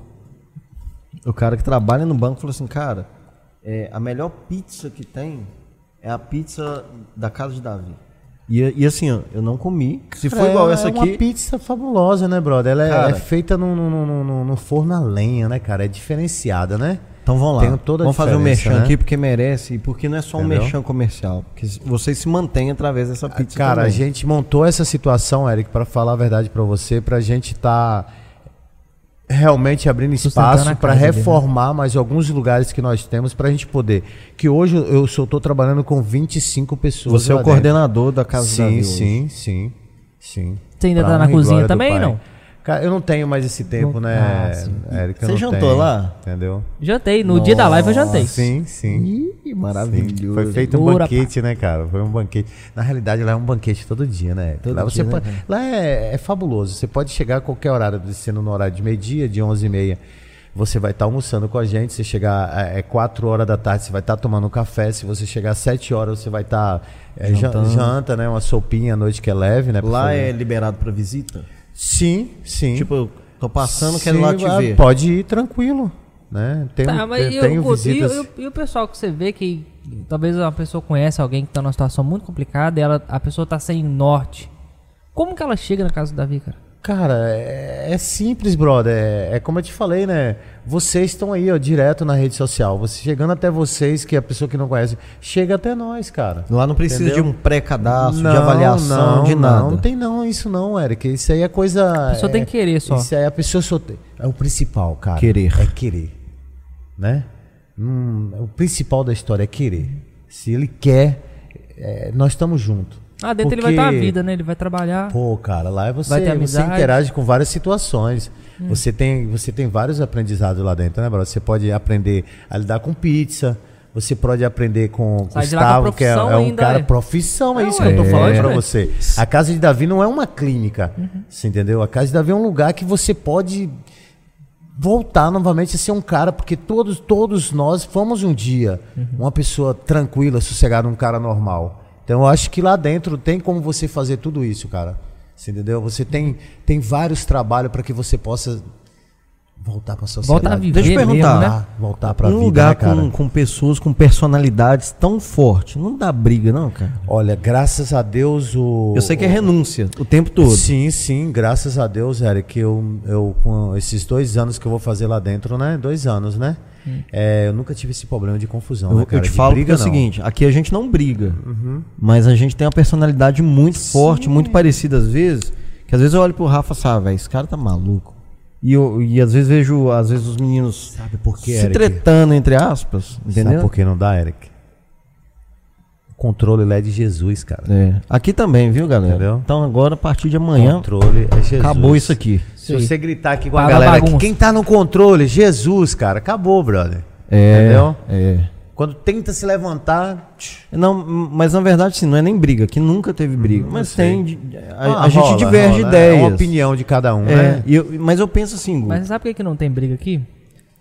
O cara que trabalha no banco falou assim, cara, é, a melhor pizza que tem é a pizza da casa de Davi. E, e assim, ó, eu não comi. Se for É, igual essa é uma aqui, pizza fabulosa, né, brother? Ela é- Cara. é, feita num, num- num- num- num forno a lenha, né, cara? É diferenciada, né? Então vamos lá. Tem toda a vamos fazer um diferença, merchan né? aqui porque merece e porque não é só um Entendeu? merchan comercial. Porque você se mantém através dessa pizza. Cara, também. a gente montou essa situação, Eric, pra falar a verdade pra você, pra gente tá realmente abrindo Sustentando espaço a pra casa dele, né? reformar mais alguns lugares que nós temos pra gente poder. Que hoje eu só tô trabalhando com 25 pessoas. Você é lá o dentro. coordenador da casa de sim, Davi hoje. sim, sim, sim. Você ainda Pra tá na honra e cozinha glória do também, Pai. não? Cara, eu não tenho mais esse tempo, Não- né, Ah, sim. Érica? eu Você não jantou tenho, lá? Entendeu? Jantei, no dia da live eu jantei. Sim, sim. Ih, Sim, maravilhoso. Foi feito um Dura, banquete, né, cara? Foi um banquete. Na realidade, lá é um banquete todo dia, né? Érica? Todo lá você dia, pode- né, cara? lá é, é fabuloso. Você pode chegar a qualquer horário, sendo no horário de meio-dia, de 11h30. Você vai estar almoçando com a gente. Se chegar é, é 4 horas da tarde, você vai estar tomando um café. Se você chegar às 7 horas, você vai estar é, jan- janta, né? Uma sopinha à noite que é leve, né? pra Lá fazer. é liberado pra visita? Sim, sim. Tipo, eu tô passando, quero ir lá Sim, te vai- ver. Pode ir tranquilo, né? Tem, Tá, mas tem, e, tenho o, Guto, e, visitas. o- e o pessoal que você vê que talvez uma pessoa conhece alguém que tá numa situação muito complicada e ela, a pessoa tá sem norte. Como que ela chega na casa do Davi, cara? Cara, é, é simples, brother. É, é como eu te falei, né? Vocês estão aí, ó, direto na rede social. Você chegando até vocês, que é a pessoa que não conhece, chega até nós, cara. Lá não precisa de um pré-cadastro, de avaliação, não, de nada. Não, não tem não isso não, Eric. Isso aí é coisa. A pessoa tem que querer só. Isso aí a pessoa só tem. É o principal, cara. Querer. É querer. Né? Hum, o principal da história é querer. Se ele quer, é, nós estamos juntos. Lá Ah, dentro ele vai Porque- estar a vida, né? Ele vai trabalhar. Pô, cara, lá é você, Vai ter você amizade. Hum. interage com várias situações. Você, tem, você tem vários aprendizados lá dentro, né, brother? Você pode aprender a lidar com pizza. Você pode aprender com com Sai de lá com a Gustavo, que é, é profissão um ainda, cara é. profissão, é É, Uhum. isso que eu tô ué. falando pra É. você. A Casa de Davi não é uma clínica, você entendeu? A Casa de Davi é um lugar que você pode voltar novamente a ser um cara, porque todos, todos nós fomos um dia Uhum. uma pessoa tranquila, sossegada, um cara normal. Então eu acho que lá dentro tem como você fazer tudo isso, cara. Você entendeu? Você tem, tem vários trabalhos para que você possa voltar para a sociedade. Voltar a viver Deixa eu perguntar. mesmo, né? Ah, Voltar para a um vida, lugar né, cara? com, com pessoas com personalidades tão fortes. Não dá briga, não, cara. Olha, graças a Deus o Eu sei que é renúncia o tempo todo. Sim, sim, graças a Deus, Eric, eu, eu com esses dois anos que eu vou fazer lá dentro, né? Dois anos, né? É, eu nunca tive esse problema de confusão, Hum. Eu, né, cara? eu te De falo briga, porque é o não. Uhum. seguinte, aqui a gente não briga, mas a gente tem uma personalidade muito forte, muito parecida às vezes, que às vezes eu olho pro Rafa e falo, "Ah, velho, esse cara tá maluco. E, eu, e às vezes vejo, às vezes os meninos Sabe por quê, se Eric? tretando, entre aspas, Sabe entendeu? por que não dá, Eric? O controle lá é de Jesus, cara. É. Aqui também, viu, galera? Entendeu? Então agora, a partir de amanhã, Controle é Jesus. acabou isso aqui. Se você gritar aqui com a Para galera aqui, bagunça. quem tá no controle? Jesus, cara. Acabou, brother. É, Entendeu? é. Quando tenta se levantar, Não, mas na verdade, sim, não é nem briga, que nunca teve briga. Mas tem. de- A, a ah, gente rola, diverge rola, ideias. É uma opinião de cada um, É, né? e eu- mas eu penso assim, Guto. Mas você sabe por que, que não tem briga aqui?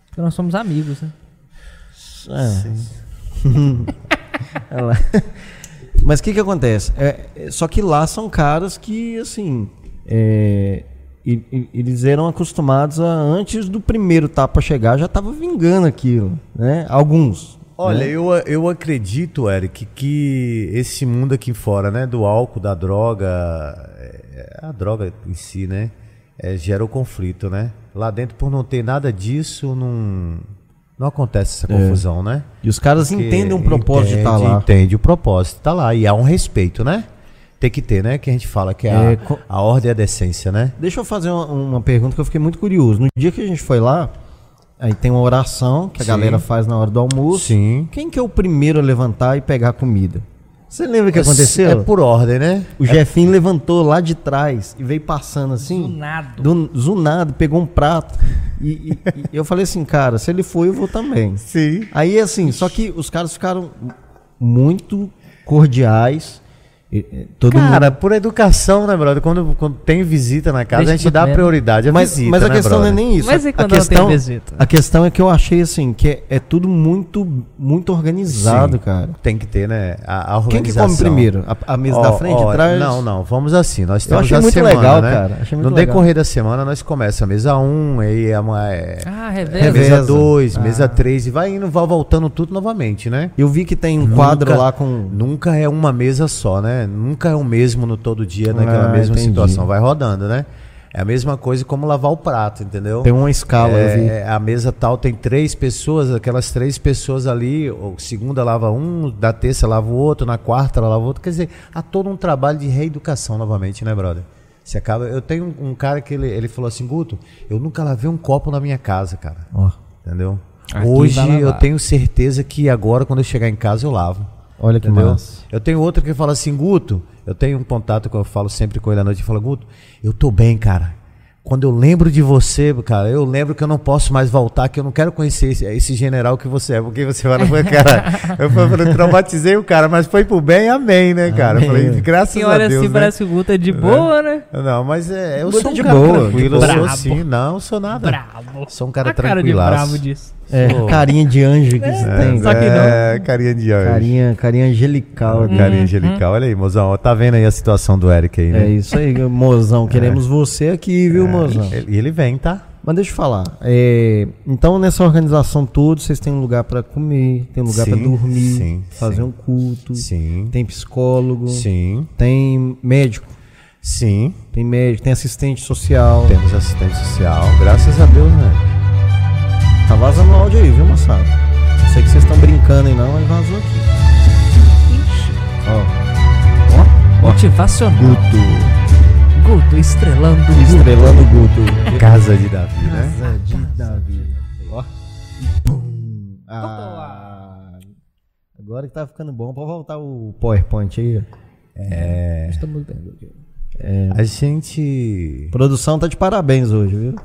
Porque nós somos amigos, né? é. *laughs* Mas o que que acontece? É, é, só que lá são caras que, assim, é, e- e- eles eram acostumados a, antes do primeiro tapa chegar, já tava vingando aquilo, né? Alguns. Olha, eu, eu acredito, Eric, que esse mundo aqui fora, né, do álcool, da droga, é, a droga em si, né, é, gera o conflito, né? Lá dentro, por não ter nada disso, não, não acontece É. essa confusão, né? E os caras Porque entendem o um propósito de estar entende- lá. Entende o propósito, tá lá. E há um respeito, né? Tem que ter, né? Que a gente fala que é a, É, co- a ordem e a decência, né? Deixa eu fazer uma, uma pergunta que eu fiquei muito curioso. No dia que a gente foi lá, aí tem uma oração que a Sim. galera faz na hora do almoço. Sim. Quem que é o primeiro a levantar e pegar a comida? Você lembra o que aconteceu? É por ordem, né? O Jefinho levantou lá de trás e veio passando assim. Zunado. Do, zunado, pegou um prato. E, e- e eu falei assim, cara, se ele foi, eu vou também. Sim. Aí assim, só que os caras ficaram muito cordiais. e- e Todo mundo Cara, por educação, né, brother? Quando, quando tem visita na casa, Deixa a gente dá tudo bem, né? prioridade à mas, visita, mas a né, questão brother? não é nem isso. Mas e a, quando não tem questão, visita? a questão é que eu achei assim, que é, é tudo muito, muito organizado, Sim, cara. Tem que ter, né, a, a Quem que organização. come primeiro? A, a mesa da Ó, frente, ó, atrás? Não, não, vamos assim. Nós Eu temos achei a muito semana, legal, né? cara, achei muito no legal. decorrer da semana, nós começamos a mesa 1, aí a, ma- é, Ah, é, revela. Revela. mesa 2, Ah. mesa 3, e vai indo, vai voltando tudo novamente, né? Eu vi que tem um quadro Nunca- lá com... Nunca é uma mesa só, né? Nunca é o mesmo no todo dia, naquela Ah, mesma entendi. situação. Vai rodando, né? É a mesma coisa como lavar o prato, entendeu? Tem um uma escala, eu vi. É, a mesa tal tem três pessoas, aquelas três pessoas ali, ou segunda lava um, da terça lava o outro, na quarta ela lava o outro. Quer dizer, há todo um trabalho de reeducação novamente, né, brother? Você acaba. Eu tenho um, um cara que ele, ele falou assim, Guto, eu nunca lavei um copo na minha casa, cara. Ó, Entendeu? Aqui Hoje vai lavar. eu tenho certeza que agora, quando eu chegar em casa, eu lavo. olha que Entendeu? massa. Eu tenho outro que fala assim, Guto, eu tenho um contato que eu falo sempre com ele à noite, eu falo, Guto, eu tô bem, cara. quando eu lembro de você, cara, eu lembro que eu não posso mais voltar, que eu não quero conhecer esse, esse general que você é, porque você vai na cara. Eu falei, traumatizei o cara, mas foi pro bem, amém, né, cara? Eu falei, graças Quem a olha Deus. assim né? parece que o Guta é de boa, né? Não, mas é, eu Muito sou um de cara boa, tranquilo, de eu boa. sou Brabo. assim, não, eu sou nada. né? Bravo. Sou um cara a cara de tranquilaço. bravo disso. É, Sou. carinha de anjo que você tem. só que não. Uhum. É, Hum. carinha de anjo. Carinha, carinha angelical. Ô, Carinha angelical. Olha aí, mozão, ó, tá vendo aí a situação do Eric aí, né? É isso aí, mozão. Queremos É. você aqui, viu, mozão? E ele vem, tá? Mas deixa eu falar. é, então, nessa organização toda, vocês têm um lugar pra comer, tem um lugar pra Sim, dormir, sim, fazer sim. um culto, Sim. tem um- psicólogo, Sim. tem médico, Sim. tem médico, tem assistente social. Temos assistente social, graças a Deus, né? Tá vazando áudio aí, viu, moçada? Sei que vocês estão brincando aí não, mas vazou aqui. Ó, Motivacional. Guto, Guto estrelando. Guto. estrelando o Guto. Casa de Davi, né? Casa de Davi. Ó. Pum. Ah. Agora que tá ficando bom, pode voltar o PowerPoint aí. Estamos bem. Ah, é. A gente. Produção tá de parabéns hoje, *laughs* viu?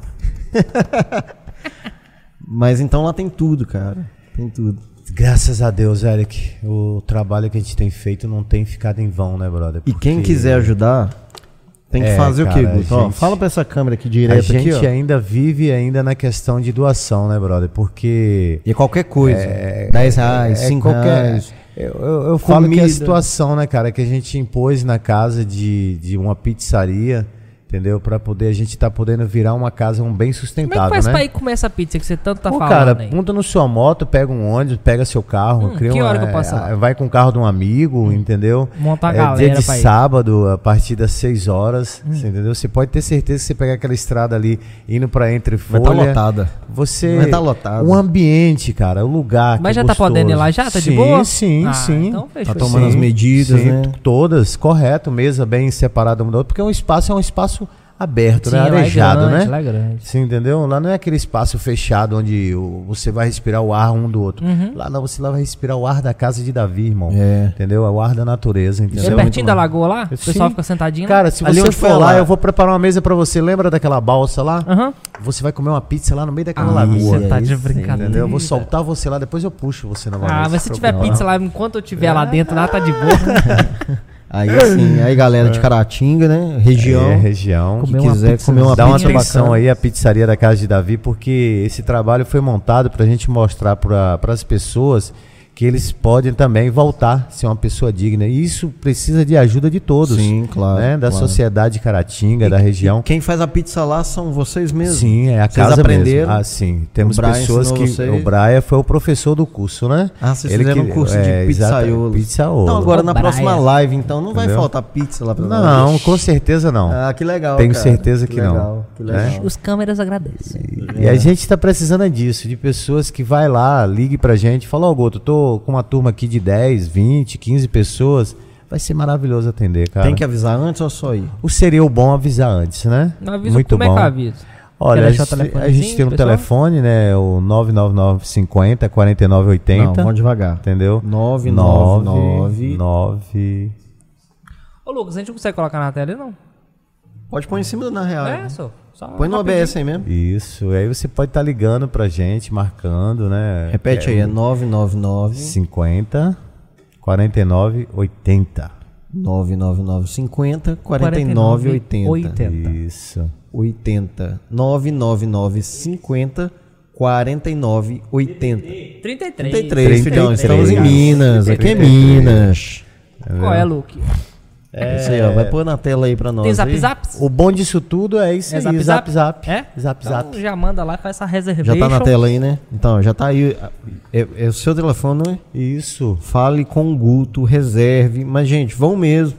Mas então lá tem tudo, cara. Tem tudo. Graças a Deus, Eric, o trabalho que a gente tem feito não tem ficado em vão, né, brother? E quem Porque quiser ajudar, tem que É, fazer o quê, cara, Guto? Ó, gente- fala pra essa câmera aqui A direto gente é- aqui, ó. ainda vive ainda na questão de doação, né, brother? Porque. E qualquer coisa. 10 reais, É 5 reais. Eu, eu, eu falo que Comida. a situação, né, cara, que a gente impôs na casa de, de uma pizzaria, entendeu? Pra poder a gente tá podendo virar uma casa um bem Como é que sustentável, faz né? pra ir comer essa pizza que você tanto tá Pô, falando cara, né? aí? monta no sua moto, pega um ônibus, pega seu carro, Hum, cria que uma- hora que eu posso ir lá? Hum. vai com o carro de um amigo, entendeu? É Monta a Dia galera de pra ir. Hum. sábado, a partir das 6 horas, você entendeu? Você pode ter certeza que você pega aquela estrada ali indo pra entre Vai folha. estar lotada. Você. Mas tá lotado. O ambiente, cara, o lugar. Mas que já é tá gostoso. podendo ir lá já? Tá de sim, boa? Sim, Ah, sim. então fechou. Tá tomando Sim, as medidas, sim, né? t- Todas, correto, mesa bem separada um do outro, porque é um espaço é um espaço aberto, né? lá é Arejado, grande, né? lá é grande. Você entendeu? Lá não é aquele espaço fechado onde o- você vai respirar o ar um do outro. Uhum. Lá não, você lá vai respirar o ar da casa de Davi, irmão. É. Entendeu? É o ar da natureza, entendeu? É pertinho da né? lagoa lá? O Sim. pessoal fica sentadinho lá? Cara, se Ali você onde for foi lá, lá. eu vou preparar uma mesa pra você. Lembra daquela balsa lá? Aham. Você vai comer uma pizza lá no meio daquela Ah, lagoa. você tá de Isso, brincadeira. Entendeu? Eu vou soltar você lá, depois eu puxo você na Ah, mas se Tá tiver né? pizza lá, enquanto eu tiver lá dentro, lá tá de *laughs* boa. Aí sim, aí galera de Caratinga, né? Região. É, região. Comer uma quiser pizza- comer uma dá uma pizza atenção. bacana aí a pizzaria da casa de Davi, porque esse trabalho foi montado pra gente mostrar para as pessoas que eles podem também voltar a ser uma pessoa digna. E isso precisa de ajuda de todos, Sim, claro, né? Da claro. sociedade caratinga, da região. Quem faz a pizza lá são vocês mesmos. Sim, é a Vocês casa aprenderam? mesmo. Ah, sim. Temos O Brian pessoas ensinou que vocês? o Brian foi o professor do curso, né? é, Ah, vocês fizeram um curso de exata- pizzaiolo. Pizzaiolo. Então agora na Ô, Brian. próxima live, então, não vai Entendeu? faltar pizza lá pra Não, com certeza não. Ah, que legal. Tenho cara. certeza que não. Né? legal, Que legal. Os câmeras agradecem. E a gente tá precisando é disso, de pessoas que vai lá, ligue pra gente, fala, ô Goto, tô com uma turma aqui de 10, 20, 15 pessoas. Vai ser maravilhoso atender, cara. Tem que avisar antes ou só ir? O seria o bom avisar antes, né? Não avisa como é que eu aviso. Quer Olha, a deixar o gente, a telefonezinho gente tem um do pessoal? telefone, né? O 999 50 Não, um 4980. vamos devagar. entendeu? 999. 999. Ô, Lucas, a gente não consegue colocar na tela, não? Pode pôr em cima na real. né? É, só. só Põe no rapidinho. OBS aí mesmo. Isso, aí você pode estar ligando pra gente, marcando, né? Repete aí, é 999 50 49 80. 999 50 49 80. 80. Isso. 80 999 50 49 80. 33. 33, filhão. 33, Estamos em Minas. Aqui é Minas. Qual é, Luke? É isso aí, ó. Vai pôr na tela aí pra nós. Tem zap aí. zaps? O bom disso tudo é isso É aí, zap, zap zap? zap. É? Zap Então zap. já manda lá, faz essa reservation. Já tá na tela aí, né? Então, já tá aí. É, é o seu telefone, né? Isso. Fale com o Guto, reserve. Mas, gente, vão mesmo.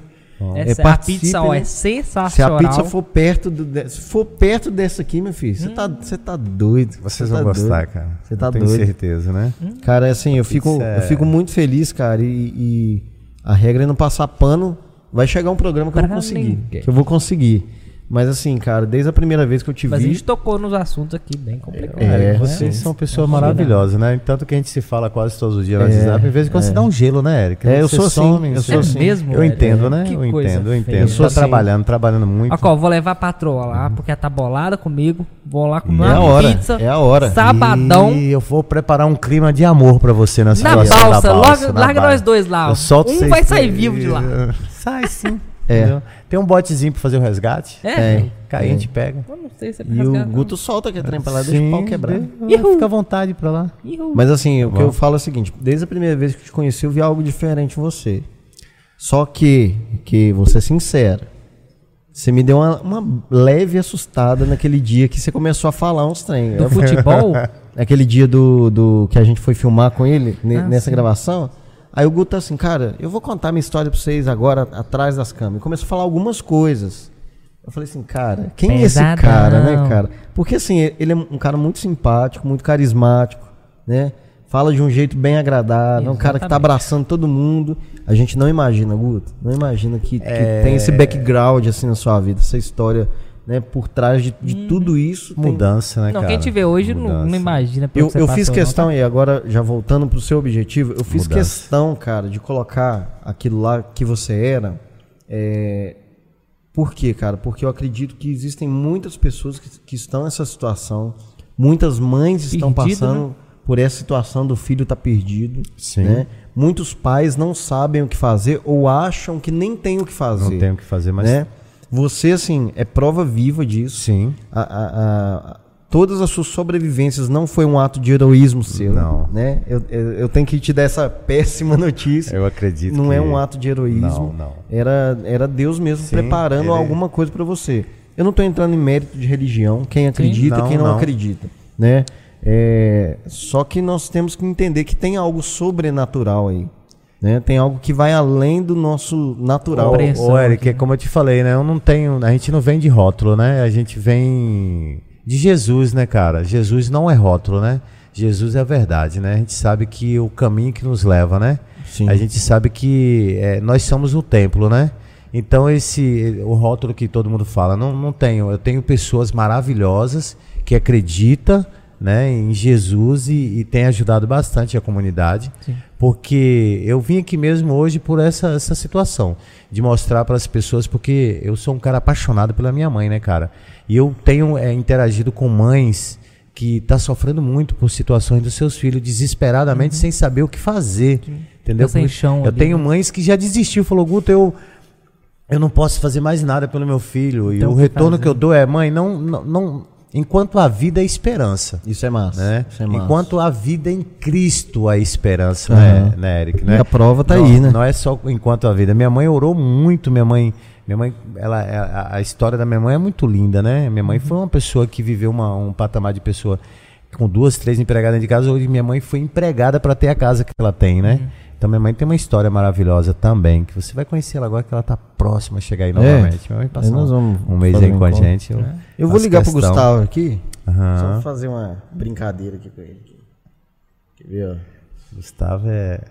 Essa, É, a pizza ó, participe, é né? Se a sensacional. pizza for perto, do, de- se for perto dessa aqui, meu filho, você Hum. tá, você tá doido. Vocês Você vão tá gostar, doido. cara. Você tá Eu Tenho doido. certeza, né? Cara, assim, eu fico, Pizza é- eu fico muito feliz, cara, e, e a regra é não passar pano. Vai chegar um programa que eu Pra vou conseguir. ninguém. Que eu vou conseguir. Mas assim, cara, desde a primeira vez que eu te Mas a vi. gente tocou nos assuntos aqui bem né? complicados. Cara, É, vocês sim. são pessoas maravilhosas, né? Tanto que a gente se fala quase todos os dias no WhatsApp. Em vez de quando você dá um gelo, né, Eric? É, eu Você sou assim, some, eu você- sou assim. É mesmo, Eu Eric? entendo, né? Que Eu coisa entendo, eu feia. entendo. Eu Você sou tá assim. trabalhando, trabalhando muito. Ó, Col, vou levar a patroa lá, porque ela tá bolada comigo. Vou lá comer Uhum. É a uma hora, pizza. é a hora. Sabadão. E eu vou preparar um clima de amor pra você na Na situação balsa, da balsa. logo- na larga balsa. nós dois lá. ó. Eu solto um vocês vai sair três. vivo de lá. *laughs* Sai sim. É. entendeu? Tem um botezinho pra fazer o resgate. É. É. Cair, a gente pega. Eu não sei se é pra E o rasgar, não. Guto solta que é trem pra lá, deixa o pau quebrar. de- Ah, Fica à vontade pra lá. Ihu. Mas assim, o que eu falo é o seguinte: desde a primeira vez que eu te conheci, eu vi algo diferente em você. Só que, que vou ser sincero, você me deu uma, uma leve assustada naquele dia que você começou a falar uns trem. Do Eu- *laughs* futebol? Naquele dia do, do que a gente foi filmar com ele, ne- Ah, nessa sim. gravação. Aí o Guto tá assim, cara, eu vou contar minha história pra vocês agora, atrás das câmeras. E Começou a falar algumas coisas. Eu falei assim, cara, quem é esse Pesadão. cara, né, cara? Porque assim, ele é um cara muito simpático, muito carismático, né? Fala de um jeito bem agradável, é um cara que tá Exatamente. abraçando todo mundo. A gente não imagina, Guto, não imagina que, que tem esse background assim na sua vida, essa história, né, por trás de, de tudo isso. tem- Mudança, né, não, cara? quem te vê hoje não, Mudança. não imagina. né, eu, pelo que você eu fiz passou, não, tá? questão, e agora já voltando pro seu objetivo, eu fiz Mudança. questão, cara, de colocar aquilo lá que você era. É... Por quê, cara? Porque eu acredito que existem muitas pessoas que, que estão nessa situação, muitas mães estão Perdido, né? passando por essa situação do filho tá perdido, Sim. né? Muitos pais não sabem o que fazer ou acham que nem tem o que fazer, Não tem o que fazer, mas. né? Você, assim, é prova viva disso. Sim. A- a- a- todas as suas sobrevivências não foi um ato de heroísmo seu. Não. Né? Eu, eu- eu tenho que te dar essa *laughs* péssima notícia. Eu acredito. não que- é um ato de heroísmo. Não, não. Era, era Deus mesmo Sim, preparando ele- é. alguma coisa para você. Eu não estou entrando em mérito de religião, quem acredita Não, quem não, não. acredita. Né? É, só que nós temos que entender que tem algo sobrenatural aí. Né? Tem algo que vai além do nosso natural. Compreensão. Ô, ô, Eric, é como eu te falei, né? Eu não tenho. A gente não vem de rótulo, né? A gente vem de Jesus, né, cara? Jesus não é rótulo, né? Jesus é a verdade, né? A gente sabe que o caminho que nos leva, né? Sim. A gente sabe que é, nós somos o templo, né? Então esse o rótulo que todo mundo fala, não, não tenho. Eu tenho pessoas maravilhosas que acreditam né, em Jesus e, e tem ajudado bastante a comunidade. Porque eu vim aqui mesmo hoje por essa, essa situação, de mostrar para as pessoas, porque eu sou um cara apaixonado pela minha mãe, né, cara? E eu tenho é, interagido com mães que tá sofrendo muito por situações dos seus filhos, desesperadamente, sem saber o que fazer. Entendeu? Tá sem Porque chão eu ali, tenho mães que já desistiu, falou, Guto, eu, eu não posso fazer mais nada pelo meu filho. E Então, o o que retorno fazer? que eu dou é, mãe, não, não, não. Enquanto a vida é esperança. Isso é massa. Né? Isso é massa. Enquanto a vida em Cristo a esperança, Aham. né, né, Eric? Né? E a prova tá Não- aí, né? Não é só enquanto a vida. Minha mãe orou muito, minha mãe. Minha mãe, ela, a, a história da minha mãe é muito linda, né? Minha mãe foi uma pessoa que viveu uma- um patamar de pessoa com duas, três empregadas de casa. Hoje minha mãe foi empregada para ter a casa que ela tem, né? Uhum. Então minha mãe tem uma história maravilhosa também, que você vai conhecer ela agora que ela tá próxima a chegar aí novamente. Minha mãe É. Aí passou nós vamos um mês fazer aí um com a encontro. gente. Eu, Eu vou faço ligar pro questão. Gustavo aqui. Aham. Só pra fazer uma brincadeira aqui com ele. aqui. Quer ver, ó? Gustavo é.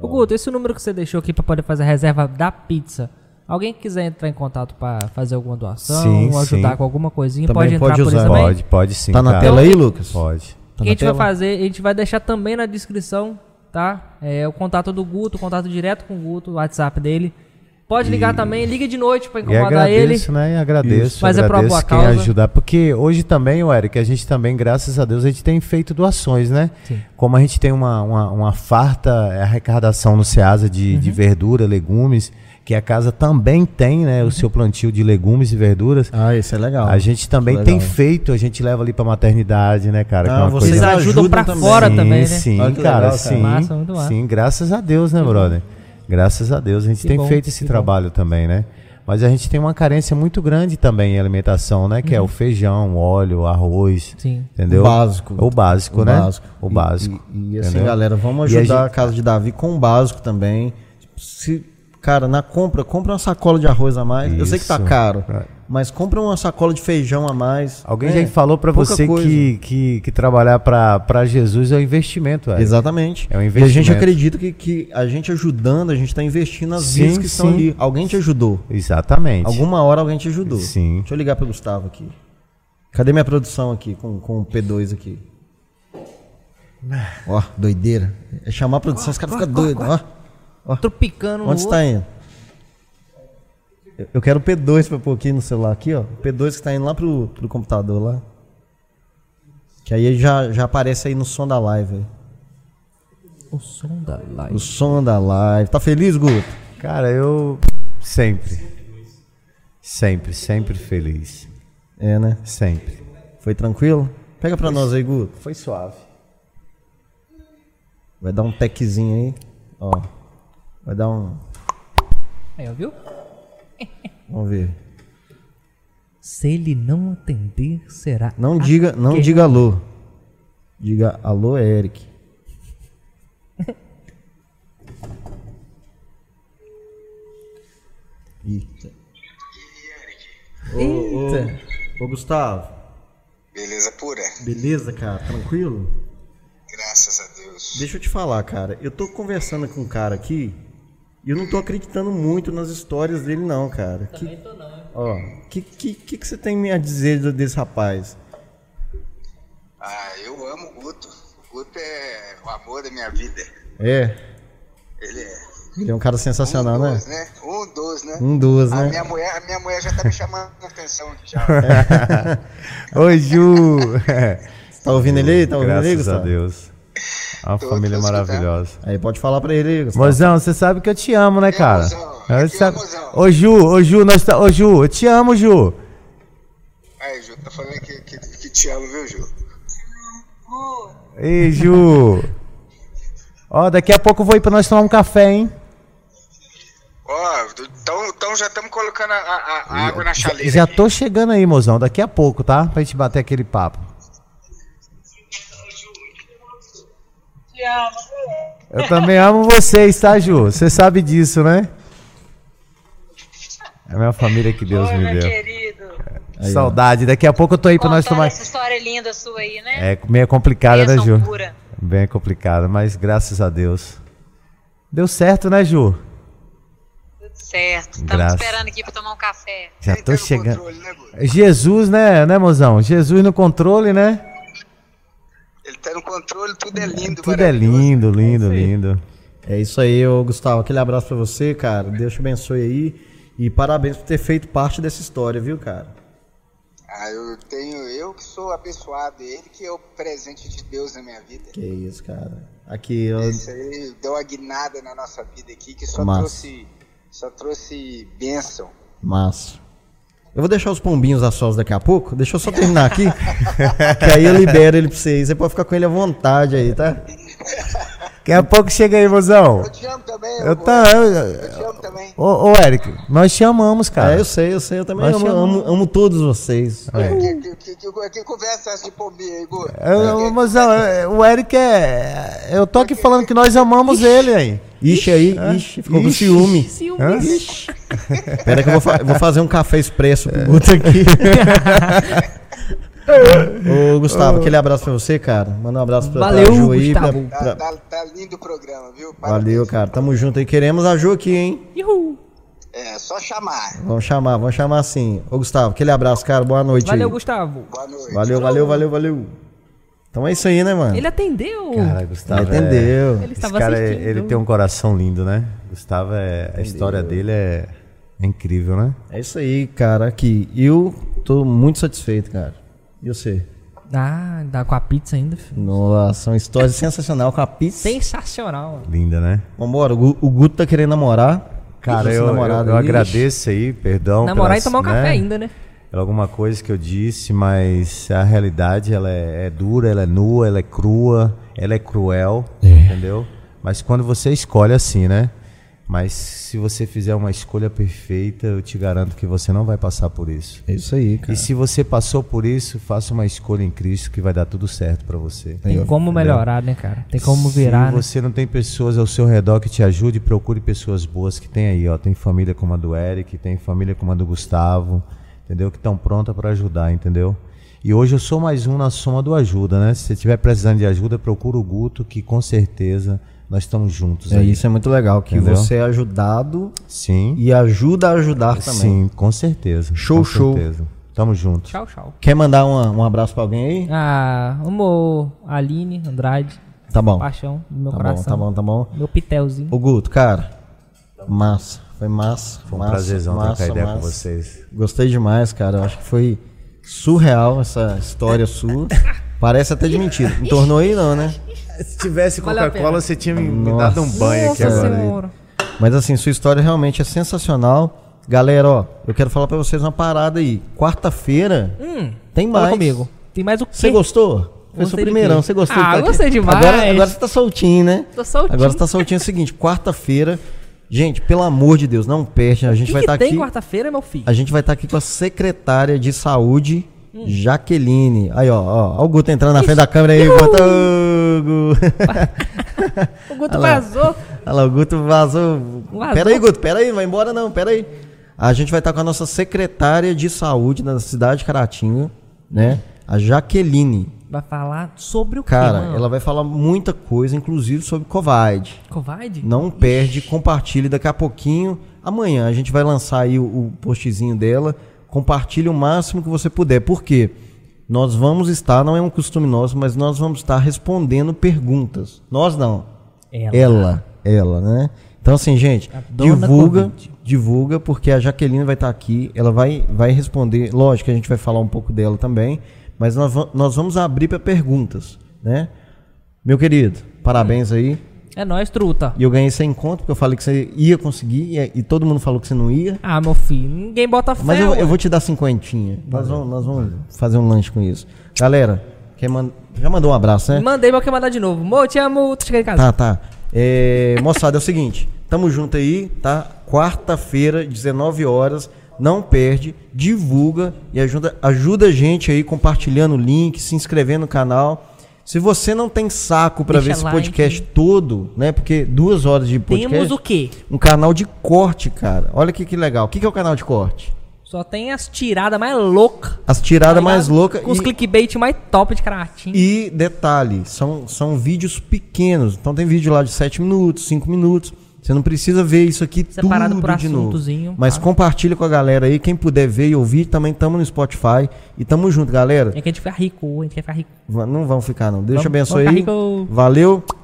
Ô, Guto, esse número que você deixou aqui pra poder fazer a reserva da pizza. Alguém que quiser entrar em contato pra fazer alguma doação, Sim, ou ajudar sim. com alguma coisinha, Também pode entrar pode por usar. isso também. Pode, pode sim. Tá na cara. tela aí, Lucas? Pode. O Tá na que a gente vai tela? fazer, a gente vai deixar também na descrição, tá? É, o contato do Guto, o contato direto com o Guto, o WhatsApp dele. Pode ligar também, liga de noite pra E incomodar ele. agradeço, né? E agradeço. Mas é pra agradeço boa quem causa. ajudar. Porque hoje também, o Eric, a gente também, graças a Deus, a gente tem feito doações, né? Como a gente tem uma, uma, uma farta é, arrecadação no Ceasa de, Uhum. de verdura, legumes, que a casa também tem, né? O seu plantio de legumes e verduras. Ah, esse é legal. é A gente também Legal. tem feito, a gente leva ali pra maternidade, né, cara? Ah, que é uma vocês Vocês Eles ajudam ajudam pra também. fora sim, também, né? Sim, Olha que cara, legal, cara. sim. Massa, muito massa. Sim, graças a Deus, né, brother? Graças a Deus. A gente Que tem bom, feito esse que trabalho também, né? Mas a gente tem uma carência muito grande também em alimentação, né? Que é o feijão, o óleo, o arroz. Uhum. Sim. Entendeu? O básico. O básico, O né? básico. O E- básico. E, e assim, entendeu? galera, vamos E a ajudar a, gente- casa de Davi com o básico também. Se cara, na compra, compra uma sacola de arroz a mais. Eu sei que tá Isso. caro, É. mas compra uma sacola de feijão a mais. Alguém né? já falou pra Pouca você coisa. que, que, que trabalhar pra, pra Jesus é um investimento, velho. Exatamente. É um E a gente investimento. acredita que, que a gente ajudando, a gente tá investindo nas Sim, vidas que estão sim. ali. Alguém te ajudou. Exatamente. Alguma hora alguém te ajudou. Sim. Deixa eu ligar pro Gustavo aqui. Cadê minha produção aqui com, com o P2 aqui? Ó, doideira. É chamar a produção, os caras ficam doidos, ó. Tropicando no Onde está indo? Eu- Eu quero o P2 pra pôr aqui no celular aqui, ó. O P2 que tá indo lá pro, pro computador lá. Que aí já, já aparece aí no som da live. aí. outro. O som da live. O som da live. Tá feliz, Guto? Cara, eu sempre. Sempre, sempre feliz. É, né? Sempre. Foi tranquilo? Pega pra nós aí, Guto. Foi suave. Vai dar um techzinho aí. Ó. Vai dar um. Aí, ó, viu? Vamos ver. Se ele não atender, será. Não diga, não que- diga alô. Diga alô, é Eric. *laughs* Eita. Eita! Ô, Gustavo, Beleza pura? beleza, cara? Tranquilo? Graças a Deus. Deixa eu te falar, cara. Eu tô conversando com um cara aqui e eu não tô acreditando muito nas histórias dele, não, cara. Também que, tô, não, hein? Ó, o que, que, que, que você tem a dizer do- desse rapaz? Ah, eu amo o Guto. O Guto é o amor da minha vida. É, Ele é. ele é um cara sensacional, um né? dos, né? Um dos, né? Um dos, A né? minha mulher, a minha mulher já tá me chamando a atenção aqui *laughs* já. Oi, Ju! *laughs* Tá ouvindo ele *laughs* aí? Tá ouvindo ele aí, Graças a Gustavo? Deus. Uma Tô- família tô escutando. maravilhosa. Aí pode falar pra ele aí, Gustavo. Mozão, você sabe que eu te amo, né, cara? mozão? Você Aqui é sabe- mozão. Ô, Ju, ô, Ju, nós tá... Ô, Ju, eu te amo, Ju. Aí, Ju, tá falando que, que, que te amo, viu, Ju? Ei, *laughs* Ju. Ó, daqui a pouco eu vou ir pra nós tomar um café, hein? Ó, então, então já estamos colocando a, a- a água na chaleira. Já aqui. tô chegando aí, mozão. Daqui a pouco, tá? Pra gente bater aquele papo. *laughs* Eu também amo vocês, tá, Ju? Você sabe disso, né? É a minha família que Deus Oi, me meu deu. querido. Aí, ó. Saudade. Daqui a pouco eu tô aí pra nós Contando tomar. essa história linda sua aí, né? É meio complicada, né, Bênção Ju? pura. Bem complicada, mas graças a Deus. Deu certo, né, Ju? Tudo certo. Estamos Graças. esperando aqui pra tomar um café. Já Ele tô tá no chegando. controle, né, Guto? Jesus, né, né, mozão? Jesus no controle, né? Ele tá no controle, tudo é lindo, Tudo é maravilhoso. lindo, lindo, lindo. É isso aí, ô Gustavo. Aquele abraço pra você, cara. Deus te abençoe aí. E parabéns por ter feito parte dessa história, viu, cara? Ah, eu tenho, eu que sou abençoado, ele que é o presente de Deus na minha vida. Que isso, cara. Aqui, eu... Isso aí deu uma guinada na nossa vida aqui que só Massa. trouxe só trouxe bênção. massa. Eu vou deixar os pombinhos a sós daqui a pouco. Deixa eu só terminar *laughs* aqui. que aí eu libero ele pra vocês. Você pode ficar com ele à vontade aí, tá? Daqui a pouco chega aí, mozão. Eu te amo também. Eu amor. tá. Eu eu- te amo também. Ô, ô, Eric, nós te amamos, cara. é É, eu sei, eu sei. Eu também Nós amo, te amamos. amo, amo todos vocês. É. Que, que, que, que, que conversa é essa de pombinha aí, Gu? Eu- É. eu- mozão, eu- o Eric é. Eu tô aqui falando que nós amamos ele aí. Ixi aí, ixi, ficou com É? Ixi. ciúme. Hã? Pera que eu vou, fa- eu vou fazer um café expresso pro Guto aqui. Ô, Gustavo, aquele abraço pra você, cara. Manda um abraço pra, pra Valeu, Ju aí. pra- Gustavo. Tá, pra- tá, tá lindo o programa, viu? Valeu, cara. Tamo junto aí. Queremos a Ju aqui, hein? Ihu. É, só chamar. Vamos chamar, vamos chamar sim. Ô, Gustavo, aquele abraço, cara. Boa noite Valeu, aí. Gustavo. Boa noite. Valeu, valeu, valeu, valeu. Então é isso aí, né, mano? Tá Ele atendeu. Cara, Gustavo. é, Ele atendeu. Ele Esse estava cara, assistindo. ele tem um coração lindo, né? Gustavo, é, a história dele é, é incrível, né? É isso aí, cara. Aqui. Eu tô muito satisfeito, cara. E você? Ah, dá com a pizza ainda. filho. Nossa, uma história sensacional com a pizza. Sensacional. mano. Linda, né? Vambora, o Gu- o Guto tá querendo namorar. Cara, Essa eu, eu, namorada eu aí, agradeço aí, perdão. Namorar pelas, e tomar um café né, ainda, né? pela Alguma coisa que eu disse, mas a realidade ela é, é dura, ela é nua, ela é crua, ela é cruel, entendeu? Mas quando você escolhe assim, né? Mas se você fizer uma escolha perfeita, eu te garanto que você não vai passar por isso. É isso aí, cara. E se você passou por isso, faça uma escolha em Cristo que vai dar tudo certo pra você. Tem como melhorar, né, cara? Tem como virar, Se né? você não tem pessoas ao seu redor que te ajude, procure pessoas boas que tem aí, ó. Tem família como a do Eric, tem família como a do Gustavo, entendeu? Que estão prontas para ajudar, entendeu? E hoje eu sou mais um na soma do ajuda, né? Se você estiver precisando de ajuda, procura o Guto, que com certeza nós estamos juntos É, aí. isso é muito legal, que Entendeu? você é ajudado Sim. e ajuda a ajudar também. Sim, com certeza. Show, com show. Certeza. Tamo junto. Tchau, tchau. Quer mandar uma- um abraço pra alguém aí? Ah, amor, Aline, Andrade, Tá bom. paixão do meu Tá bom, coração. tá bom, tá bom. Meu pitelzinho. Ô Guto, cara, massa. Foi massa. Foi um massa, prazerzão massa, trocar ideia com massa. vocês. Gostei demais, cara. Eu acho que foi surreal essa história sua. Parece até de mentira. Não tornou aí não, né? Se tivesse Vale a Coca-Cola, pena. você tinha me Nossa. dado um Nossa Senhora. Mas assim, sua história realmente é sensacional. Galera, ó, eu quero falar pra vocês uma parada aí. Quarta-feira tem mais. Hum, Fala comigo. Tem mais o quê? Você gostou? Foi seu Gostei do primeirão, quê? você gostou? Ah, Tati? gostei demais. Agora, agora você tá soltinho, né? Tô soltinho. Agora você tá soltinho. É o seguinte, quarta-feira, gente, pelo amor de Deus, não perde. A gente que vai que estar tem aqui. quarta-feira, meu filho? A gente vai estar aqui com a secretária de saúde, Hum. Jaqueline. Aí, ó, ó, ó o Guto entrando na frente da câmera aí, Guto. Ô, Gu. O Olha Guto lá. vazou. Olha lá, o Guto vazou. Vazou. Pera aí, Guto, pera aí, não vai embora não, pera aí. A gente vai estar com a nossa secretária de saúde na cidade de Caratinga, né? A Jaqueline. Vai falar sobre o Cara, quê, mano? ela vai falar muita coisa, inclusive sobre Covid. Covarde? Não perde, compartilhe daqui a pouquinho. Amanhã a gente vai lançar aí o, o postzinho dela. Compartilhe o máximo que você puder. Por quê? Nós vamos estar, não é um costume nosso, mas nós vamos estar respondendo perguntas. Nós não. Ela. Ela, ela, né? Então assim, gente, A dona divulga, Covid. divulga, porque a Jaqueline vai estar aqui, ela vai, vai responder. Lógico que a gente vai falar um pouco dela também, mas nós, va- nós vamos abrir para perguntas, né? Meu querido, parabéns aí. É nóis, truta. E eu ganhei sem conto, porque eu falei que você ia conseguir, e, e todo mundo falou que você não ia. Ah, meu filho, ninguém bota fé. Mas eu, ué. eu vou te dar cinquentinha. Nós vamos, nós vamos fazer um lanche com isso. Galera, quer mand- já mandou um abraço, né? Mandei, mas eu quero mandar de novo. Mô, te amo, tu chega em casa. Tá, tá. É, moçada, é o seguinte, tamo junto aí, tá? Quarta-feira, 19 horas, não perde, divulga e ajuda, ajuda a gente aí compartilhando o link, se inscrevendo no canal. Se você não tem saco pra Deixa ver esse like. podcast todo, né? Porque duas horas de podcast. Temos o quê? Um canal de corte, cara. Olha que, que legal. O que, que é o canal de corte? Só tem as tiradas mais loucas. As tiradas mais Tá ligado? loucas. Com os e- clickbait mais top de caratinho. E detalhe, são, são vídeos pequenos. Então tem vídeo lá de 7 minutos, 5 minutos. Você não precisa ver isso aqui Separado tudo é por de novo. assuntozinho, Mas tá? compartilha com a galera aí. Quem puder ver e ouvir, também estamos no Spotify. E tamo junto, galera. É que a gente fica rico, a gente quer ficar rico. Va- Não vão ficar, não. Deus te Vamos- abençoe vamos aí. ficar rico. Valeu.